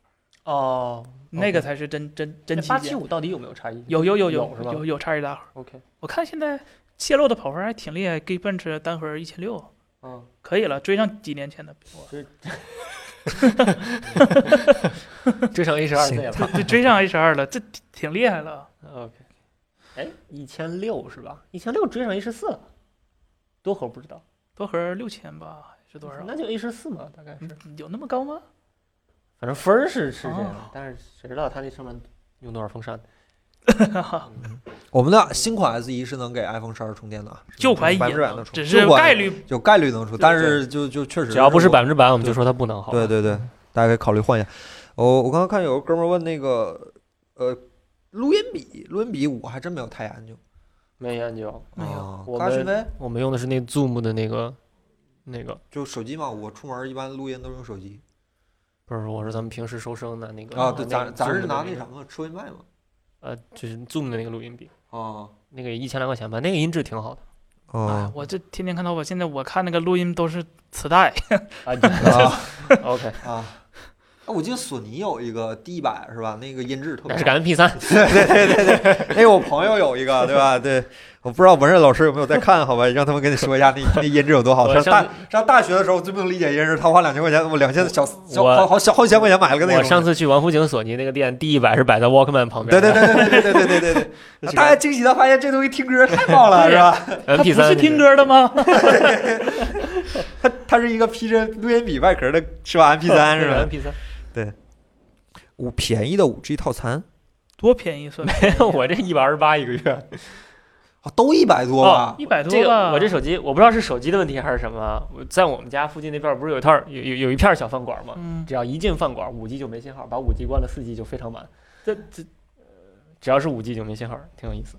哦，
那个才是真真真旗
八七
舰。
五到底有没有差异？
有有有
有
有
是吧
有有差异大盒，
，OK，
我看现在泄露的跑分还挺厉害，G Bench 单核一千六，
嗯，
可以了，追上几年前的苹果，
[laughs] 追上 A 十二 Z
行
了
对对，追上 H 二了，这挺挺厉害了。
，OK，哎，一千六是吧？一千六追上 A 十四了，多核不知道，
多核六千吧，还是多少？
那就 A 十四嘛，大概是，
嗯有那么高吗？
反正分儿是是这样
哦，
但是谁知道它那上面用多少风扇？
我们的新款 SE 是能给 iPhone 十二充电的啊，
旧款也
百分之百能
能，
充，
只
旧
是
款
概率
有概率能出，但是就就确实，
只要不是
百。
百分之百，我们就说它不能，好吧
对对对，大家可以考虑换一下。我、我刚刚看有个哥们儿问那个，呃，录音笔，录音笔我还真没有太研究。
没研究。
没有
啊
我
嘎士
们
威
我们用的是那 Zoom 的那个那个，
就手机嘛，我出门一般录音都用手机
不是，我说咱们平时收声的那个
啊。对，
那
咱
个
咱
Zoom
是
的
拿
那
那
个
什么车位麦嘛。
呃，就是 Zoom 的那个录音笔，
哦
那个一千来块钱吧，那个音质挺好的 [laughs]
啊！，我这天天看到我现在我看那个录音都是磁带，
啊。
啊 [laughs]
OK，
啊！啊我记得索尼有一个 D 版是吧？那个音质特别
那
[laughs]
是
好。
个 MP 三，
哎，我朋友有一个，对吧？对，我不知道文任老师有没有在看，好吧？让他们跟你说一下那那音质有多好。
我
上
上
大上大学的时候，我最不能理解音质，他花两千块钱，我两千小小
我
好好小好几千块钱买了个那个
我
东西。
上次去王府井索尼那个店，第一百是摆在 Walkman 旁边，
对对对对对对对对对对，大家惊喜的发现这东西听歌太棒了，是吧？
它不
，MP 三
是听，歌的
[laughs]
吗？
它它是一个披着录音笔外壳的，是吧？MP 三是
那是
吧？
MP 三。
五便宜的五 G 套餐
多便宜算便宜？
我这一百二十八一个月，
哦，都一百多吧？
一百
[laughs] 这
多
个
吧。
我这手机我不知道是手机的问题还是什么，我在我们家附近那边儿不是有一套有有有一片儿小饭馆吗？
嗯，
只要一进饭馆，五 G 就没信号，把五 G 关了，四 G 就非常满。这这，只要是五 G 就没信号，挺有意思。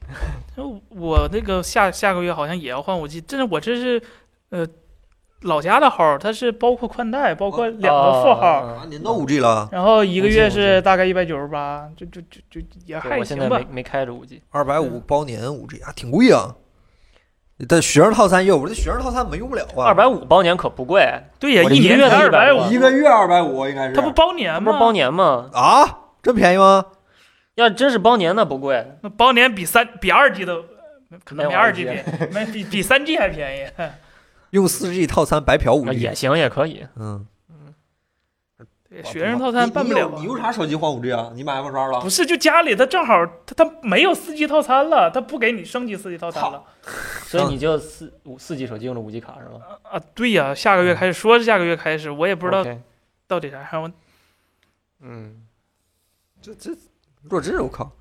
我那个下下个月好像也要换五 G，真的我这是呃老家的号，它是包括宽带，包
哦
括两个副号，
啊
啊，您都五 G 了，
然后一个
我
月
记得我记
是
得
大概一百九十八，就就就就
对
也还
我现
行
在
吧
没。没开着五 G，
二百五包年五 G 啊，挺贵啊。但学生套餐也有，我这学生套餐我们用不了啊。
二百五包年可不贵，
对呀，
我这
年
一个月才
二百
150
五，
一个月二百五应该是。
它不包年
它啊不
吗？
是包年吗？
啊，这么便宜吗？
要真是包年那不贵，
那包年比三比二 G 的，可能
没
没
有
二
2G
G 便宜，没比比三 G 还便宜。 [laughs]
用四 G 套餐白嫖五
啊
G
也。行也
[laughs]
可以。
嗯，
对学生套餐办不了
你
啊
你。用啥手机换五 G 啊？你买 iPhone 十二了
不？是，就家里他正好他他没有四 G 套餐了，他不给你升级四 G 套餐了
所以你就四五四 G 手机用了五 G 卡是吗？
啊！对呀，下个月开始说是下个月开始，我也不知道
OK，
到底啥样。我
嗯，
这这弱智，我靠！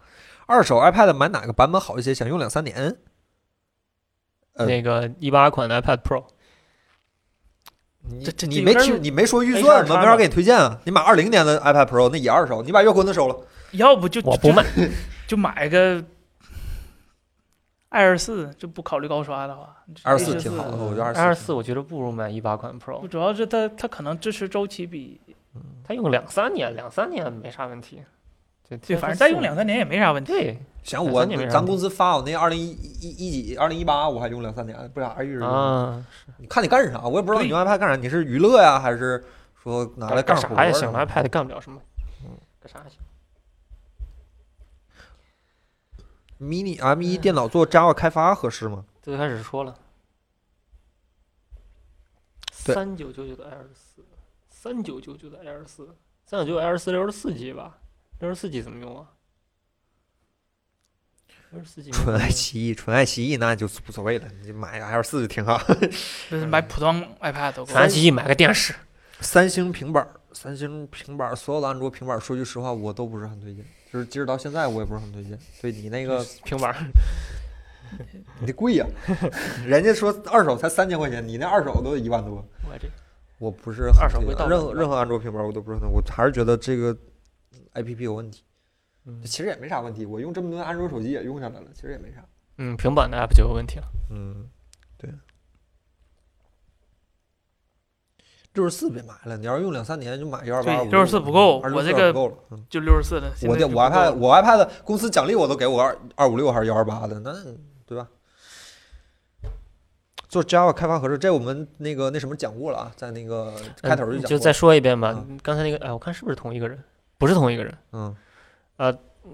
二手 iPad 买哪个版本好一些？想用两三年？呃
那个一八款的 iPad Pro，
你
这这
你
这
没
有点
提，你没说预
A12
算，我
叉
没法
吧
给你推荐啊。你买二零年的 iPad Pro，那也二手，你把月坤的收了。
要不就
我不卖，
就买个二十四，就不考虑高刷的话，
二十四
四
挺好的，
嗯
我觉得
二
二
十四我觉得不如买一八款 Pro，
主要是它它可能支持周期比
它用两三年，两三年没啥问题。对
对，反正再用两三年也没啥问题。
对
想
两
我
三年没啥
咱
问
公司发我那二零一一一几二零一八，我还用两三年，不是二一直用。
啊，
你看你干啥？我也不知道你用 iPad 干啥，你是娱乐呀，还是说拿来
干
活
啥
儿
也
啊
行，iPad 干不了什么，干啥也行。
？mini M 一电脑做 Java 开发合适吗？
最开始说了，
对
三九九九的 Air 四，三九九九的 Air 四，三九九 Air 四六十四 G 吧，六十四 G 怎么用啊？六十
[laughs]
四 G
纯爱奇艺，纯爱奇艺那就无所谓了，你买 L 四就挺好。
就是买普通 iPad 都够
拿机器买个电视，
[laughs] 三星平板儿，三星平板儿，所有的安卓平板儿，说句实话，我都不是很推荐。就是即使到现在，我也不是很推荐。对你那个，
平板儿，
你这 [laughs] 贵呀、人家说二手才三千块钱，你那二手都一万多。
我这
我不是很
二手
推
会
荐
盗
任
版
何
吧
任何安卓平板儿我都不是很，我还是觉得这个 A P P 有问题。
嗯
其实也没啥问题，我用这么多安卓手机也用下来了，其实也没啥。
嗯，平板的 app 就有问题了。
嗯，对。六十四别买了，你要是用两三年就买幺二八五。
对64不够
二
我这
六
个
不够了。嗯
就六十四的。现
我
在就
的
不
我
够了
iPad 我 iPad 的公司奖励我都给我二二五六还是幺二八的，那对吧？做 Java 开发合适，这我们那个那什么讲过了啊，在那个开头就
嗯
讲过了。
就再说一遍吧嗯
啊。
刚才那个，哎，我看是不是同一个人？不是同一个人。
嗯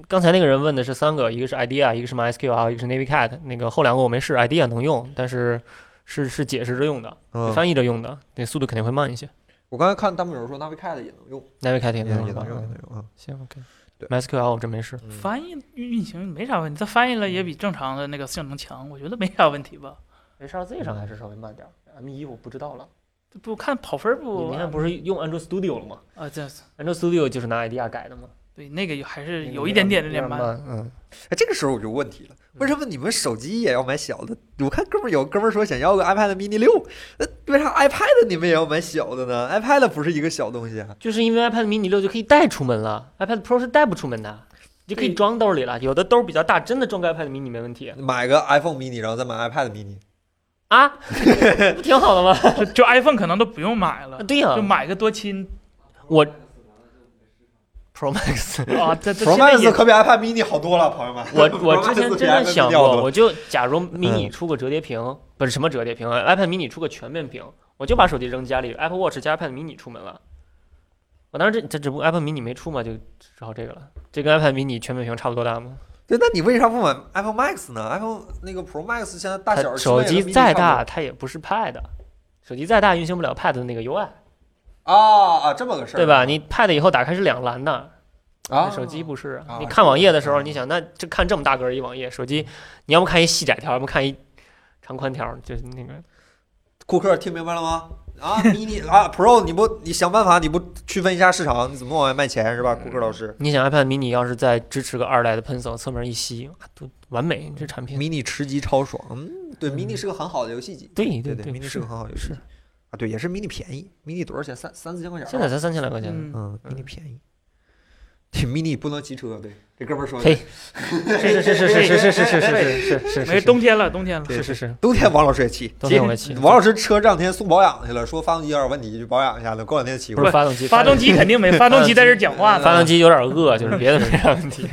刚才那个人问的是三个，一个是啊 IDEA，一个是 MySQL，还有一个是 NaviCat。那个后两个我没试，IDEA 能用，但是是是解释着用的，
嗯，
翻译着用的，那速度肯定会慢一些。
我刚才看弹幕有人说 NaviCat 也能用，
NaviCat 也
也
能
也能用，也
嗯
能用啊。
行，OK
对。
MySQL 我真没试，
嗯
翻译运行没啥问题，它翻译了也比正常的那个性能强，我觉得没啥问题吧。
，HRZ
上还
是稍微慢点，M 一我不知道了。
不看跑分儿
你
不
你看不是用 Android Studio 了吗
啊，这
？Android Studio 就是拿 IDEA 改的嘛，
对那个有还是有一点点有点慢。
慢，嗯。
哎，这个时候我就有问题了，为什么你们手机也要买小的？我看哥们儿有哥们儿说想要个 iPad mini 六，那为啥 iPad 你们也要买小的呢？iPad 不是一个小东西啊。
就是因为 iPad mini 六就可以带出门了，iPad Pro 是带不出门的，就可以装兜里了。有的兜比较大，真的装个 iPad mini 没问题
买个 iPhone mini，然后再买 iPad mini， [laughs]
啊，不挺好的
[laughs]
吗？
就就 iPhone 可能都不用买了，
啊对呀、
就买个多亲
我 Pro Max，
啊，这这
Pro
现在
Max
也
可比 iPad mini 好多了，朋友们。 [laughs]
我
Pro
我之
Max
前
比
真的
iPad
想
mini 好
过，
多
我就假如 mini
嗯
出个折叠屏，不是什么折叠屏啊，iPad mini 出个全面屏，我就把手机扔家里，Apple Watch 加 iPad mini 出门了。我当时这这只不过 iPad mini 没出嘛，就只好这个了。这跟 iPad mini 全面屏差不多大吗？
对，那你为啥不买 iPhone Max 呢？iPhone 那个 Pro Max 现在大小
它
是
手
跟那
机
个 mini
再
差
大，它也不是 Pad，手机再大运行不了 Pad 的那个 UI，
不多啊啊，这么个事儿
对吧？你 Pad 以后打开是两栏的，
啊，
手机不是
啊
你看网页的时候，
嗯
你想那这看这么大个儿一网页，手机你要么看一细窄条，要么看一长宽条，就是那个
库克听明白了吗？啊 mini 啊 Pro 你不你想办法你不区分一下市场，你怎么往外卖钱是吧？库克老师
你想 iPad mini 要是再支持个二代的 Pencil，侧面一吸，啊都完美这产品。
，mini 吃鸡超爽，嗯，对
嗯
，mini 是个很好的游戏机，
对
对
对，
，mini
是
是个很好的游戏
是
机啊，对，也是 mini 便宜，mini 多少钱？三三四千块钱吧，
现在才三千来块钱，
嗯，
嗯
嗯
，mini 便宜，对，mini 不能骑车，对，这哥们儿说的
嘿，是是是是是是是是是是是是是
没冬天了，冬天了。
对
是是是，
冬天王老师也骑，
冬天我也骑，
王老师车这两天送保养去了，说发动机有点问题，去保养一下。等过两天骑
不
回
是
来。
发动机，
发动机肯定没，发动机在这儿讲话呢。
发动机有点饿，就是别的没啥问题。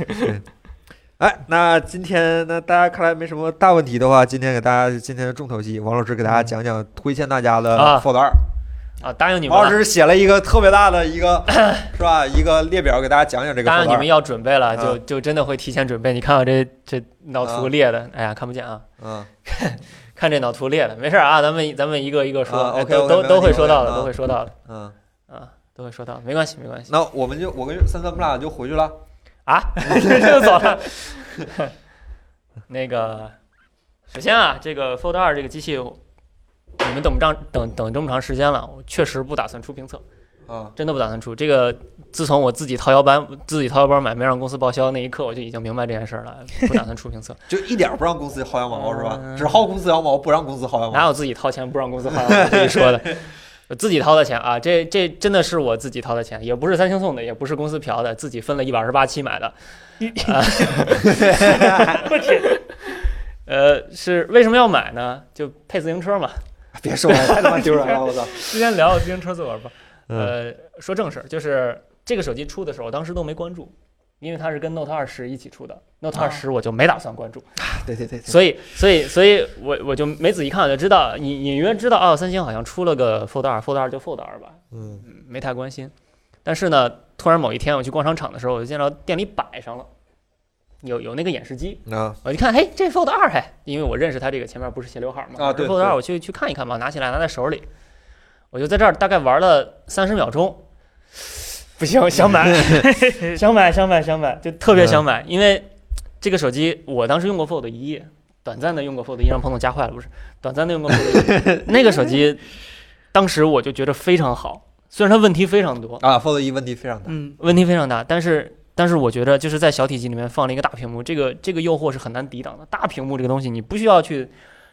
哎，那今天呢，大家看来没什么大问题的话，今天给大家今天的重头戏，王老师给大家讲讲推荐大家的
啊
Fold 二、
啊，答应你们
王老
了，
师写了一个特别大的一
[coughs]
个是吧？一个列表给大家讲讲这个
答应
Fold
你们
二。
要准备了，
啊
就就真的会提前准备。你看我这这脑图
啊
列的，哎呀，看不见啊，
嗯，
看这脑图列的，没事儿啊，咱们咱们一个一个说，
啊
哎
OK，OK，
都
没问题
都都会说到
没问
的，
题
都会说到的
嗯，
啊，都会说到的，没关系没关系
那我们就我跟三三我们俩就回去了。
啊，就走了。 [laughs] 那个，首先啊，这个 Fold 二这个机器，你们等不长等等这么长时间了，我确实不打算出评测。
啊
真的不打算出。这个自从我自己掏腰包自己掏腰包买，没让公司报销那一刻，我就已经明白这件事儿了，不打算出评测。
就一点儿不让公司薅羊毛是吧？
嗯
只薅公司羊毛，不让公司薅羊
哪
毛。
有自己掏钱不让公司花 [laughs] 我自己说的？我自己掏的钱啊，这这真的是我自己掏的钱，也不是三星送的，也不是公司嫖的，自己分了一百二十八期买的。
我天，
呃，是为什么要买呢？就配自行车嘛。
别说了，太他妈丢人了，我
[laughs]
操！
之前 [laughs] 聊自行车自玩吧。
嗯
呃，说正事儿，就是这个手机出的时候，我当时都没关注，因为它是跟 Note 二十一起出的，Note
啊
二十我就没打算关注。
对对对对，
所以，所以，所以我我就没仔细看，我就知道隐隐约知道，哦，三星好像出了个 Fold 二，Fold 二就 Fold 二吧，
嗯
嗯没太关心。但是呢，突然某一天我去逛商场的时候，我就见到店里摆上了，有有那个演示机，
啊
我一看，嘿，这 Fold 二，嘿，因为我认识它这个前面不是斜刘海嘛，
啊
我说
对
Fold
对
二，我去去看一看吧，拿起来拿在手里，我就在这儿大概玩了三十秒钟，不行，
[laughs]
想买，想买，想买，想买，就特
嗯
别想买，因为这个手机我当时用过 Fold 一，短暂的用过 Fold 一，让彭总加坏了，不是，短暂的用过 Fold 一，
[laughs]
那个手机，当时我就觉得非常好，虽然它问题非常多，
啊，Fold 一问题非常大。
嗯，
问题非常大，但是但是我觉得就是在小体积里面放了一个大屏幕，这个这个诱惑是很难抵挡的。大屏幕这个东西，你不需要去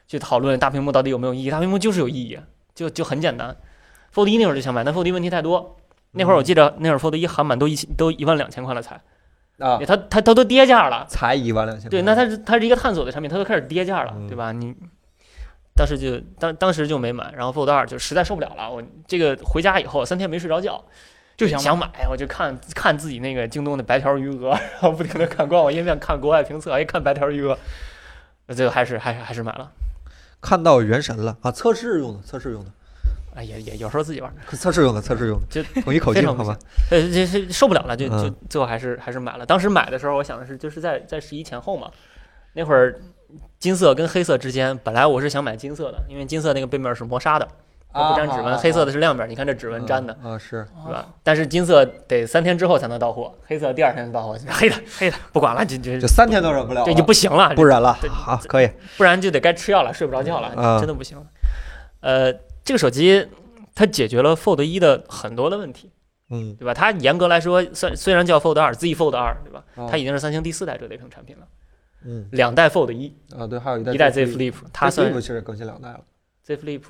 去讨论大屏幕到底有没有意义，大屏幕就是有意义，就就很简单。Fold 一那会儿就想买，但 Fold 一问题太多。那会儿我记得那会儿 Fold 一韩版都一千都一万两千块了才，
啊，
它它它都跌价了。
才一万两千。
对，那它是它是一个探索的产品，它都开始跌价了，
嗯
对吧？你当时就当当时就没买，然后 Fold 二就实在受不了了，我这个回家以后三天没睡着觉，
就
想
想
买，我就看看自己那个京东的白条余额，然后不停的看官网页面，看国外评测，一哎看白条余额，最后还是还是还是买了。
看到原神了啊，测试用的，测试用的。
哎，也也有时候自己玩儿，
测试用的，测试用的，
就
统一口
非
径
常
好
不
吧？
呃，这是受不了了，就就
嗯
最后还是还是买了。当时买的时候，我想的是，就是在在十一前后嘛，那会儿金色跟黑色之间，本来我是想买金色的，因为金色那个背面是磨砂的，它不沾指纹；黑色
的
的是亮面，你看这指纹粘的，
啊，是
是吧？但是金色得三天之后才能到货，黑色第二天就到货， [laughs] 黑的黑的不管了，这这
这三天都忍不了
这就
了，
不行了，
不忍了，
这
好，可以，
不然就得该吃药了，睡不着觉了，
啊
真的不行了。呃，这个手机它解决了 Fold 一的很多的问题，
嗯，
对吧？它严格来说，虽虽然叫 Fold 二，Z Fold 二，对吧？
啊
它已经是三星第四代折叠屏产品了，
嗯
两代 Fold 一，
啊，对，还有一代
一代
Z
Z Flip，它
Z
算
Flip 其实更新两代了，
Z Flip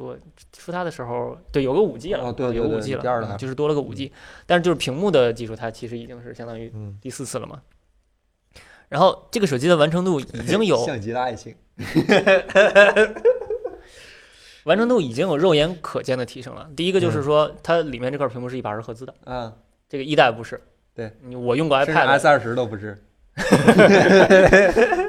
出它的时候，对，有个五 G 了，
哦对对
有个五
对
G 了，
第二代
就是多了个五 G，但是就是屏幕的技术，它其实已经是相当于
嗯，
第四次
[laughs]
了嘛。然后这个手机的完成度已经有
像极了爱情，
完成度已经有肉眼可见的提升了。第一个就是
嗯
说，它里面这块屏幕是一百二十赫兹的，
嗯，
这个一代不是。
对
你，我用过
甚至 S
iPad，
二十都不是，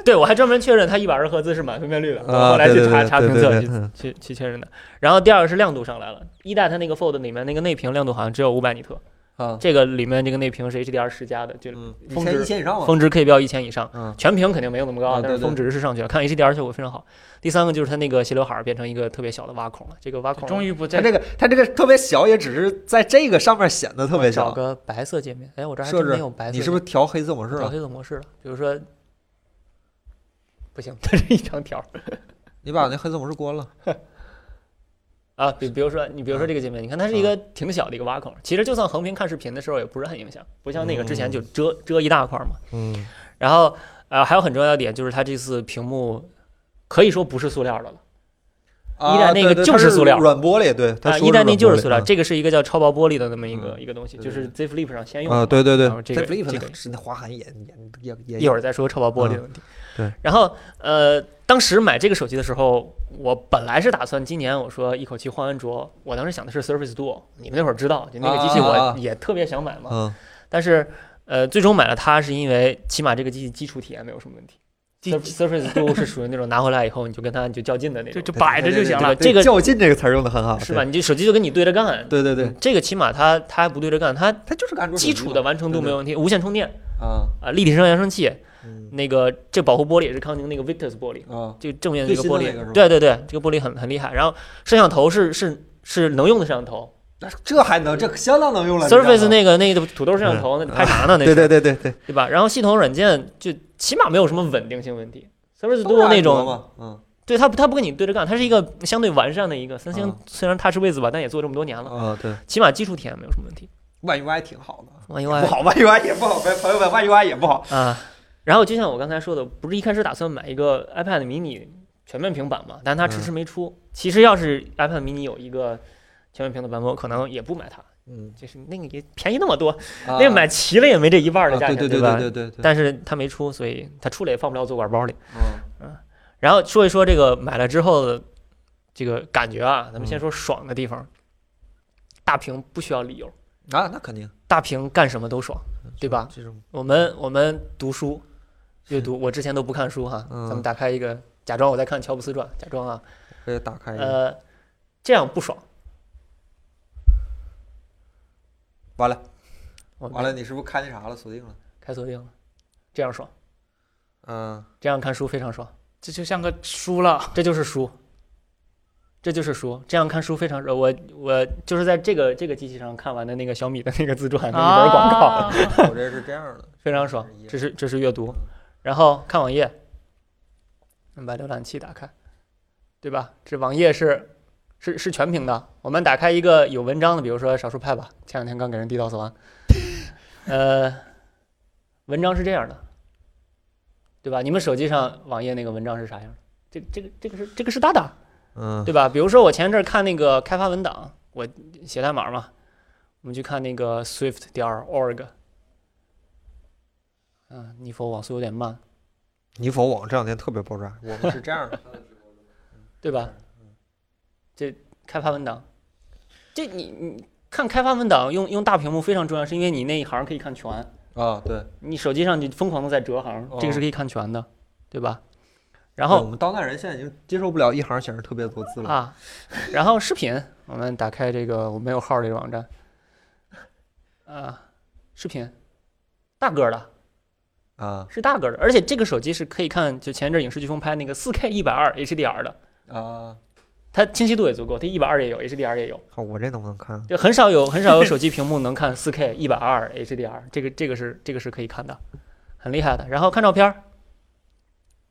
对我还专门确认它一百二十赫兹是满分辨率的，我
啊，
后来
对
去
对
查
对
查
对
评
对
测
对
去
嗯
去去确认的。然后第二个是亮度上来了，一代它那个 Fold 里面那个内屏亮度好像只有五百尼特，
啊，
这个里面这个内屏是 HDR 十加的，就
嗯，一
峰
千
值
一千以上吧，
峰值可以标一千以上。
嗯，
全屏肯定没有那么高，
啊
但是
对对
峰值是上去了，看 HDR 效果非常好。第三个就是它那个斜刘海儿变成一个特别小的挖孔了，这个挖孔
终于不
它
在
这个它这个特别小，也只是在这个上面显得特别
找
小。
个白色界面，哎，我这还
设
真
置
没有白色界面。
你是不是调黑色模式
调
了？
黑色模式了？比如说，不行， [laughs] 它是一长条儿
你把那黑色模式关了。
啊。比比如说，你比如说这个界面，你看它是一个
嗯
挺小的一个挖孔，其实就算横屏看视频的时候也不是很影响，不像那个之前就遮遮一大块儿嘛。
嗯
然后呃，还有很重要的点就是它这次屏幕可以说不是塑料的了。一
啊
代那个就是塑料
软玻璃，对，它
啊，
说
一代那
软
就是
玻璃
塑料，这个是一个叫超薄玻璃的那么一个
嗯
一个东西，
对
就
对
是 Z Flip 上先用的
啊，
嘛
对对对
然后，这
在
个
Flip
这
那
个
个是那华寒也也也
一
也
会儿再说超薄玻璃的问题。
嗯对，
然后呃，当时买这个手机的时候，我本来是打算今年我说一口气换安卓，我当时想的是 Surface Duo，你们那会儿知道，就那个机器
啊啊啊
我也特别想买嘛，
嗯
但是呃，最终买了它是因为起码这个机器基础体验没有什么问题。
基
Surface Duo 是属于那种拿回来以后你就跟它你就较劲的那
就
种，
就摆着就行了。
对对对
这个
较劲这个词儿用的很好，
是吧？？你这手机就跟你对着干。
啊对对对，
这个起码它它还不对着干，它
它就是个安卓手机
基础
嘛
的完成度
对对
没有问题，无线充电
啊
啊、立体声扬声器，
嗯
那个这保护玻璃也是康宁那个 Victus 玻璃，
啊
就正面的这个玻
最新的那个是吧
璃，对对对，这个玻璃很很厉害。然后摄像头是是是能用的摄像头
那这还能这相当能用了你知道吗
，Surface 那个那个土豆摄像头，那拍啥呢？
嗯
那
对
是
对对对对，
对吧？然后系统软件就起码没有什么稳定性问题。Surface
都是
Duo 那
安卓
种，
嘛，嗯
对它不它不跟你对着干，它是一个相对完善的一个三星
嗯，
虽然 TouchWiz 吧，但也做这么多年了，
啊对，
起码基础体验没有什么问题。
万 UI 挺好的，
万一
不好，万 UI 也不好，朋友们，万 UI 也不好，
啊， [laughs] 然后就像我刚才说的，不是一开始打算买一个 iPad mini 全面屏版嘛，但它
嗯
迟迟没出。其实要是 iPad mini 有一个全面屏的版本，我可能也不买它，
嗯，
就是那个也便宜那么多，
那
那个买齐了也没这一半儿的价
啊对
钱，
对对
吧？
对对对，
但是它没出，所以它出了也放不了左管包里。
嗯
然后说一说这个买了之后的这个感觉啊，咱们
嗯
先说爽的地方。大屏不需要理由，
啊那肯定
大屏干什么都爽，对吧？
这种
我们我们读书阅读，我之前都不看书哈，
嗯
咱们打开一个，假装我在看《乔布斯传》，假装啊，
可以打开一个，
呃，这样不爽。
完了
我
完了，你是不是开那啥了，锁定了？
开锁定了，这样爽，
嗯，
这样看书非常爽，
这就像个书了，
这就是书，这就是书，这样看书非常爽。我我就是在这个这个机器上看完的那个小米的那个自传那一本广告，
啊，
我这是这样的，
非常爽。这是这是阅读
嗯，
然后看网页，嗯把浏览器打开，对吧？这网页是是是全屏的。我们打开一个有文章的，比如说少数派吧，前两天刚给人 DDoS [laughs] 完，呃，文章是这样的，对吧？你们手机上网页那个文章是啥样的？这个这个这个是这个是大大，
嗯
对吧？比如说我前一阵儿看那个开发文档，我写代码嘛，我们去看那个 Swift 点 org，嗯，你否网速有点慢，
你否网这两天特别爆炸，我们是这样的，
对吧？这开发文档，这你你看开发文档用用大屏幕非常重要，是因为你那一行可以看全，
啊，对，
你手机上你疯狂的在折行，这个是可以看全的，对吧？然
对
后
我们当代人现在已经接受不了一行显示特别多字了。
啊，然后视频啊、我们打开这个我没有号儿这个网站，啊，视频，大个儿的，
啊
是大个儿的，而且这个手机是可以看，就前一阵儿影视飓风拍那个 4K 一百二 HDR 的，
啊！
它清晰度也足够，它一百二也有，HDR 也有，
看啊我这能不能看？
就很少有很少有手机屏幕能看 4K 一百二 HDR，这个这个是这个是可以看的，很厉害的。然后看照片儿，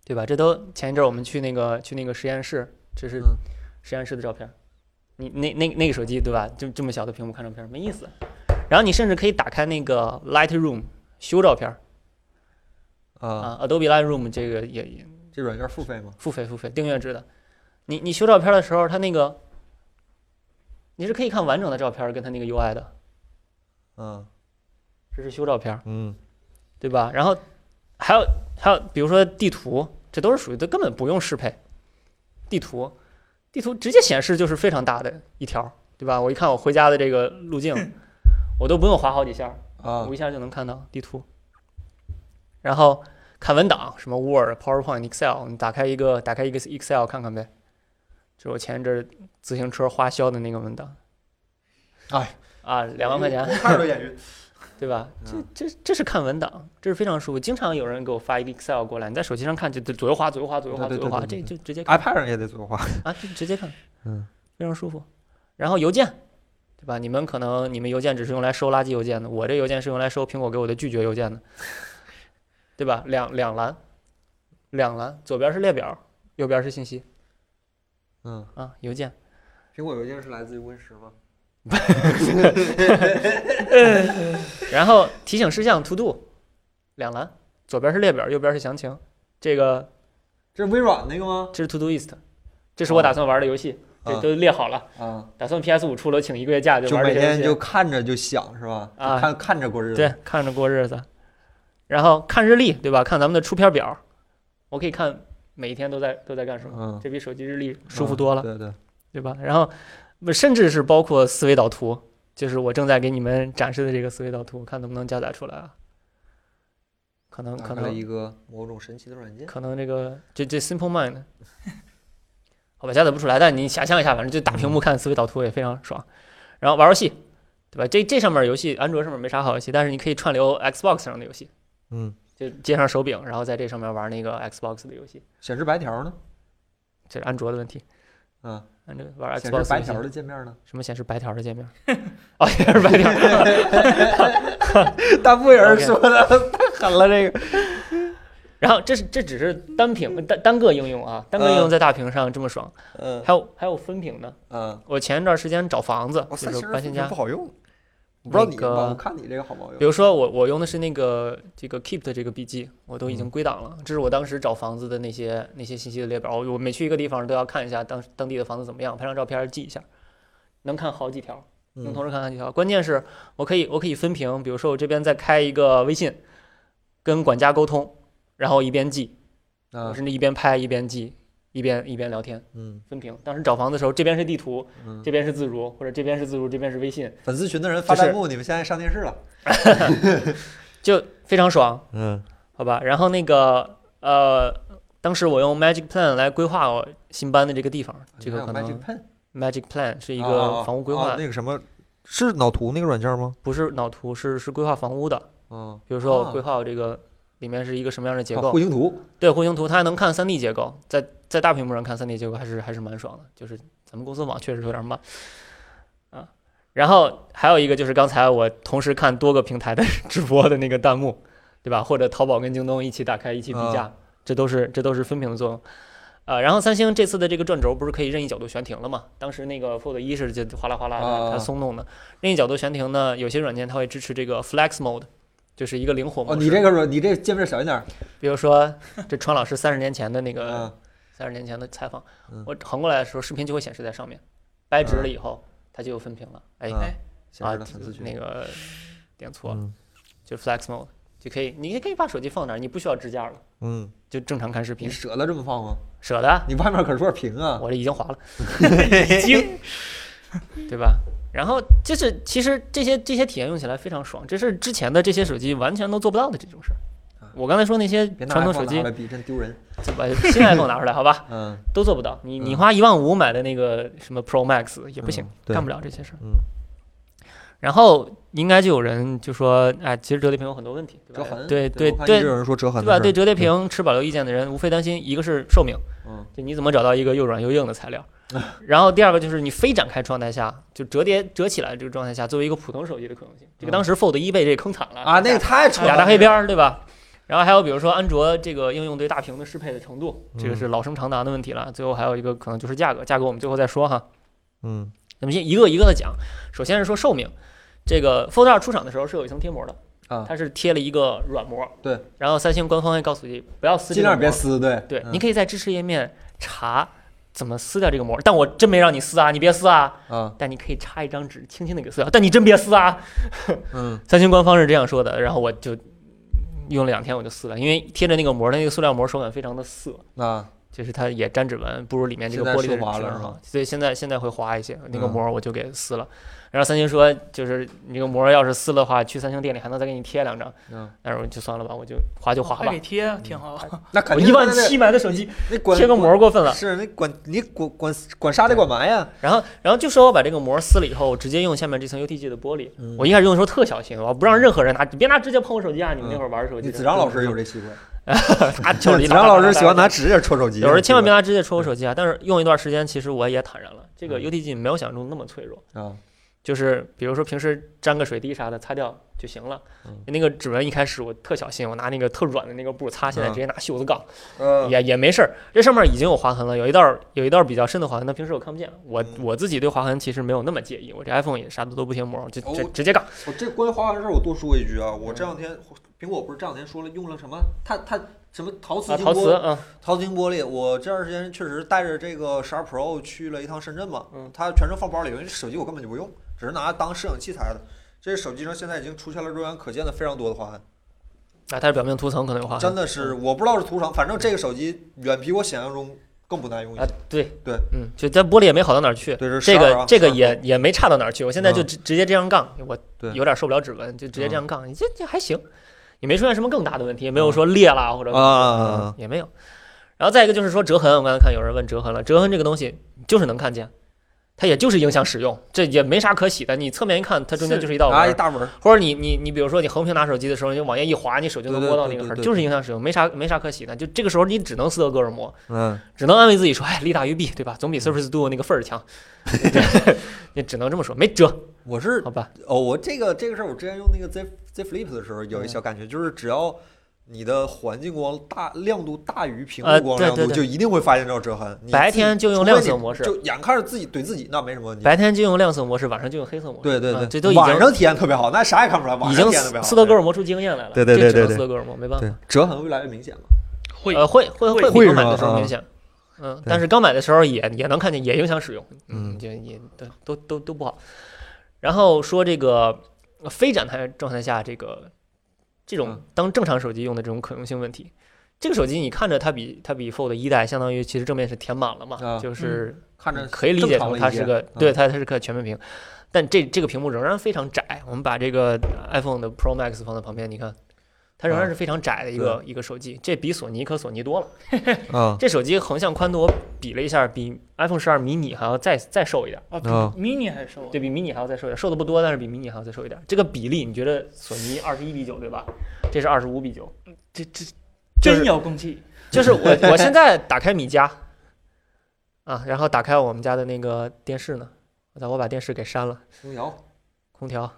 对吧？这都前一阵儿我们去那个去那个实验室，这是
嗯
实验室的照片儿。你那那那个手机对吧？就这么小的屏幕看照片儿没意思。然后你甚至可以打开那个 Lightroom 修照片儿
啊，
啊，Adobe Lightroom 这个也也
这软件付费吗？
付费付费订阅制的。你你修照片的时候，它那个你是可以看完整的照片儿跟它那个 UI 的，
啊，
这是修照片。
嗯
对吧？然后还有还有，比如说地图，这都是属于都根本不用适配。地图，地图直接显示就是非常大的一条，对吧？我一看我回家的这个路径，我都不用划好几下儿，
啊
我一下就能看到地图。然后看文档，什么 Word、PowerPoint、Excel，你打开一个打开一个 Excel 看看呗。这是我前一阵儿自行车花销的那个文档，
哎
啊，两万块钱，
看着都眼晕。
对吧？这
嗯
这这是看文档，这是非常舒服。经常有人给我发一个 Excel 过来，你在手机上看就就左右滑，左右滑，左右滑，
对
左
对
右
对
滑，这
对
就直接看
iPad 上也得作画。
啊，就直接看，
嗯，
非常舒服。然后邮件，对吧？你们可能你们邮件只是用来收垃圾邮件的，我这邮件是用来收苹果给我的拒绝邮
[laughs]
件的，对吧？两两栏，两栏，左边是列表，右边是信息
嗯，
啊，邮件。
苹果邮件是来自于 Win 十吗？
然后提醒事项 To Do，两栏，左边是列表，右边是详情。这个
这是微软那个吗？
这是 To Do List，这
哦
是我打算玩的游戏，
啊
这都列好了。
啊，
打算 PS 五出了请一个月假就
就
玩
每
这些游
天
戏。
就看着就想是吧？
啊
就看看着过日子。
对，看着过日子，然后看日历，对吧？看咱们的出片表，我可以看每一天都在都在干什么，
嗯，
这比手机日历舒服
嗯
多了，
对对，
对吧？然后不甚至是包括思维导图，就是我正在给你们展示的这个思维导图，看能不能加载出来啊？可能
打
可
开了
能
一个某种神奇的软件。
可能这个这这 Simple Mind，好吧，加载不出来，但你想象一下，反正就大屏幕看思维导图也非常爽。然后玩游戏，对吧？这这上面游戏，安卓上面没啥好游戏，但是你可以串流 Xbox 上的游戏，
嗯，
就接上手柄，然后在这上面玩那个 Xbox 的游戏，
显示白条呢？
这是安卓的问题。
啊，
安卓玩
显示
Xbox
白
游戏
条的界面呢？ [laughs]
什么显示白条的界面？哦，显示白条。
大部分人
OK
说的太狠了，这个。
然后这是这只是单屏单单个应用啊，单个应用在大屏上这么爽，
嗯
还有还有分屏的。
嗯，
我前一段时间找房子，
我
就
哦三
是
星
搬新家
不，好用，我不知道
那
你
个
吧？我看你这个好不好
比
用？
如说我我用的是那个这个 Keep 的这个笔记，我都已经
嗯
归档了。这是我当时找房子的那些那些信息的列表，我我每去一个地方都要看一下当当地的房子怎么样，拍张照片记一下，能看好几条，
嗯
能同时看好几条。关键是我可以我可以分屏，比如说我这边再开一个微信，跟管家沟通，然后一边记，
嗯
我
啊
甚至一边拍一边记，一边一边聊天，
嗯
分屏。当时找房子的时候，这边是地图，
嗯，
这边是自如，或者这边是自如，这边是微信，
粉丝群的人发
就是
弹幕，你们现在上电视了。
就非常爽。
嗯
好吧，然后那个呃，当时我用 Magic Plan 来规划我新搬的这个地方，这个可能
Pen
Magic Plan 是一
一
个房屋规划，
哦那个什么，是脑图那个软件吗？
不是脑图，是是规划房屋的。
嗯，
比如说
啊
我规划我这个里面是一个什么样的结
啊
构，
户型图。
对户型图它还能看 3D 结构，在在大屏幕上看 3D 结构还是还是蛮爽的，就是咱们公司网确实有点慢啊。然后还有一个就是刚才我同时看多个平台的 [laughs] 直播的那个弹幕，对吧？或者淘宝跟京东一起打开一起比价，
啊
这都是这都是分屏的作用。呃，然后三星这次的这个转轴不是可以任意角度悬停了嘛？当时那个 Fold 一是就哗啦哗啦
啊
它松动的，任意角度悬停呢，有些软件它会支持这个 Flex Mode，就是一个灵活模
哦，
式。
你这个软，你这界面小一点儿。
比如说，这川老师三十年前的那个
嗯
三十年前的采访
嗯，
我横过来的时候，视频就会显示在上面，掰直了以后，它就有分屏了。哎，
嗯，显
啊
示了粉丝，群。
那个点错了，
嗯
就 Flex Mode 就可以，你可以把手机放那儿，你不需要支架了，
嗯，
就正常看视
你
频。
舍得这么放吗？
舍得啊，
你外面可是块屏啊。
我这已经划
[laughs]
了，
已经
对吧？然后就是，其实这些这些体验用起来非常爽，这是之前的这些手机完全都做不到的这种事儿。
哎，嗯，
我刚才说那些
别拿
传统
iPhone
手
拿
机啊
来，比，真丢人。
就把新 iPhone 拿出来，好吧，
嗯
都做不到。你你
嗯
花一万五买的那个什么 Pro Max 也不行
嗯，对
干不了这些事儿。
嗯，
然后应该就有人就说，哎，其实折叠屏有很多问题，对
折
吧
痕。
对
对
对
我看一直
对
有人说折痕的
对
事
吧？
儿。
对折叠屏持保留意见的人，无非担心一个是寿命，
嗯，
就你怎么找到一个又软又硬的材料。然后第二个就是你非展开状态下，就折叠折起来这个状态下，作为一个普通手机的可能性，这个当时 Fold 一被这坑惨了
嗯啊，那个太扯了，
俩大黑边儿，对吧？然后还有比如说安卓这个应用对大屏的适配的程度，
嗯
这个是老生常谈的问题了。最后还有一个可能就是价格，价格我们最后再说哈。
嗯
那么先一个一个的讲，首先是说寿命。这个 Fold 2出厂的时候是有一层贴膜的，
啊
它是贴了一个软膜。
对。
然后三星官方会告诉你不要撕，
尽量别。撕，对
对，
嗯
你可以在支持页面查怎么撕掉这个膜，但我真没让你撕啊，你别撕啊。
啊，
但你可以插一张纸，轻轻的给撕掉，但你真别撕啊。
嗯
三星官方是这样说的，然后我就用了两天我就撕了，因为贴着那个膜，那个塑料膜手感非常的涩，
啊，
就是它也沾指纹，不如里面这个
现在
玻璃的
顺滑了
质量
是
好
吗，
所以嗯现在现在会滑一些，那个
嗯
膜我就给撕了。然后三星说，就是你这个膜要是撕了的话，去三星店里还能再给你贴两张，
嗯，
但是我就算了吧，我就划 [laughs] 就划
还
吧嗯
给。贴啊挺好。
那肯
我
定
一万
那
七买的手机，
那管
贴个膜过分了。
是那管你管管管啥得管嘛呀？
然后，然后就说我把这个膜撕了以后，我直接用下面这层 UTG 的玻璃。
嗯
我一开始用的时候特小心，我不让任何人拿，你别拿指甲碰我手机啊！你
嗯
们那会儿玩手机
你
的，
子章老师有这习惯，
他就是
[laughs] 子章老师喜欢
拿。
拿指甲戳手机，
有人千万别
拿
拿指甲戳我手机啊！但是用一段时间，其实我也坦然了，这个
嗯
UTG 没有想象中那么脆弱。
啊，
就是比如说平时沾个水滴啥的，擦掉就行了
嗯。
那个指纹一开始我特小心，我拿那个特软的那个布擦，现在
嗯
直接拿袖子杠
嗯
也也没事儿。这上面已经有划痕了，有一道儿有一道儿比较深的划痕，但平时我看不见。我
嗯
我自己对划痕其实没有那么介意，我这 iPhone 也啥的都不贴膜，就
哦
直直接杠。
我这关于花环事儿，我多说一句啊，
嗯
我这两天苹果不是这两天说了用了什么碳碳什么陶瓷
啊，
晶
陶瓷
玻
啊，
陶瓷晶玻璃，我这段时间确实带着这个十二 Pro 去了一趟深圳嘛，
嗯
它全程放包里，因为手机我根本就不用，只是拿当摄影器材的。这手机上现在已经出现了肉眼可见的非常多的划痕，
啊，它的表面涂层可能有划痕
真。的是我不知道是涂层，反正这个手机远比我想象中更不耐用一
啊
些。，
对
对，
嗯，就这玻璃也没好到哪儿去，
对，是
这
12
个
啊
这个
12
也也没差到哪儿去，我现在就
嗯
直直接这样杠，我
对嗯
有点受不了指纹，就直接这样杠，这这还行，也没出现什么更大的问题，也没有说裂啦或者嗯
啊，
也没有。然后再一个就是说折痕，我刚才看有人问折痕了，折痕这个东西就是能看见，它也就是影响使用，这也没啥可洗的，你侧面一看，它中间
是
就是一道纹
啊一
儿，
大纹儿，
或者你你你比如说你横屏拿手机的时候，你往下一滑，你手就能
对对
摸到
对
那个
对
痕儿，
对
就是影响使用，没啥没啥可洗的，就这个时候你只能斯德哥尔摩，
嗯，
只能安慰自己说，哎，利大于弊，对吧？总比 Surface Duo 那个份儿
[laughs]
强，你只能这么说，没辙，
我是
好吧？
哦，我这个这个事儿，我之前用那个 Z Z Flip 的时候
嗯
有一小感觉，就是只要你的环境光大亮度大于屏
呃
幕光
对
亮度，
对对
就一定会发现这种折痕。你
白
自己
天就用
除非
亮
你
色模式
就眼看着自己怼自己，那没什么问题。
白天就用亮色模式，晚上就用黑色模式，
嗯对对
啊
对，
这都已
晚
经
上体验特别好，那啥也看不出来。晚
已
上
经
体验特别好。
斯德哥尔摩出经验来了，
对对
这
对
只能
对对
斯德哥尔摩没办
对
法，
折痕会越来越明显了。
[laughs] 会
呃，会会
会
会比
会
刚买
是
的
吗
时候
啊
明显，嗯，
对
但是刚买的时候也也能看见，也影响使用，
嗯
就也都都都都不好。然后说这个呃非展开状态下，这个这种
嗯
当正常手机用的这种可用性问题，这个手机你看着它比它比 Fold 一代相当于其实正面是填满了嘛，
啊
就是
看着
嗯可以理解成它是
正
个、
常了一些嗯
对它它是个全面屏，但这这个屏幕仍然非常窄。我们把这个 iPhone 的 Pro Max 放在旁边，你看。它仍然
啊
是非常窄的一个、一个手机，这比索尼可索尼多了。
啊
这手机横向宽度我比了一下，比 iPhone 12 mini 还要再再瘦一点。
啊，
啊
比迷你还瘦啊。
哦对比迷你还要再瘦一点，瘦的不多，但是比迷你还要再瘦一点。这个比例，你觉得索尼二十一比九对吧？这是二十五比九，
这这
就是
真遥控器，
就是我我现在打开米家啊，然后打开我们家的那个电视呢，我操，我把电视给删了，
空调，
空调，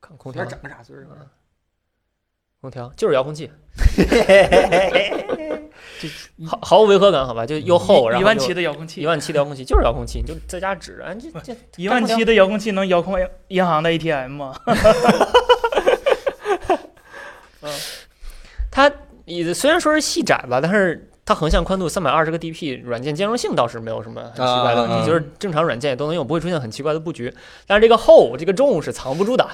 看空
空
调
调，长个啥岁数？
啊空调就是遥
[laughs]
控器，毫毫无违和感，好吧？就又厚，然
一
后
万
又
七的遥控
一
器，
万七的遥控器就是遥控器，你就在家指，啊，这这
一万七的遥控器能遥控银行的 ATM 吗？ [laughs]
它也虽然说是细窄吧，但是它横向宽度三百二十个 DP，软件兼容性倒是没有什么很奇怪的问题，
啊
就是正常软件也都能用，不会出现很奇怪的布局。但是这个厚，这个重是藏不住的，啊、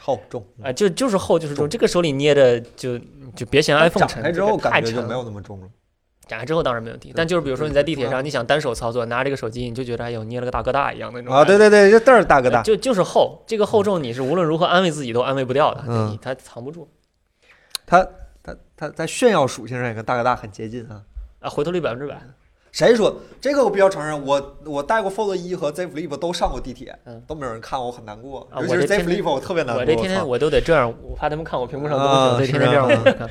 厚重。
就就是厚就是重，这个手里捏着就就别嫌 iPhone
展
沉，
开之
这个
后
太
感觉
沉
就
了。
没有那么重了。
展开之后当然没问题，
对
但就是比如说你在地铁
对
上，你想单手操作，拿这个手机，你就觉得哎呦捏了个大哥大一样的那种
啊，对
感觉。
对对，就嘚儿大哥大
呃。就就是厚，这个厚重你是无论如何安慰自己都安慰不掉的，
嗯
你它藏不住。
它它在炫耀属性上也跟大哥大很接近啊。
啊，回头率百分之百，
谁说这个？我必须要承认，我我带过 Fold 一和 Z Flip 都上过地铁，
嗯
都没有人看我，我很难过。尤
啊
其是
我这
Z
天
Flip，我特别难过。
我这天天
操
我都得这样，我怕他们看我屏幕上都
啊
我得
是
天天这样
啊
往看。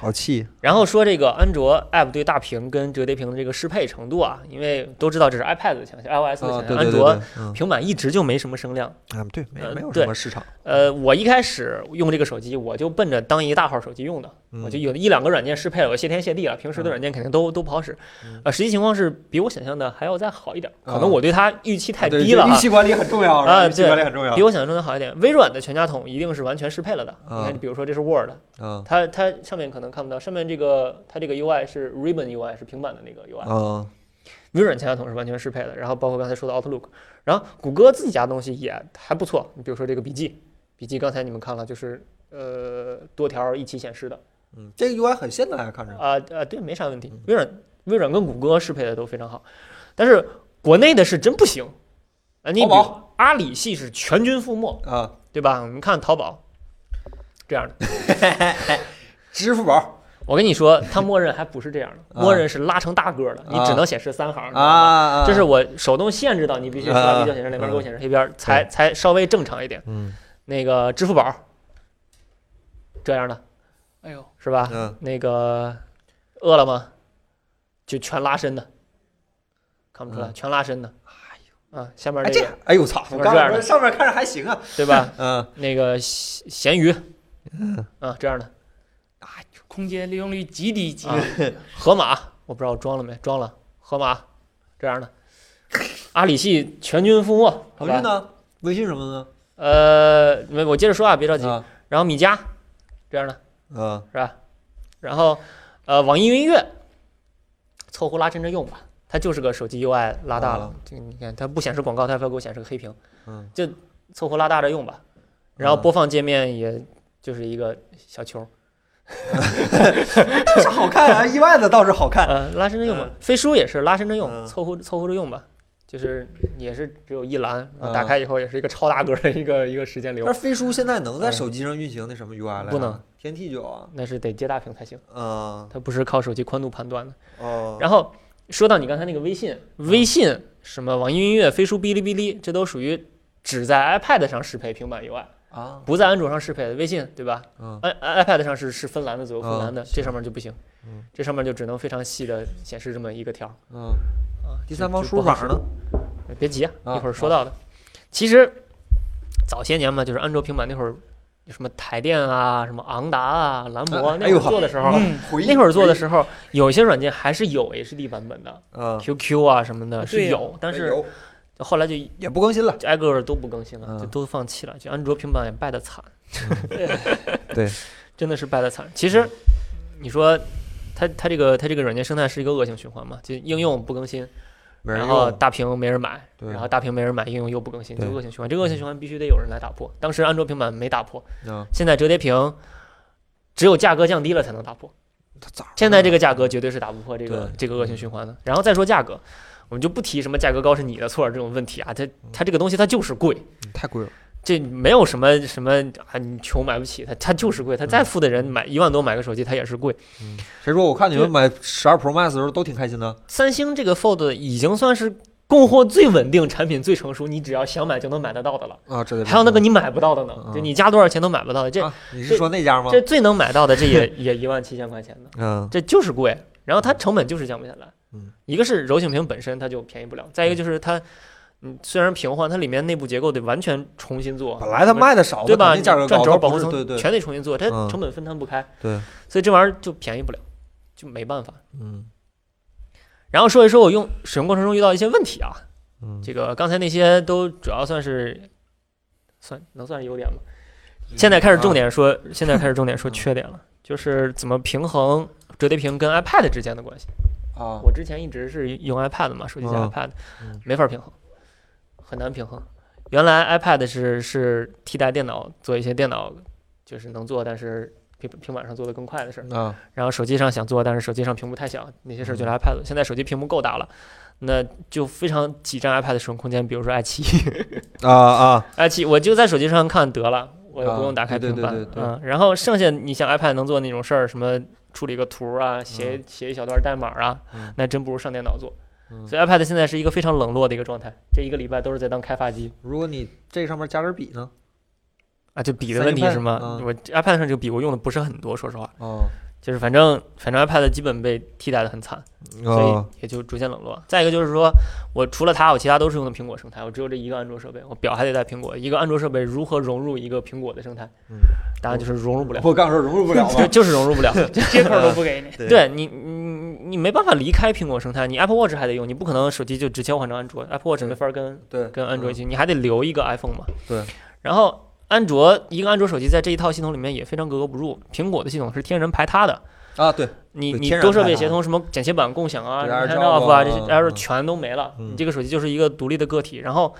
好气，
[laughs] 然后说这个安卓 App 对大屏跟折叠屏的这个适配程度啊，因为都知道这是 iPad 的强项，iOS 的
啊
强
对
项，
对
安
对
卓
对，嗯
平板一直就没什么声量。
啊对，没
呃
没有什
对
么市场，
呃，我一开始用这个手机，我就奔着当一个大号手机用的，
嗯
我就有一两个软件适配了，我谢天谢地了。平时的软件肯定都、都不好使，呃，实际情况是比我想象的还要再好一点，可
嗯啊
能我对它预期太
对
低了
预
啊。
期管理很重要，
啊
预期
对
管理很重要
比。我想象中的好一点，微软的全家桶一定是完全适配了的。你
啊
看，比如说这是 Word，
嗯
它它上面可能看不到，上面这个它这个 UI 是 Ribbon UI，是平板的那个 UI。
嗯
微软全家桶是完全适配的，然后包括刚才说的 Outlook，然后谷歌自己家的东西也还不错，你比如说这个笔记，笔记刚才你们看了，就是呃多条一起显示的
嗯，这个 UI 很现代啊，看着。
啊啊、对，没啥问题。
嗯
微软微软跟谷歌适配的都非常好，但是国内的是真不行啊，你比如
淘
阿里系是全军覆没，
啊，
对吧？我们看淘宝这样的。
支付宝
我跟你说，它默认还不是这样的，
[laughs] 啊
默认是拉成大个儿的，你只
啊
能显示三行你知道吗
啊，
这是我手动限制到你必须
啊
拉比较显示那边，给我显示黑边，才才稍微正常一点。
嗯
那个支付宝这样的
哎呦，
是吧？
嗯
那个饿了么就全拉伸的，看不出来，
嗯
全拉伸的。哎呦，啊，下面
哎
这
这
个
哎呦我操，我
是
刚
这样
才
的
上面看着还行啊，
对吧？
嗯
那个咸咸鱼，啊这样的，
空间利用率极低极低
啊。河马，我不知道我装了没，装了，河马这样的，阿里系全军覆没，好
腾讯哎
吧？
呢？微信什么的
呃，没我接着说啊，别着急。
呢？
然后米家这样的。
啊啊
是吧？然后，呃，网易云音乐凑合拉伸着用吧，它就是个手机 UI 拉大了
啊，
这个你看它不显示广告，它非要给我显示个黑屏，
嗯，
就凑合拉大着用吧。然后
啊
播放界面也就是一个小球，
倒是好看
[laughs]
啊，意外的倒是好看。
呃，拉伸着用吧
嗯。
飞书也是拉伸
嗯
着用，凑合凑合着用吧，就是也是只有一栏，
啊
打开以后也是一个超大格的一个一个时间
但
流
是，飞书现在能在手机上运行那什么 UI 了呀？
哎不能
啊天 T 就有啊。
那是得接大屏才行，
嗯
它不是靠手机宽度判断的。
哦，
然后说到你刚才那个微信，
嗯
微信什么网易云音乐、飞书、哔哩哔哩，这都属于只在 iPad 上适配平板 UI，
啊，
不在安卓上适配的微信，对吧？
嗯
，i iPad 上是是分栏的，左右分栏的，
啊
这上面就不行
嗯，
这上面就只能非常细的显示这么一个条儿。
嗯，
啊，
第
就
三方
就
输
不
入
好
法
使
呢？
别急啊，
啊
一会儿说到的。其实早些年嘛，就是安卓平板那会儿，有什么台电啊、什么昂达啊、蓝
啊
博
哎
那会
呦
儿做的时候，
嗯，
[laughs]
回忆
那会儿做的时候，有些软件还是有 HD 版本的。
嗯，
QQ 啊什么的
啊
是
对呀
有，但
哎
是
有
就后来就
也不更新了。
挨个儿都不更新了，
嗯
就都放弃了。就安卓平板也败得惨， [laughs]
对，嗯
真的是败得惨。其实你说它它这个它这个软件生态是一个恶性循环嘛？就应用不更新，
没人
然后
用。
大屏没人买，
对
然后大屏没人买，应用又不更新，就
对
恶性循环。这个恶性循环必须得有人来打破。当时安卓平板没打破，
嗯，
现在折叠屏只有价格降低了才能打破。
它咋？
现在这个价格绝对是打不破这个
嗯对
这个恶性循环的。然后再说价格，我们就不提什么价格高是你的错儿这种问题啊，它它这个东西它就是贵，
嗯太贵了。
这没有什么什么啊，你穷买不起，它它就是贵，它
嗯
再富的人买一万多买个手机它也是贵。
谁说？我看你们买十二 Pro Max 的时候都挺开心的。
三星这个 Fold 已经算是供货最稳定、产品最成熟，你只要想买就能买得到的了。
啊，这得
还有那个你买不到的呢
嗯，
就你加多少钱都买不到的，这
啊，你是说那家吗？
这最能买到的
[laughs]
这也也一万七千块钱的。
嗯
这就是贵，然后它成本就是降不下来。
嗯，
一个是柔性屏本身它就便宜不了，再一个就是它，嗯，虽然平换，它里面内部结构得完全重新做，
本来它卖的少，
对吧？
它肯定价格高，
转轴、
它
保
不
护
是
层
对对
全得重新做，它
嗯
成本分摊不开，
对，
所以这玩意儿就便宜不了，就没办法。
嗯
然后说一说我用使用过程中遇到一些问题啊，
嗯，
这个刚才那些都主要算是算能算是优点吧。现在开始重点说，现在开始重点说
嗯
缺点了，就是怎么平衡折叠屏跟 iPad 之间的关系。
啊，
我之前一直是用 iPad 嘛，手机加
嗯
iPad，、
嗯
没法平衡，很难平衡。原来 iPad 是是替代电脑做一些电脑就是能做，但是平平板上做的更快的事儿。
啊
然后手机上想做，但是手机上屏幕太小，那些事儿
嗯
就来 iPad 了。现在手机屏幕够大了，那就非常挤占 iPad 的使用空间。比如说爱奇艺，
啊啊
爱奇艺我就在手机上看得了，我也不用打开
啊对
平
对
板。
对对对
嗯，然后剩下你像 iPad 能做那种事儿，什么处理个图啊，写、写一小段代码啊，
嗯
那真不如上电脑做。
嗯
所以 iPad 现在是一个非常冷落的一个状态，这一个礼拜都是在当开发机
如果你这上面加点笔呢？
啊，就笔的
三
问题
星
是吗？
嗯
我 iPad 上这个笔我用的不是很多，说实话，
哦，
就是反正反正 iPad 基本被替代的很惨，所
哦，
以也就逐渐冷落。再一个就是说，我除了它，我其他都是用的苹果生态，我只有这一个安卓设备，我表还得带苹果，一个安卓设备如何融入一个苹果的生态？
嗯，
答案就是融入不了，
我刚说融入不了
[laughs] 就
嘛。
就是融入不了。
接口都不给
[laughs]
你。
对你，你你没办法离开苹果生态，你 Apple Watch 还得用，你不可能手机就直切换成安卓，Apple Watch
对
没法跟
对嗯
跟安卓一起，你还得留一个 iPhone 嘛。
对。
然后安卓一个安卓手机在这一套系统里面也非常格格不入，苹果的系统是天然排他的，
啊，对，
你
对
你
天然
多设
排
备
他
协同什么剪切板共享啊
对
什么
AirDrop
handoff 啊
啊
这些
嗯
Air 全都没了，
嗯
你这个手机就是一个独立的个体。然后，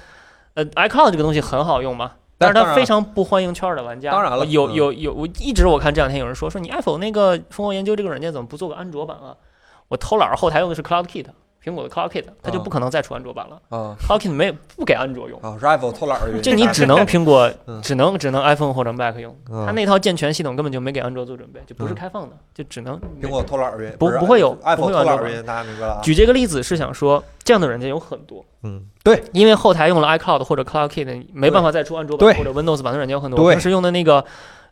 呃，iCloud 这个东西很好用嘛，
但
但是
当
它
然
非
了
常不欢迎圈儿的玩家。呃
当然了
有
嗯
有有，我一直我看这两天有人说说你 Apple 那个蜂窝研究这个软件怎么不做个安卓版啊？我偷懒儿，后台用的是 CloudKit，苹果的 CloudKit，它就
嗯
不可能再出安卓版了。
啊
CloudKit 没有不给安卓用，
啊，rival 偷懒儿的原因，
就你只能
[laughs]
苹果
嗯，
只能只能 iPhone 或者 Mac 用。
嗯
它那套健全系统根本就没给安卓做准备，就不是
嗯
开放的，就只能
苹果偷懒儿的原因，
不
是
不会有不
iPhone
会有
偷懒
安
儿
卓
的
版
原因，大家明白了啊？
举这个例子是想说，这样的软件有很多，
嗯，对，
因为后台用了 iCloud 或者 CloudKit，没办法再出安卓版
对
或者 Windows 版的软件有很多。我
对
当时用的那个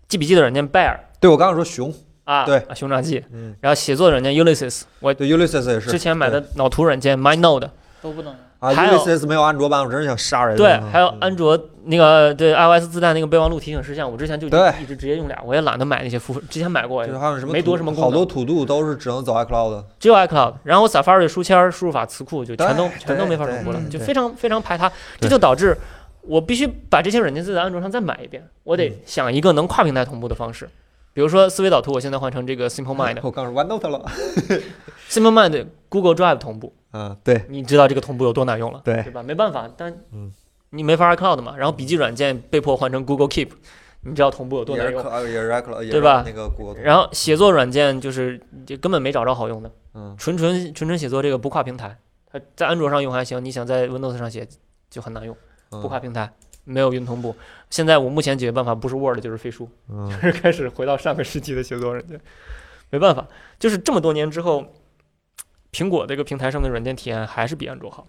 记笔记的软件 Bear
对我刚刚说熊，
啊，
对
啊，熊掌记，
嗯，
然后写作软件 Ulysses，我
对，Ulysses 也是
之前买的脑图软件 MyNode，
都不能
啊
还有
，Ulysses 没有安卓版，我真是想杀人。
对，
嗯
还有安卓那个对 iOS 自带那个备忘录提醒事项，我之前就
对
一直直接用俩，我也懒得买那些付费，之前买过
就是，还有什么
没多
土
什么功
好多
能
土度都是只能走 iCloud 的。
只有 iCloud，然后 Safari 书签儿、输入法词库就全都
对
全都没法重复了，
对嗯
就
对
非常非常排他，这
对
就导致我必须把这些软件自己在安卓上再买一遍，我得
嗯
想一个能跨平台同步的方式。比如说思维导图，我现在换成这个 Simple
我刚说 OneNote 了。
Mind，Simple Mind Google Drive 同步，
啊，对
你知道这个同步有多难用了，
对
对吧？没办法，但
嗯
你没法 iCloud 嘛，然后笔记软件被迫换成 Google Keep，你知道同步有多
也
难
是
用。
cloud，也是 iCloud，也是
对吧
那个谷歌。
然后写作软件就是就根本没找着好用的，
嗯，
纯纯纯纯写作这个不跨平台，它在安卓上用还行，你想在 Windows 上写就很难用，
嗯
不跨平台，没有云同步。现在我目前解决办法不是 Word 就是飞书， [laughs]
嗯
就是开始回到上个世纪的写作软件，没办法，就是这么多年之后，苹果这个平台上的软件体验还是比安卓好，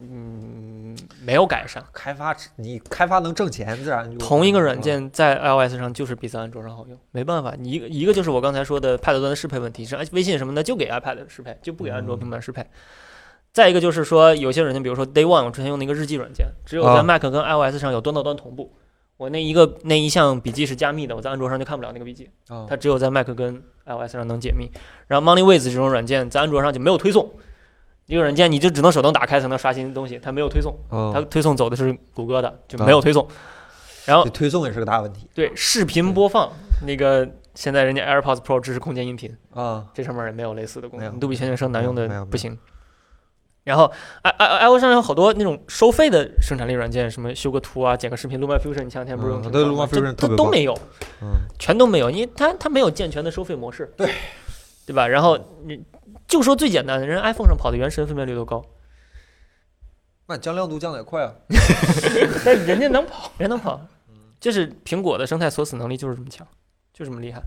嗯，没有改善。
开发你开发能啊挣钱，自然就
同一个软件在 iOS 上就是比在安卓上好用，没办法，你一个一个就是我刚才说的 Pad 端的适配问题，是哎微信什么的就给 iPad 适配，就不给安卓
嗯
平板适配。再一个就是说，有些软件，比如说 Day One，我之前用那个日记软件，只有在
啊
Mac 跟 iOS 上有端到端同步。我那一个那一项笔记是加密的，我在安卓上就看不了那个笔记，
啊，
它只有在 Mac 跟 iOS 上能解密。然后 MoneyWays 这种软件在安卓上就没有推送，一个软件你就只能手动打开才能刷新东西，它没有推送，它
它
推送走的是谷歌的，
啊
就没有推送。然后
这推送也是个大问题
对，视频播放那个，现在人家 AirPods Pro 支持空间音频，
啊。
这上面也没有类似的功
没
能，
有
杜比全景声难用
没有没
的
有
不行。然后 i i i o 上有好多那种收费的生产力软件，什么修个图啊、剪个视频，Luma Fusion 你前两天不是用
嗯
挺
对
爽吗
Luma
这
Fusion
它
特别
都
棒
没有，
嗯，
全都没有，因为它它没有健全的收费模式，对对吧？然后你就说最简单的，人家 iPhone 上跑的原神分辨率都高，
那降亮度降的也快啊。
但人家能跑，
人能跑，
嗯
就是苹果的生态锁死能力就是这么强，就这么厉害。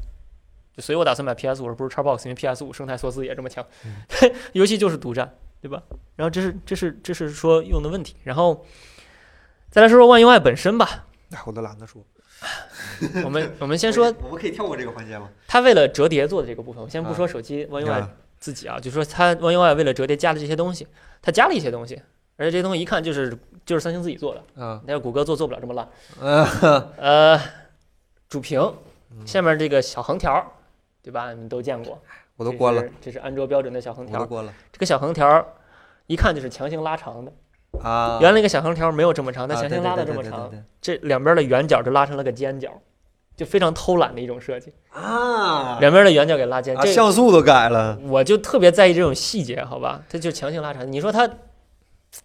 就所以我打算买 PS 五，而不是 Xbox，因为 PS 五生态锁死也这么强，
嗯
[laughs] 游戏就是独占，对吧？然后这是这是这是说用的问题，然后再来说说 One UI 本身吧。
哎，我都懒得说。[laughs]
我们我们先说
我们可以跳过这个环节吗？
它为了折叠做的这个部分，我先不
啊
说手机 One
啊
UI 自己啊，就说它 One UI 为了折叠加的这些东西，它加了一些东西，而且这些东西一看就是就是三星自己做的，
啊，
但是谷歌做做不了这么烂。
嗯
呃，主屏
嗯
下面这个小横条儿，对吧？你们都见过，
我都关了
这，是，这是安卓标准的小横
我
条
都
儿。
关了
这个小横条儿一看就是强行拉长的，
啊。
原来那个小横条儿没有这么长，
啊
但强行拉的这么。
对对对对
长，
对对
这两边的圆角就拉成了个尖角，就非常偷懒的一种设计，
对啊，
两边的圆角给拉尖。
啊，
这
像素都改了。
我就特别在意这种细节，好吧？它就强行拉长，你说它，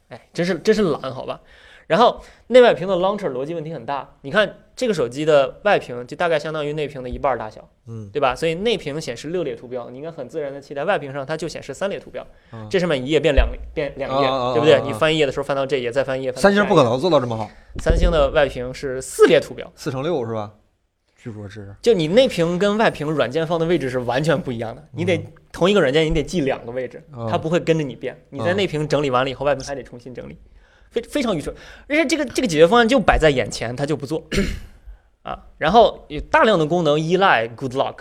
哎，真是真是懒，好吧？然后内外屏的 launcher 逻辑问题很大，你看这个手机的外屏就大概相当于内屏的一半儿大小。
嗯
对吧？所以内屏显示六列图标，你应该很自然的期待外屏上它就显示三列图标，
嗯
这上面一页变两变两页，
啊啊啊啊
对不对？
啊
你翻一页的时候翻到这页，再翻一页。翻到
三星不可
下一页。
能做到这么好，
三星的外屏是四列图标，
四乘六是吧？据说是
就你内屏跟外屏软件放的位置是完全不一样的，你得
嗯
同一个软件你得记两个位置，
啊
它不会跟着你变。你在
嗯
内屏整理完了以后，外屏还得重新整理，非非常愚蠢。而且这个这个解决方案就摆在眼前，它就不做 [clears throat] 啊。然后有大量的功能依赖 Good Luck。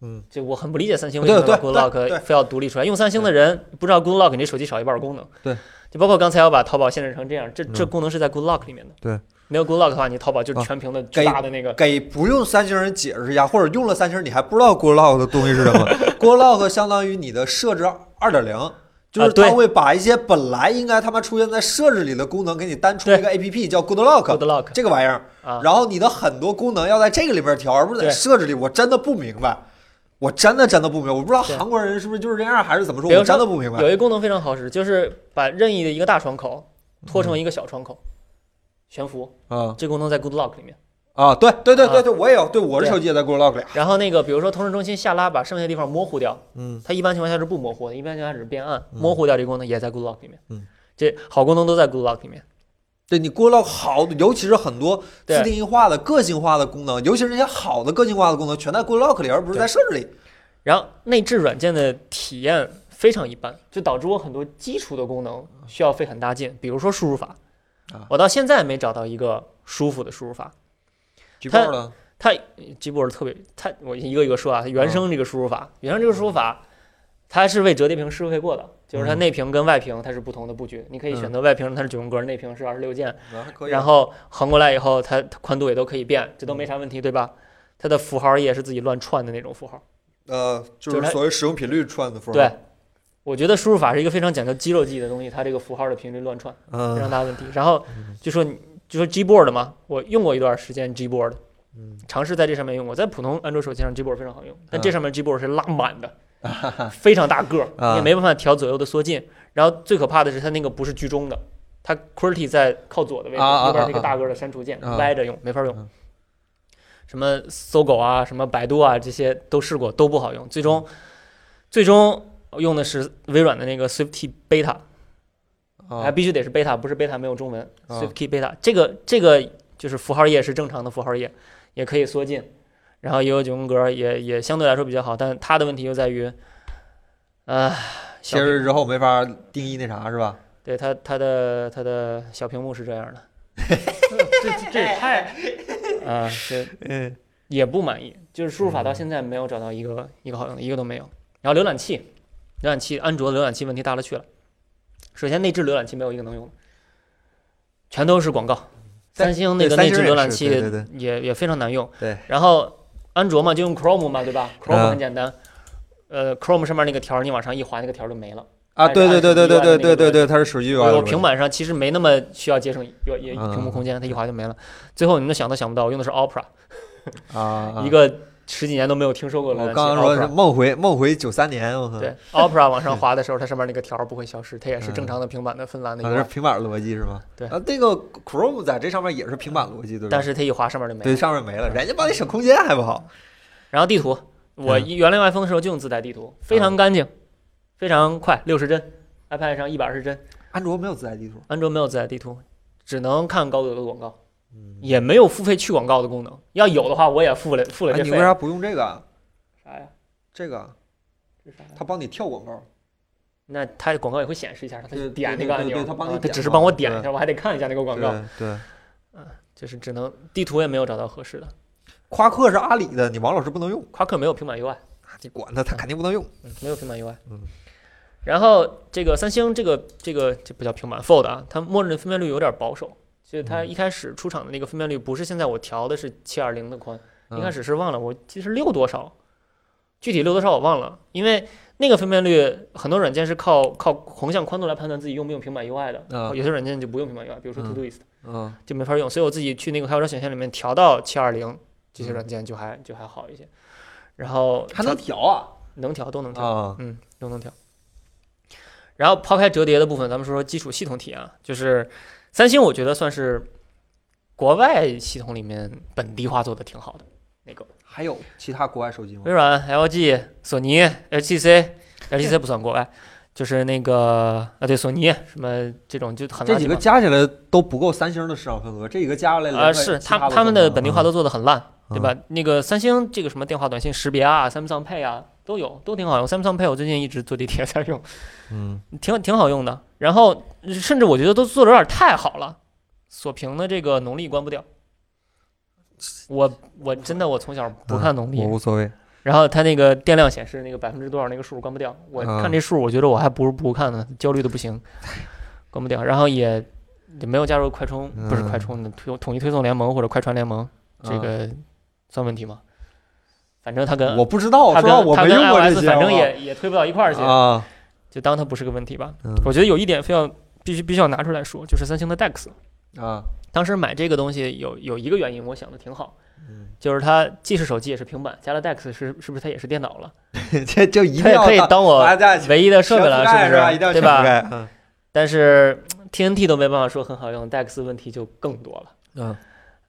嗯，
就我很不理解三星为
对
什么把
对
Good
对对
Lock 非要独立出来。用三星的人不知道 Good Lock 你这手机少一半功能。
对，
就包括刚才我把淘宝限制成这样，这这
嗯
功能是在 Good Lock 里面的。
对，
没有 Good Lock 的话，你淘宝就
啊
全屏的
给
巨大的那 [laughs] 个。
给不用三星人解释一下，或者用了三星你还不知道 Good Lock 的东西是什
[laughs]
么？Good Lock 相当于你的设置二点零。就是它
啊对
会把一些本来应该他妈出现在设置里的功能，给你单出一个 A P P 叫 Good Lock
Good Lock
这个玩意儿，
啊，
然后你的很多功能要在这个里边调，而不是在
对
设置里。我真的不明白，我真的真的不明白，我不知道
对
韩国人是不是就是这样，还是怎么说，
比如
我
说
真的不明白
有。一个功能非常好使，就是把任意的一个大窗口
嗯
拖成一个小窗口，悬浮。
啊
这功能在 Good Lock 里面。
啊，对对对
啊
对对，我也有，对我这
对
手机也在 Good Lock 里。
然后那个，比如说同时中心下拉，把剩下的地方模糊掉，
嗯
它一般情况下是不模糊的，一般情况下只是变暗，
嗯
模糊掉这个功能也在 Good Lock 里面。
嗯，
这好功能都在 Good Lock 里面。
对你 Good Lock 好，尤其是很多
对
自定义化的、个性化的功能，尤其是那些好的个性化的功能，全在 Good Lock 里，而不是在设置里。
然后内置软件的体验非常一般，就导致我很多基础的功能需要费很大劲，比如说输入法
啊，
我到现在没找到一个舒服的输入法。
举
它
报了，
g b o a r 特别，它我一个一个说啊，
嗯
原生这个输入法，原生这个输入法，它是为折叠屏适配过的，就是它
嗯
内屏跟外屏它是不同的布局，你可以选择外屏它是九宫格，内屏是二十六键，
啊还嗯可以
然后横过来以后它它宽度也都可以变，这都没啥问题，对吧？它的符号也是自己乱串的那种符号。
呃，就
就是是它
所谓使用频率串的符号。
对，，我觉得输入法是一个非常讲究肌肉记忆的东西，它这个符号的频率乱串非常
嗯
大的问题。然后就说你就说 Gboard 嘛，我用过一段时间 Gboard，
嗯
尝试在这上面用过，在普通安卓手机上 Gboard 非常好用，但
啊
这上面 Gboard 是拉满的，非常大个儿，你
啊
也没办法调左右的缩进。然后最可怕的是它那个不是居中的，它 QWERTY 在靠左的位置，
啊啊啊
右边是一个
啊
大个儿的删除键，
啊
歪着用没法用
嗯。
什么搜狗啊，什么百度啊，这些都试过，都不好用。最终，
嗯
最终用的是微软的那个 Swift Beta，还
啊
必须得是 beta，不是 beta 没有中文。
啊
SwiftKey beta 这个这个就是符号页是正常的符号页，也可以缩进，然后也有九宫格，也也相对来说比较好。但它的问题就在于，呃，
切
小屏
入之后没法定义那啥是吧？
对它它的它的小屏幕是这样的，
这 [laughs] 这这也
哎
太
啊、这
[laughs] 嗯
也不满意，就是输入法到现在没有找到一个一个好用的，一个都没有。然后浏览器，浏览器安卓的浏览器问题大了去了。首先内置浏览器没有一个能用的，全都是广告。
对
三星那
嗯对
个
三
内
星
置
也
浏览
是
器
对对对
也也非常难用。
对。
然后安卓嘛，就用 Chrome 嘛，对吧
啊
？Chrome 很简单，呃，Chrome 上面那个条儿，你往上一滑，那个条儿就没了。
啊，对对对对对对对对
对
对，它是手机 UI 的
我
问题
平板上其实没那么需要节省也也
嗯
屏幕空间，它一滑就没了。最后你能想都想不到，我用的是 Opera，
啊啊，
一个十几年都没有听说过的浏
我
览器。
刚刚说
Opera
是梦回梦回九三年，我靠， [laughs]
对，Opera 往上滑的时候，它上面那个条儿不会消失，它也是正常的平板的芬兰的一
啊，嗯这是
块，
平板逻辑是吗？
对
啊，那个 Chrome 在这上面也是平板逻辑，对吧？
但是它一滑上面就没
对
了。
上面没了，人家帮你省空间还不好？
然后地图，我
嗯
一原来用 iPhone 的时候就用自带地图，非常干净，非常快，六十帧，iPad 上一百二十帧，
安卓没有自带地图，
安卓没有自带地图，只能看高德的广告，
嗯，
也没有付费去广告的功能。要有的话，我也付了 [laughs] 付了
哎
这
你
费
为。啥不用这个啊？
啥呀？
这个啊
这啥呀？
它帮你跳广告，
那它广告也会显示一下，它
对
就点
对
那个
对
按钮
对它帮你
啊，它
点
只是
嘛
帮我点一
对
下，我还得看一下那个广告，
对对，
就是只能地图也没有找到合适的。
夸克是阿里的，你王老师不能用，
夸克没有平板 UI。
你管他，他肯定不能用。
嗯，没有平板 UI。
嗯。
然后这个三星这个这个这不叫平板 Fold 啊，它默认的分辨率有点保守，所以它
嗯
一开始出厂的那个分辨率不是现在我调的是七二零的宽，一开
嗯
始是忘了我记得是六多少，具体六多少我忘了，因为那个分辨率很多软件是靠靠横向宽度来判断自己用不用平板 UI 的，
啊
有些软件就不用平板 UI，比如说
嗯
Todoist、
嗯
就没法用，所以我自己去那个开发者选项里面调到七二零，这些
嗯
软件就还就还好一些，然后
还能调啊
能调都能调。
啊
嗯，都能调。然后抛开折叠的部分，咱们说说基础系统体验啊，就是三星我觉得算是国外系统里面本地化做的挺好的那个，
还有其他国外手机吗
微？软、LG、索尼、HTC、HTC
[laughs]
不算国外，就是那个啊对，索尼什么这种就很垃圾
这几个
嘛
加起来都不够三星的市场份额，这几个加起来
啊，是他他们的本地化
都
都做的很烂，
嗯
对吧？那个三星这个什么电话短信识别啊，Samsung Pay 啊，都有，都挺好用。Samsung Pay 我最近一直坐地铁在用，
嗯
挺挺好用的。然后甚至我觉得都做的有点太好了，锁屏的这个农历关不掉。我我真的我从小不看农历，
嗯我无所谓。
然后它那个电量显示那个百分之多少那个数关不掉，我
啊
看这数我觉得我还不如不看呢，焦虑的不行，关不掉。然后也也没有加入快充，不是快
嗯
充的推统一推送联盟或者快传联盟，这个算问题吗？反正它跟
我不知道，
它
说
跟
我
它
没
跟
用过这
iOS
些，
反正也也推不到一块儿去，
啊，
就当它不是个问题吧。
嗯
我觉得有一点非要必须必须要拿出来说，就是三星的 DeX。嗯
啊，
当时买这个东西有有一个原因，我想的挺好，
嗯 [laughs]
就是它既是手机也是平板，加了 DeX 是是不是它也是电脑了？
这就一
它
定
也
要
可以当我
大家全
唯一的设备了，
覆盖吧？
是
一
不
定要
对
全覆
吧？
盖嗯
但是嗯 TNT 都没办法说很好用，DeX 问题就更多了。
嗯，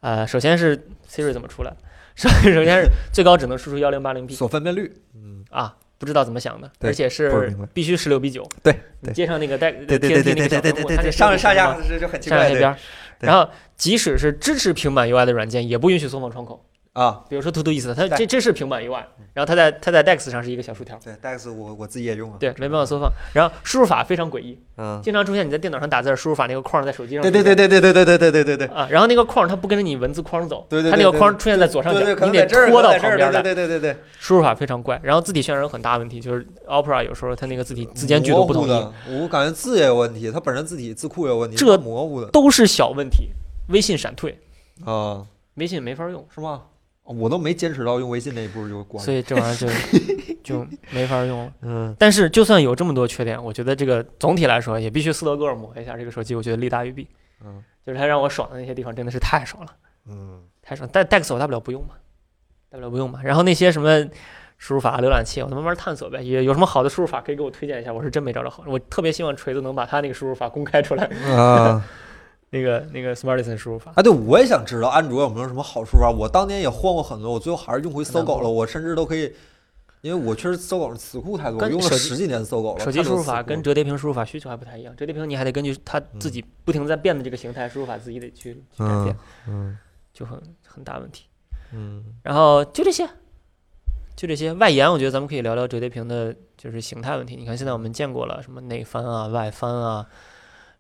呃，首先是 Siri 怎么出来？首首先是最高只能输出幺零八零 P
锁分辨率，嗯，
啊，不知道怎么想的，
对
而且
不是
是
明白
必须十六比九。
对
你
对
接上那个带
对对对对对对对对对，上上下是就很奇
上
怪
下边
的
儿。
对
然后即使是支持平板 UI 的软件，也不允许缩放窗口。
啊。
比如说 To Do List，它
对
这这是平板 UI，然后它在它在 DeX 上是一个小竖条，
对，Dex 我我自己也用啊了，
对，没办法缩放。然后输入法非常诡异，
嗯，
经常出现你在电脑上打字，输入法那个框在手机上出
对
现。
对对对对对对对对对对对。
啊，然后那个框它不跟着你文字框走，
对对对
它那个
对
框出现在左上角，
对对，可
你
能
得
在这儿，
拖到
可能在这
旁
儿
边来。
对对对对对，
输入法非常怪，然后字体渲染有很大问题，就是 Opera 有时候它那个字体字间距都
模
不统
糊
一，
的，我感觉字也有问题，它本身字体字库也有问题，
这
模糊的
都是小问题。微信闪退，
啊，
微信没法用，
是吗？我都没坚持到用微信那一步就关
所
了。
以这玩意儿就
[laughs]
就没法用了。
嗯
但是就算有这么多缺点，我觉得这个总体来说也必须斯德哥尔摩一下这个手机，我觉得利大于弊。
嗯
就是它让我爽的那些地方真的是太爽了。
嗯，
太爽。但 Dex 我大不了不用嘛，大不了不用嘛。然后那些什么输入法、浏览器，我慢慢探索呗。也有什么好的输入法可以给我推荐一下？我是真没找着好。我特别希望锤子能把他那个输入法公开出来，
啊
[laughs] 那个那个 Smartisan 输入法。
啊，对，我也想知道安卓有没有什么好处啊？我当年也换过很多，我最后还是用回搜狗了。我甚至都可以，因为我确实搜狗的词库太多，我
跟
用了
手机
十几年搜狗了。
手机
太多
输入
词
法
库
跟折叠屏输入法需求还不太一样，折叠屏你还得根据它自己不停在变的这个形态，输入法自己得去去改变
嗯，嗯
就很很大问题。
嗯
然后就这些，就这些外延，我觉得咱们可以聊聊折叠屏的，就是形态问题。你看现在我们见过了什么内翻啊、外翻啊、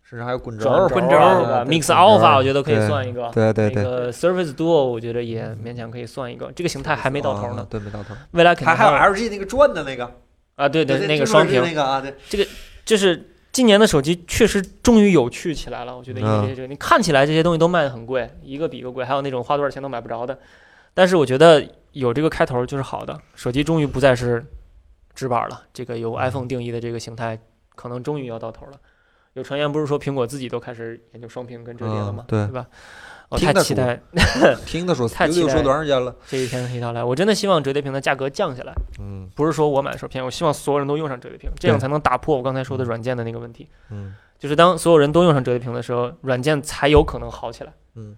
甚至还有滚
轴
轴
儿
儿、
滚
轴
儿
儿
对吧
啊对
？Mix Alpha 我觉得可以
对
算一个，啊
对对
那个 Surface Duo 我觉得也勉强可以算一个。这个形态还没到头
啊
呢，
对，没到头。
未来肯定
还还有
有
LG 那个转的那个，
啊，对
对，
那
就
个
是
双
那
屏，
个啊，对，
就是今年的手机确实终于有趣起来了。我觉得因为
嗯
这些这个，你看起来这些东西都卖的很贵，一个比一个贵，还有那种花多少钱都买不着的。但是我觉得有这个开头就是好的，手机终于不再是直板了。这个
嗯
由 iPhone 定义的这个形态，可能终于要到头了。有传言不是说苹果自己都开始研究双屏跟折叠了
嗯
吗？
对
对吧？我、
听
太
得
期
出
待
[laughs] 听他说，
太
有
期
有
待
说多长时间了？
这一天的黑到来。我真的希望折叠屏的价格降下来，
嗯
不是说我买手片，我希望所有人都用上折叠屏，这样
对
才能打破我刚才说的软件的那个问题。
嗯
就是当所有人都用上折叠屏的时候，软件才有可能好起来，
嗯，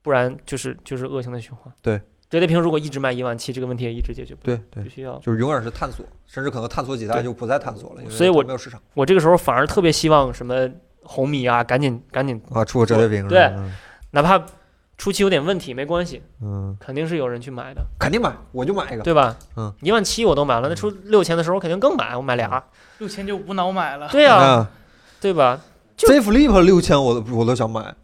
不然就是就是恶性的循环。
对，
折叠屏如果一直卖一万七，这个问题也一直解决不了，
对对
必，须要。
就是永远是探索，甚至可能探索几代
对
就不再探索了，因为
所以我
它没有市场
我这个时候反而特别希望什么红米啊，赶紧赶紧，
啊，出个折叠屏
对，哪怕初期有点问题没关系，
嗯，
肯定是有人去买的，
肯定买，我就买一个，
对吧？
嗯，
一万七我都买了，那出六千的时候我肯定更买，我买俩。
六千就无脑买了。
对呀、
啊
对吧？
，Z Flip 六千我都我都想买，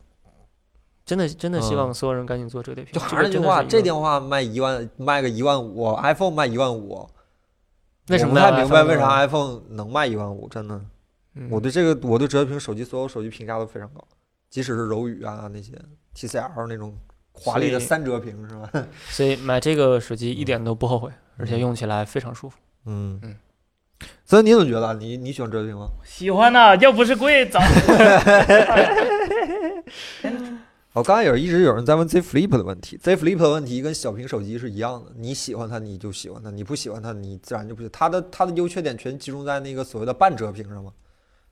真的真的希
嗯
望所有人赶紧做折叠屏。
就
这
还
个
是那句
真的
话，
一
这
个
电话卖一万，卖个一万五，iPhone 卖一万五，
为什
我
么
不
要
太明白
翻
为
呢
啥 iPhone 能卖一万五，真的，
嗯
我对这个我对折叠屏手机所有手机评价都非常高，即使是柔宇啊那些 TCL 那种华丽的
所以
三折屏是吧？
所以买这个手机一
嗯
点都不后悔，而且
嗯
用起来非常舒服。
嗯
嗯，
所以你怎么觉得？你你喜欢折叠屏吗？
喜欢呐、要不是贵，早 [laughs]
我哦刚才有一直有人在问 Z Flip 的问题，Z Flip 的问题跟小屏手机是一样的，你喜欢它你就喜欢它，你不喜欢它你自然就不喜欢它的它的优缺点全集中在那个所谓的半折屏上嘛。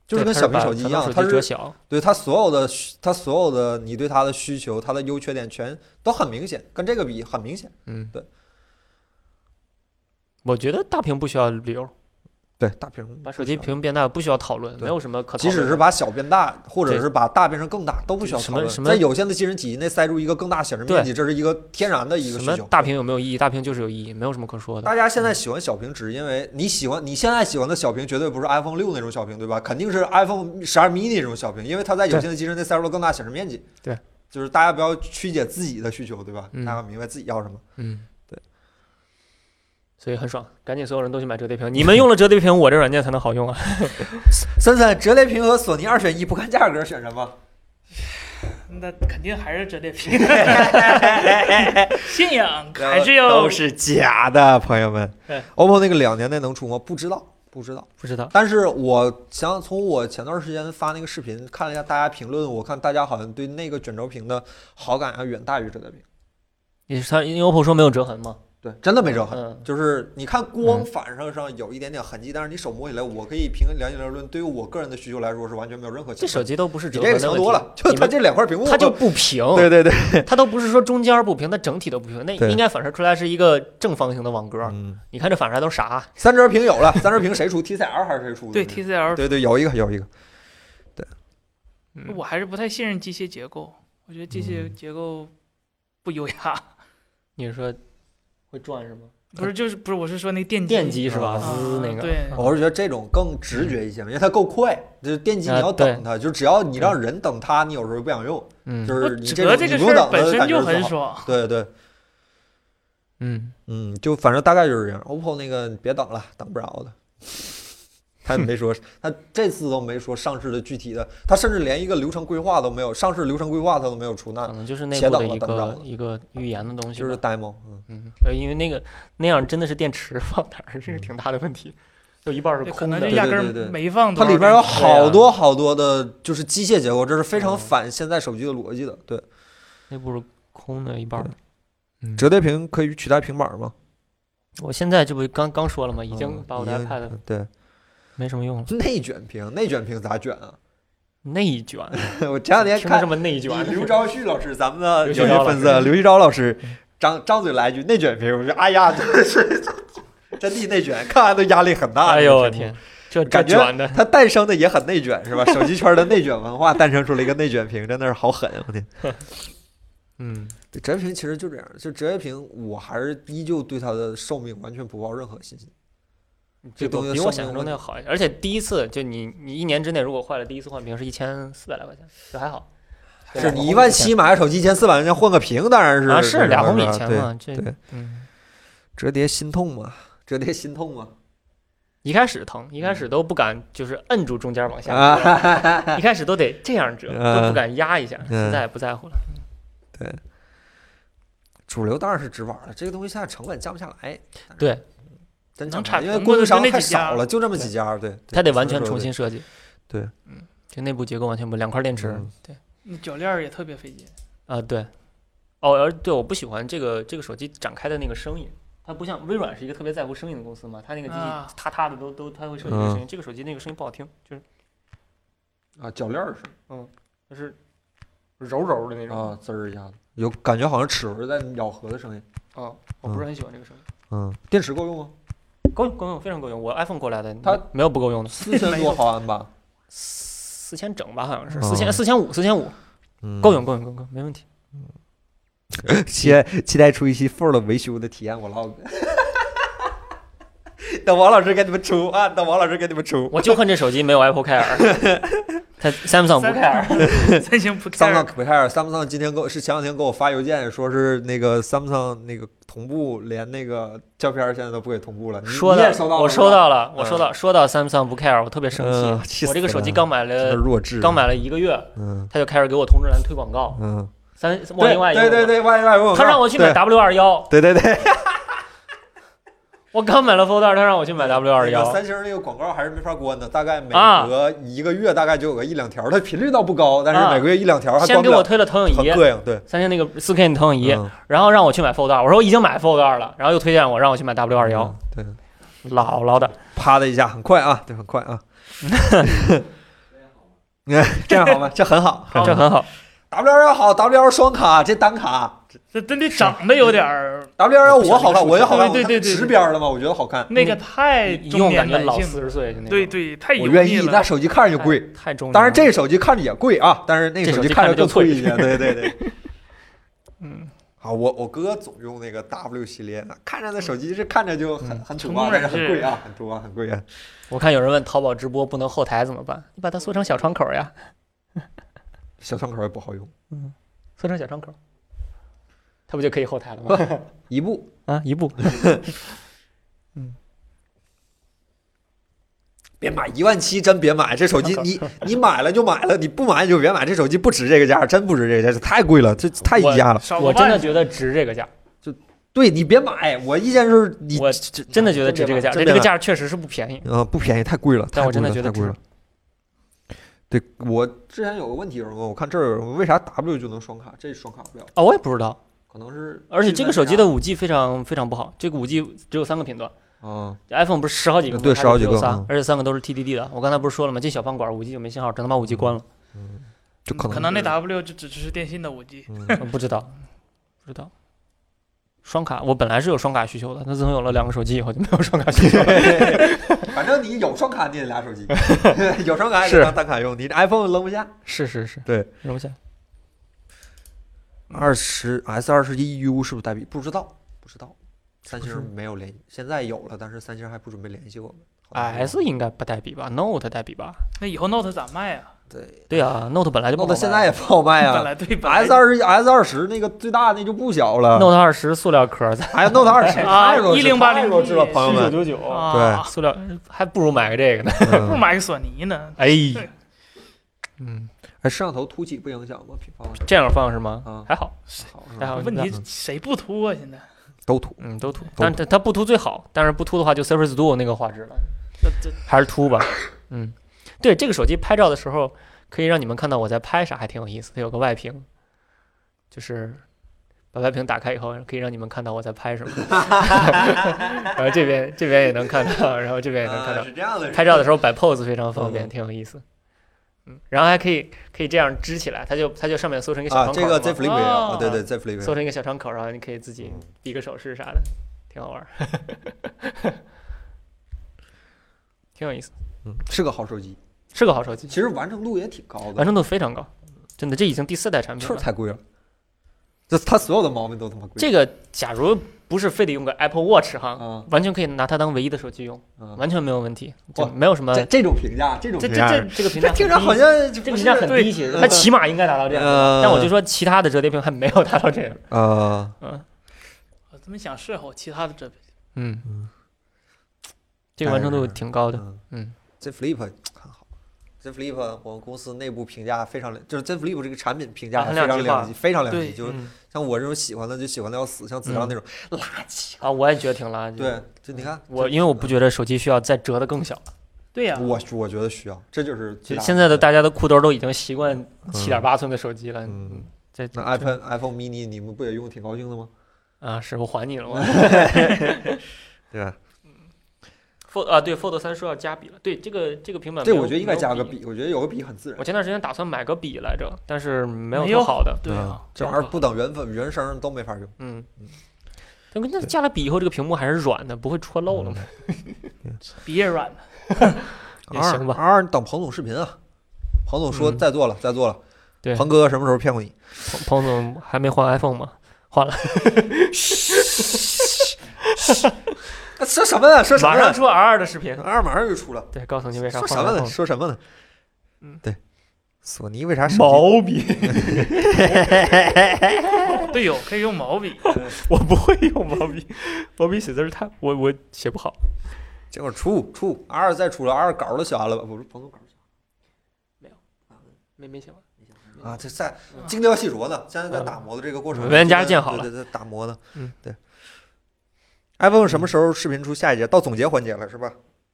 就是跟
对它
小米
把
手机一
它把
样，
手
它
机折
是
小，
对它所有的需它所有的你对它的需求，它的优缺点全都很明显，跟这个比很明显。
嗯，
对。
我觉得大屏不需要理由，
对，大屏
把手机屏变大不需要讨论，
对
没有什么可讨
即
论的。
使是把小变大，或者
对
是把大变成更大，都不需要
什
讨
么
论。
什么
在有限的计时体积内塞入一个更大显示面
对
积，这是一个天然的一个
什
需
么
求。
大屏有没有意义？大屏就是有意义，没有什么可说的。
大家现在喜欢小屏，只是因为你喜欢你现在喜欢的小屏，绝对不是 iPhone 六那种小屏，对吧？肯定是 iPhone 十二 mini 那种小屏，因为它在有
对
限的机制内塞入了更大显示面积。
对，
就是大家不要曲解自己的需求，对吧？
嗯
大家要明白自己要什么。
嗯，
对，
所以很爽，赶紧所有人都去买折叠屏。你们用了折叠屏，我这软件才能好用啊！
森森，折叠屏和索尼二选一，不看价格选什么？
那肯定还是折
[laughs]
叠屏，信仰还是要
都是假的，朋友们
对。
OPPO 那个两年内能出吗？不知道，不知道。
不知道，
但是我想想，从我前段时间发那个视频看了一下大家评论，我看大家好像对那个卷轴屏的好感要远大于折叠屏。
也是他，因为 OPPO 说没有折痕嘛，
对，真的没折痕，
嗯，
就是你看光
嗯
反射上有一点点痕迹，但是你手摸起来，我可以凭良心而论，对于我个人的需求来说是完全没有任何
这
情
手
况。
机都不是
比
折
这
痕
个
的
强
问
多
题，
了，就
你
它
们
这两块屏幕，
它就不平，
对对对，
它都不是说中间不平，它整体都不平，那
对
应该反射出来是一个正方形的网格。
嗯，
你看这反射来都是啥？啊
三折屏有了，三折屏谁出？TCL 还是谁出的？
对 TCL，
对对，有一个有一个，
嗯
我还是不太信任机械结构，我觉得机械
嗯
结构不优雅，
你是说会转是吗？
不是就是不是，我是说那电
电机是吧？
啊
滋那个，
对
啊
我是觉得这种更直觉一些嘛，因为它够快，就是电机你
啊
要
对
等它，就只要你让人等它，你有时候不想用。
嗯，
就
我
是你这
折
种
这
你不
个事
用
儿
等
本
的
身
感
就
觉
很
好。
爽，
对对，
嗯，
嗯，就反正大概就是这样。OPPO 那个别等了，等不着的。他也没说，他这次都没说上市的具体的，他甚至连一个流程规划都没有，上市流程规划他都没有出，那
可能就是内
且
部
等
的
了
一
等不着
个
了
一个预言嗯的东西
就
吧。
是 demo。嗯，
嗯，呃因为那个那样真的是电池放哪儿是个挺大的问题，就一半儿是
对可
空
能
的
就
对。
压
对
根
对对
儿没放多
它
少
里
东西。
边有
对
好
啊
多好多的，就是机械结构，这是非常
嗯
反现在手机的逻辑的。对，
那不是空的一半儿
对
的。嗯
折叠屏可以取代平板吗？
[laughs] 我现在这不刚刚说了吗？已
嗯
经把我的
已经
iPad
对
没什么用了，
内卷屏，内卷屏咋卷啊？ [laughs]
内卷。啊
我前两天
听着
看
这么内卷，
刘昭旭老师，咱们的有
刘旭
些
昭
粉
老
丝啊刘一昭老师张张嘴来一句内卷评，我说哎呀，真是真的内卷，看完都压力很大。这
哎
个
呦我
屏幕
天，，这这
感觉
卷的，
它诞生的也很内卷，是吧？手机圈的内卷文化诞生出了一个内卷屏，真的是好狠，啊我天！
嗯，
对折叠屏其实就这样，就折叠屏，我还是依旧对它的寿命完全不抱任何信心。这
嗯这
东西
个比
生
我
命
想象
问
中的要好一些。而且第一次就你你一年之内如果坏了，第一次换屏是一千四百来块钱，就还哎好。对
是
两
你
毫
一
米
万
钱
七买个手机，一千四百块钱换个屏，当然是
啊，是两
吧
毫米
吧
钱
对
嘛？这
对
嗯，
折叠心痛嘛，折叠心痛
[laughs]
嘛。
一开始
嗯
疼，一开始都不敢，就是摁住中间往下，
啊，哈哈哈
一开始都得这样折，
嗯
都不敢压一下。
嗯
现在不在乎了，
主流当然是直板了，这个东西现在成本降不下来。
对，
真降
能
不下来
产
因为
能
供应
的就
商
那
太
几家
少了，就这么几家，对，对
它得完
只能
全
说
重
对
新设计。
对，
嗯，就内部结构完全不，两块电池啊
嗯、
你铰链儿也特别费劲，
对。哦，而对，我不喜欢这个这个手机展开的那个声音，它不像微软是一个特别在乎声音的公司嘛，它那个机器
啊
嗒嗒的都都它会设计这个
嗯
声音，这个手机那个声音不好听，就是
啊，铰链儿
就是柔柔的那
是
种。
啊，滋儿一下子，有感觉好像齿轮在咬合的声音。哦
嗯，我不是很喜欢这个声音。
嗯，哎电池够用吗？
够用，够用，非常够用。我 iPhone 过来的，
它
没有不够用的，
[laughs] 四千多毫安吧，
四千整吧，好像是
哦
四千四千五，四千五
[laughs] 嗯
够用，。够用，够用，没 [laughs] 问题。
[laughs] 期待期待出一期 Fold 维修的体验 vlog。等王老师给你们出啊！等王老师给你们出。
我就恨这手机没有 Apple Care，它 [laughs] Samsung 不 care，
[laughs] 三星不 care
Samsung 不 care，Samsung 今天给我是前两天给我发邮件，说是那个 Samsung 那个同步，连那个胶片儿现在都不给同步了。你
说
你也
的
收到了，
我
是
收
吧，
到了，我
嗯
收到说到 Samsung 不 care，我特别生
嗯气
气。我这
死
个手机
了
刚买
真的
了，
弱智，
刚，买了一个月，
嗯
它就开始给我通知栏推广告，
嗯，
三往另外一个
对对对，外外我
他让我去买 W 二幺，
对对对
我刚买了 Fold 二，他让我去买 W 二
那个
幺，
三星那个广告还是没法关的，大概每
啊
隔一个月大概就有个一两条，它频率倒不高，但是
啊
每个月一两条还
先
关
给
不
我
了，
推了投影
很
仪，
膈应，对，
三星那个四 K 的投影仪，
嗯
然后让我去买 Fold 二，我说我已经买 Fold 二了，然后又推荐我让我去买 W 二幺，，
嗯对，
姥姥的， [laughs]
啪的一下，很快啊，对，很快啊。 [laughs] 这样好吗？这很好
这
哦
很好。
，W 幺幺好，W 幺双卡，这单卡
这这这长得有点儿，
W 幺幺我好看，我也好看，
对对对对对
直边儿了吗？我觉得好看，
那个太
一
中
用
年
感觉
男
老
性
四
了，
十岁就那种。
对对，太油
我
腻
愿意。那
了。
手机看着就
太
贵，，
太中年了。
当然这手机看着也贵啊，但是那个
这
手
手
机
机
看着
看着
更
就脆
贵一些，对对对。
嗯，
啊，我我哥总用那个 W 系列的，看着那手机是看着就很、很土啊，
成功
但
人
是很
士
贵啊，很土啊，很贵啊。
我看有人问淘宝直播不能后台怎么办？你把它缩成小窗口呀，
小窗口也不好用，
缩成小窗口，它不就可以后台了吗？
一步
[laughs] 啊，一步。
别买一万七，真别买这手机，你你买了就买了，你不买你就别买，这手机不值这个价，真不值这个价，太贵了，这太溢价了。
少
我
个
真
万
的觉得值这个价，
对你别买，我意见就是你
我啊真的觉得值这个价，
真别买
这这个价确实是不便宜。
呃不便宜，太贵了，
但我
太贵
真的
了
觉得
太贵
值
了。对我之前有个问题，有人问我，看这儿有人问为啥 W 就能双卡，这双卡不了，
哦，我也不知道，
可能是
而且这个手机的五 G 非常非常不好，这个五 G 只有三个频段 [laughs]
啊，
，iPhone 不是十好几个吗，
对
它就
10好几个
只有仨
嗯
而且三个都是 TDD 的。我刚才不是说了吗？进小饭馆五 G 就没信号，只能把五 G 关了。
就可能
可能那
是
W 就只只是电信的五 G。
嗯
呃不知道，不知道。双卡，我本来是有双卡需求的，但自从有了两个手机以后就没有双卡需求了。
反正你有双卡，你也得俩
[laughs]
手机，有双卡也
是
得当单卡用，你这 iPhone 扔不下。
是是是，
对，
容不下。
二十 S 二十一 U 是不是代币？不知道，不知道。三星没有联，现在有了，但是三星还不准备联系我们。
S 应该不代笔吧？Note 代笔吧？
那以后 Note 咋卖啊？
对
对啊，Note 本来就不好
，Note
卖
现在也不好卖
本
啊。
来对本来
S 二十 S 二十那个最大那就不小了，
Note 二十塑料壳在
还有 Note 二十，
啊
太弱智
1080
太弱智了，朋友们。
九九
啊，
塑料还不如买个这个呢。
不
嗯
买个索尼呢？
哎，
对
嗯，
哎，摄像头凸起不影响吗？平方
这样放是吗？
啊，
还好，
好是
还
吧
好。
嗯问
你
题
看
谁不秃啊？现在
都凸。
嗯，都凸，
都
但它它不凸最好，但是不凸的话就 Surface Duo 那个画质了，
这这
还是凸吧。嗯，对，这个手机拍照的时候可以让你们看到我在拍啥，还挺有意思。它有个外屏，就是把外屏打开以后，可以让你们看到我在拍什
[laughs]
么。然后这边这边也能看到，然后这边也能看到
啊。是这样的，
拍照的时候摆 pose 非常方便，
嗯
挺有意思。嗯，然后还可以可以这样支起来，它就它就上面缩成一个小
啊，
窗口
这
嘛，
个 Z Flip 也有，啊
哦
对对，Z Flip 也有
缩成一个小窗口，然后你可以自己比个手势啥的，挺好玩儿， [laughs] 挺有意思，
嗯，是个好手机，
是个好手机
其，实完成度也挺高
完
的，
成度非常高，真的，这已经第四代产品
就是
了。
太贵了，就它所有的毛病都他妈贵。
这个假如不是非得用个 Apple Watch 哈，
啊，
完全可以拿它当唯一的手机用，
嗯
完全没有问题，就
哇
没有什么
这这种评价，这种
这
评
这
价
这这个评
这
价很
听着
低
好像这
这个评价很低，其实它起码应该达到这样。
呃，
但我就说其他的折叠屏还没有达到这样。
呃，
嗯
我这么想试会儿其他的这
嗯，这个完成度挺高
哎
的。嗯
，Z Flip 很好，Z Flip 我们公司内部评价非常良，就是 Z Flip 这个产品评价
啊
非
很
常
两极化
两极，非常两极，
对
就是
嗯
像我这种喜欢的就喜欢的要死，像子章那种垃圾，
啊，我也觉得挺垃圾。
对，，就你看
我因为我不觉得手机需要再折得更小了。
对呀，
我我觉得需要，这就是最
就
大
现在的大家的裤兜都已经习惯七点八寸的手机了。
嗯嗯，
这
那 iPhone iPhone mini 你们不也用得挺高兴的吗？
啊，是我还你了 [laughs] 吗
对吧？
？Fold 啊，对，Fold 三说要加笔了。对，这个这个平板没
这
有，
我觉得应该加个
没有笔。
笔，我觉得有个笔很自然
我。前段时间打算买个笔来着，但是没有
没
特
有
好的。
对啊，
这玩意儿不等缘分，原声都没法用。
嗯，但关键加了笔以后，这个屏幕还是软的，不会戳漏了吗？
鼻也软了。
[laughs] 也行吧
二等彭总视频啊，彭总说
嗯
再做了，再做了。
对
彭哥什么时候骗过你？ [laughs]
彭彭总还没换 iPhone 吗？换了，
啊说什么呢？说什么
马上
呢？
出 R 二的视频。
二马上就出了，
对，告诉你为啥
说
换
什么呢？
iPhone。
说什么呢？
嗯，
对，索尼为啥手机
毛笔，
队友可以用毛笔，
我不会用毛笔，毛笔写字儿太我我写不好。
结果出出 R 再出了，R 稿都瞎了吧？不是彭总稿儿
没没写完，
瞎了啊，这在
嗯
精雕细琢呢，现在在打磨的这个过程中，
文件夹嗯建好了
对对对，打磨呢。
嗯，
对。iPhone 什么时候视频出下一节？到总结环节了是吧？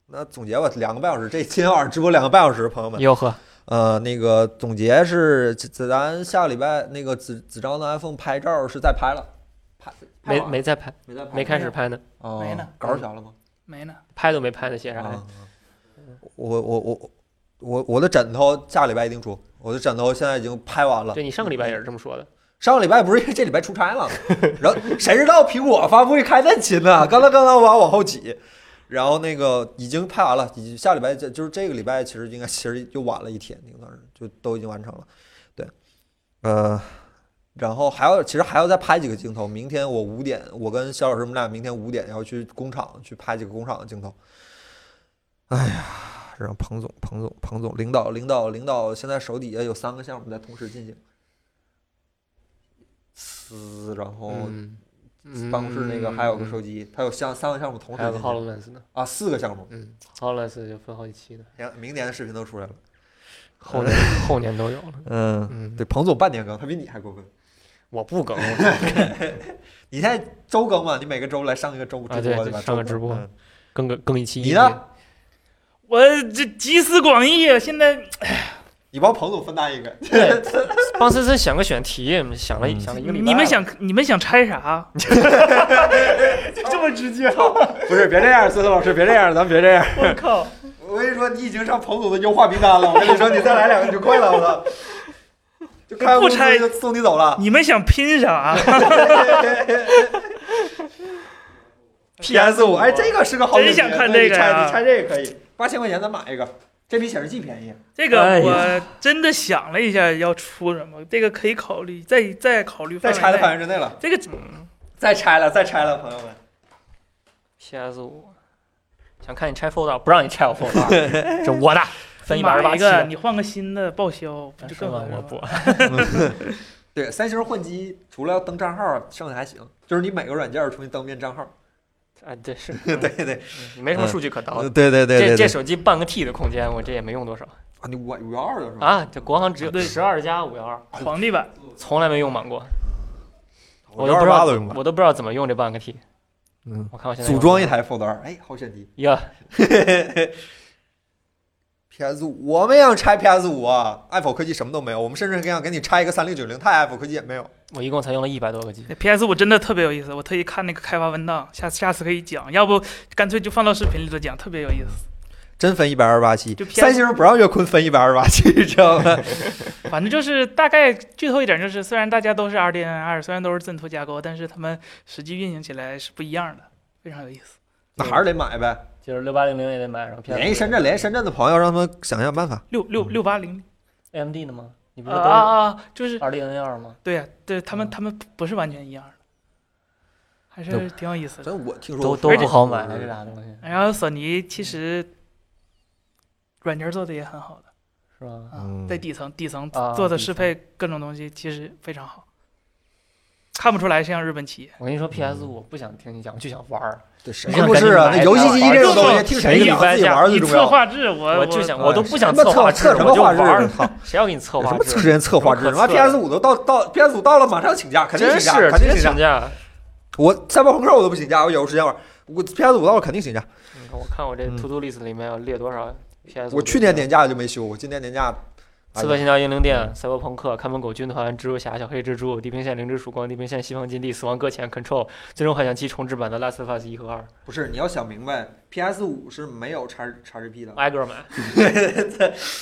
那总结吧，两个半小时，这今天晚上直播两个半小时，朋友们。
吆喝，
呃，那个总结是，子子咱下个礼拜那个子子章的 iPhone 拍照是在拍了，拍
没没在拍，
没在拍
没开始拍呢，
哦
没呢
稿儿小了吗？
没呢。
啊拍都没拍呢，写啥呀？
啊，我我我我我的枕头下礼拜一定出，我的枕头现在已经拍完了。
对你上个礼拜也是这么说的，
上个礼拜不是 [laughs] 因为这礼拜出差了，然后谁知道苹果发布会开那勤呢？刚才刚刚往往后挤，然后那个已经拍完了，已经下礼拜就就是这个礼拜，其实应该其实就晚了一天，应该是就都已经完成了。对，呃，然后还要其实还要再拍几个镜头。明天我五点，我跟肖老师我们俩明天五点要去工厂去拍几个工厂的镜头。哎呀，让彭总、彭总、彭总领导、领导、领导，现在手底下有三个项目在同时进行。撕，然后
嗯，
办公室那个还有个手机，它有像三个项目同
嗯，
时
还有个
进行
Hololens 呢，
啊，四个项目，
嗯，Hololens 就分好几期呢，
行，明年的视频都出来了。
后年 [laughs] 后年都
[laughs]
有了，
嗯，
嗯，
对，彭总半年更，他比你还过分。
我不 [laughs] 更，
你现在周更嘛？你每个周来上一个周
啊
直
对
播对吧？
上个直播
嗯
更个更一期，
你呢？
我这集思广益啊，现在
你帮彭总分担一个。
对，帮思思想个选题，想了
嗯
想了一个礼拜，
你们，想你们想拆啥？
这么直接吗？不是，别这样，思思老师，别这样，咱们别这样。
我靠！
我跟你说，你已经上彭总的优化名单了。我跟你说，你再来两个就快了，我操！就开完
不
公司
拆
就送你走了。
你们想拼啥？
PS 五，哎，这个是个好啊
真
选
想
题
看
对你
这个
拆
呀
你拆这个可以，八千块钱咱买一个，这比显示器便宜。
这
哎
个
呀
我真的想了一下要出什么，这个可以考虑，再再考虑
再
范围
拆的
内
范围之内了，
这个
嗯
再拆了，再拆了，朋友们。
PS 五，想看你拆 fold 不让你拆我 fold 这我的，分一百二十
买
八
一个，
期。哎
你换个新的报销，不就
说
更好
完我
了
不
[laughs] 吗？，
对，三星换机除了要登账号，剩下还行，就是你每个软件重新登遍账号。
啊，对是，
对对对
你没什么数据可倒的。
呃对对
哦这这手机半个 T 的空间，我这也没用多少
啊，你五五幺二的是吧？
啊。这国行只有十二加五幺二，
哎皇帝版
从来没用满过，
幺
我都不
二
知
八
道
都用吧？
我都不知道怎么用这半个 T。
嗯，
我看我现在
组
用
装一台 Fold 二，哎，好选题。
呀，
PS 五，我们也想拆 PS 五啊！爱否科技什么都没有，我们甚至想给你拆一个三零九零，太爱否科技也没有。
我一共才用了一百多个 G。
PS 哎五真的特别有意思，我特意看那个开发文档，下次下次可以讲，要不干脆就放到视频里头讲，特别有意思。
真分一百二十八期
就，偏
三星不让岳坤分一百二十八期，知道吗？ [laughs]
反正就是大概剧透一点，就是虽然大家都是 RDNA 二，虽然都是自认图架构，但是他们实际运行起来是不一样的，非常有意思。
那还是得买呗，
就是六八零零也得买，然后 PS
联系深圳，联系深圳的朋友，让他们想想办法。
六六六八零
AMD 的吗？你嗯不
啊
是都
啊啊，就是
二零零二吗？
对呀，对
嗯
他们他们不是完全一样的，还是挺有意思的。
真我听说
都
我
都
说
不好买了
我
这俩东西，
然后索尼其实软件做的也很好的
是吧？
啊，
嗯
在底层底层
啊
做的
底
适
层
配各种东西其实非常好，看不出来像日本企业。
我跟你说，PS
嗯
五我不想听你讲，我就想玩儿。
对谁不是啊？
赶紧
那
买
游戏机这种
玩
东西，
玩
听
谁
谁
一
讲
般
自己玩
价
儿最
你
重
测
要。
画质，我
我就想，
哎
我都不想
什么
策划制
测
度，
什
我
么
就
画
玩
质？
儿。
操！
谁要给你策
有什
划
么
制
时
度？
间策划制？
我
他
可
妈
测了
PS 五都到到 PS 五到了，马上请假，肯定
真
请假，
是
肯定
真
请假
请。假！
我赛博朋克我都不请假，我有时间玩儿。我 PS 五到了肯定请假。
你看，我看我这
嗯
To Do List 里面有列多少 PS。
我去年年假就没休，我今年年假哎
《刺客信条：英灵殿》《赛博朋克》《看门狗军团》《蜘蛛侠：小黑蜘蛛》《地平线：零之曙光》《地平线：西方禁地》《死亡搁浅》《Control》《最终幻想七》重置版的《Last of Us》一和二
不是你要想明白，PS 五是没有叉叉 GP 的。
挨个买，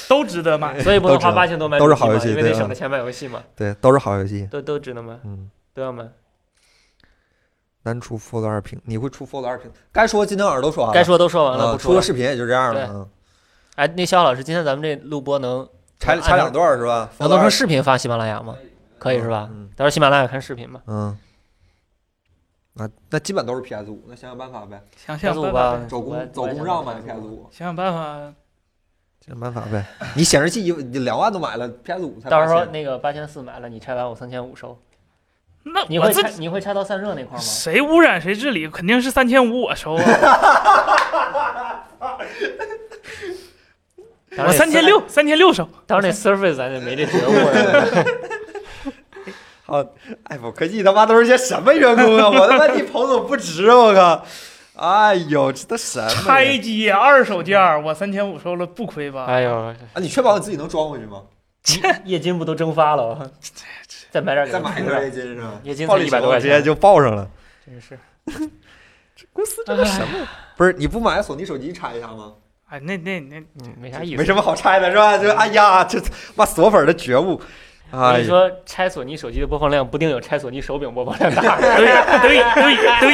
都值得买。
所以不
都
能
值得
花八千多买
都是
主机嘛
好游戏
因为得
对啊
省着钱买游戏嘛，
对，都是好游戏。
都都值得买，
嗯，
都要买。
单出 Fold 二屏，你会出 Fold 二屏？该说今天晚上都说完了，
该说都说完了，
啊
不
出
说
个
了。
视频也就这样了。
对
嗯
哎，那肖老师，今天咱们这录播能
拆拆两段儿是吧？
能
Fold
弄成
二
视频发喜马拉雅吗？可以是吧？
嗯
到时候喜马拉雅看视频吧。
嗯，那那基本都是 PS 五，那想想办法呗，
想想
PS
办
五
法，
吧，
走
我也
公走公账买 PS。五，
想想办法，
想办法呗。 [laughs] 你显示器一你两啊万都买了，PS 五才
我也想到时候
8000
那个八千四买了，你拆完我三千五收。
那
你
我
会
自
拆
己
你会拆到散热那块吗？
谁污染谁治理，肯定是三千五我收啊，
当然
[laughs]
得
我三千六三千六收。
当然那 Surface 咱也没这觉悟。
[laughs] 好，哎，我科技他妈都是些什么员工啊？我他妈你彭总不值，我靠！哎呦，这都什么
拆
呀？
机二手件
嗯
儿，我三千五收了不亏
[laughs]
吧？
哎呦，
啊，你确保你自己能装回去吗？
[laughs] 液晶不都蒸
[laughs]
发了？再买点给
再
他
买一
涂
条
上
液晶是吧？
液晶才
暴力
一百多
球
块
直接
钱，
就报上了。
真是。
公司这都什么？不是你不买索尼手机拆一下吗？
哎，那那那
嗯，没啥意思。
没什么好拆的是吧？就哎呀，这哇索粉的觉悟，
我
哎
跟
呀，
你说，拆索尼手机的播放量不定有拆索尼手柄播放
[laughs]
量大。
对对对对，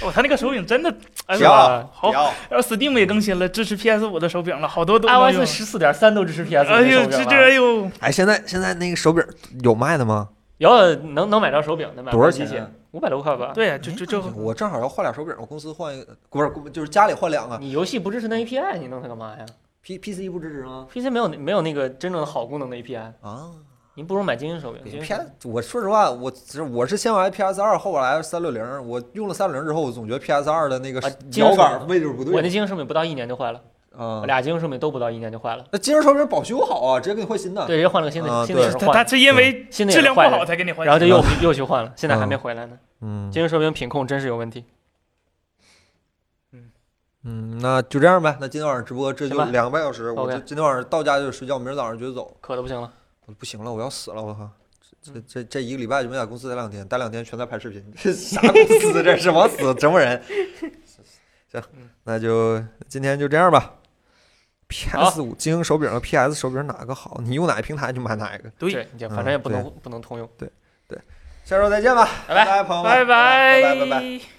[laughs] 哦，他那个手柄真的，哎
行
呀，好
不，要
然后 Steam 也更新了，支持 PS 五的手柄了，好多都能用
iOS 啊十四点三都支持 PS
哎
的
呦，
手
这
柄啊
这哎
了，
呦，
哎，现在现在那个手柄有卖的吗？
有能能买着手柄的买
多少
不着机
钱
器
啊？
五百多块吧。
对，啊就就就
我正好要换俩手柄，我公司换一个，不是就是家里换两个。
你游戏不支持那 API，你弄它干嘛呀
P P C 不支持吗？
？PC 没有没有那个真正的好功能的 API，
啊，
你不如买精英手柄。
你
精英手柄
PS，我说实话，我只我是先玩 PS 二，后来三六零，我用了三六零之后，我总觉得 PS 二的那个
啊金
摇
属
杆位置不
我那
对
精英手柄不到一年就坏了，
啊
我。俩精英手柄都不到一年就坏了。
那今儿手柄保修好啊，直接给你换新的。
对，人家换了个新的，
啊
新的也
对
是
他他
换的，
是因为
新的也
质
是
量不
坏
好
的，
才给你换，
然后就又又去换了，现在还没
嗯
回来呢。
嗯
精英手柄品控真是有问题。
嗯，那就这样呗。那今天晚上直播这就
行吧
两个半小时，我
OK
就今天晚上到家就睡觉，明儿早上就走。
渴的不行了，
我不行了，我要死了，我靠！这这这一个礼拜就没在公司待两天，待两天全在拍视频，这啥公司啊这是往死折磨人。行，那就今天就这样吧。PS 五精英手柄和 PS 手柄哪个好？你用哪个平台就买哪个。
对
对，也反正也不能不能通用。
下周再见吧，
拜拜
拜，朋友们，拜
拜
拜拜拜。
拜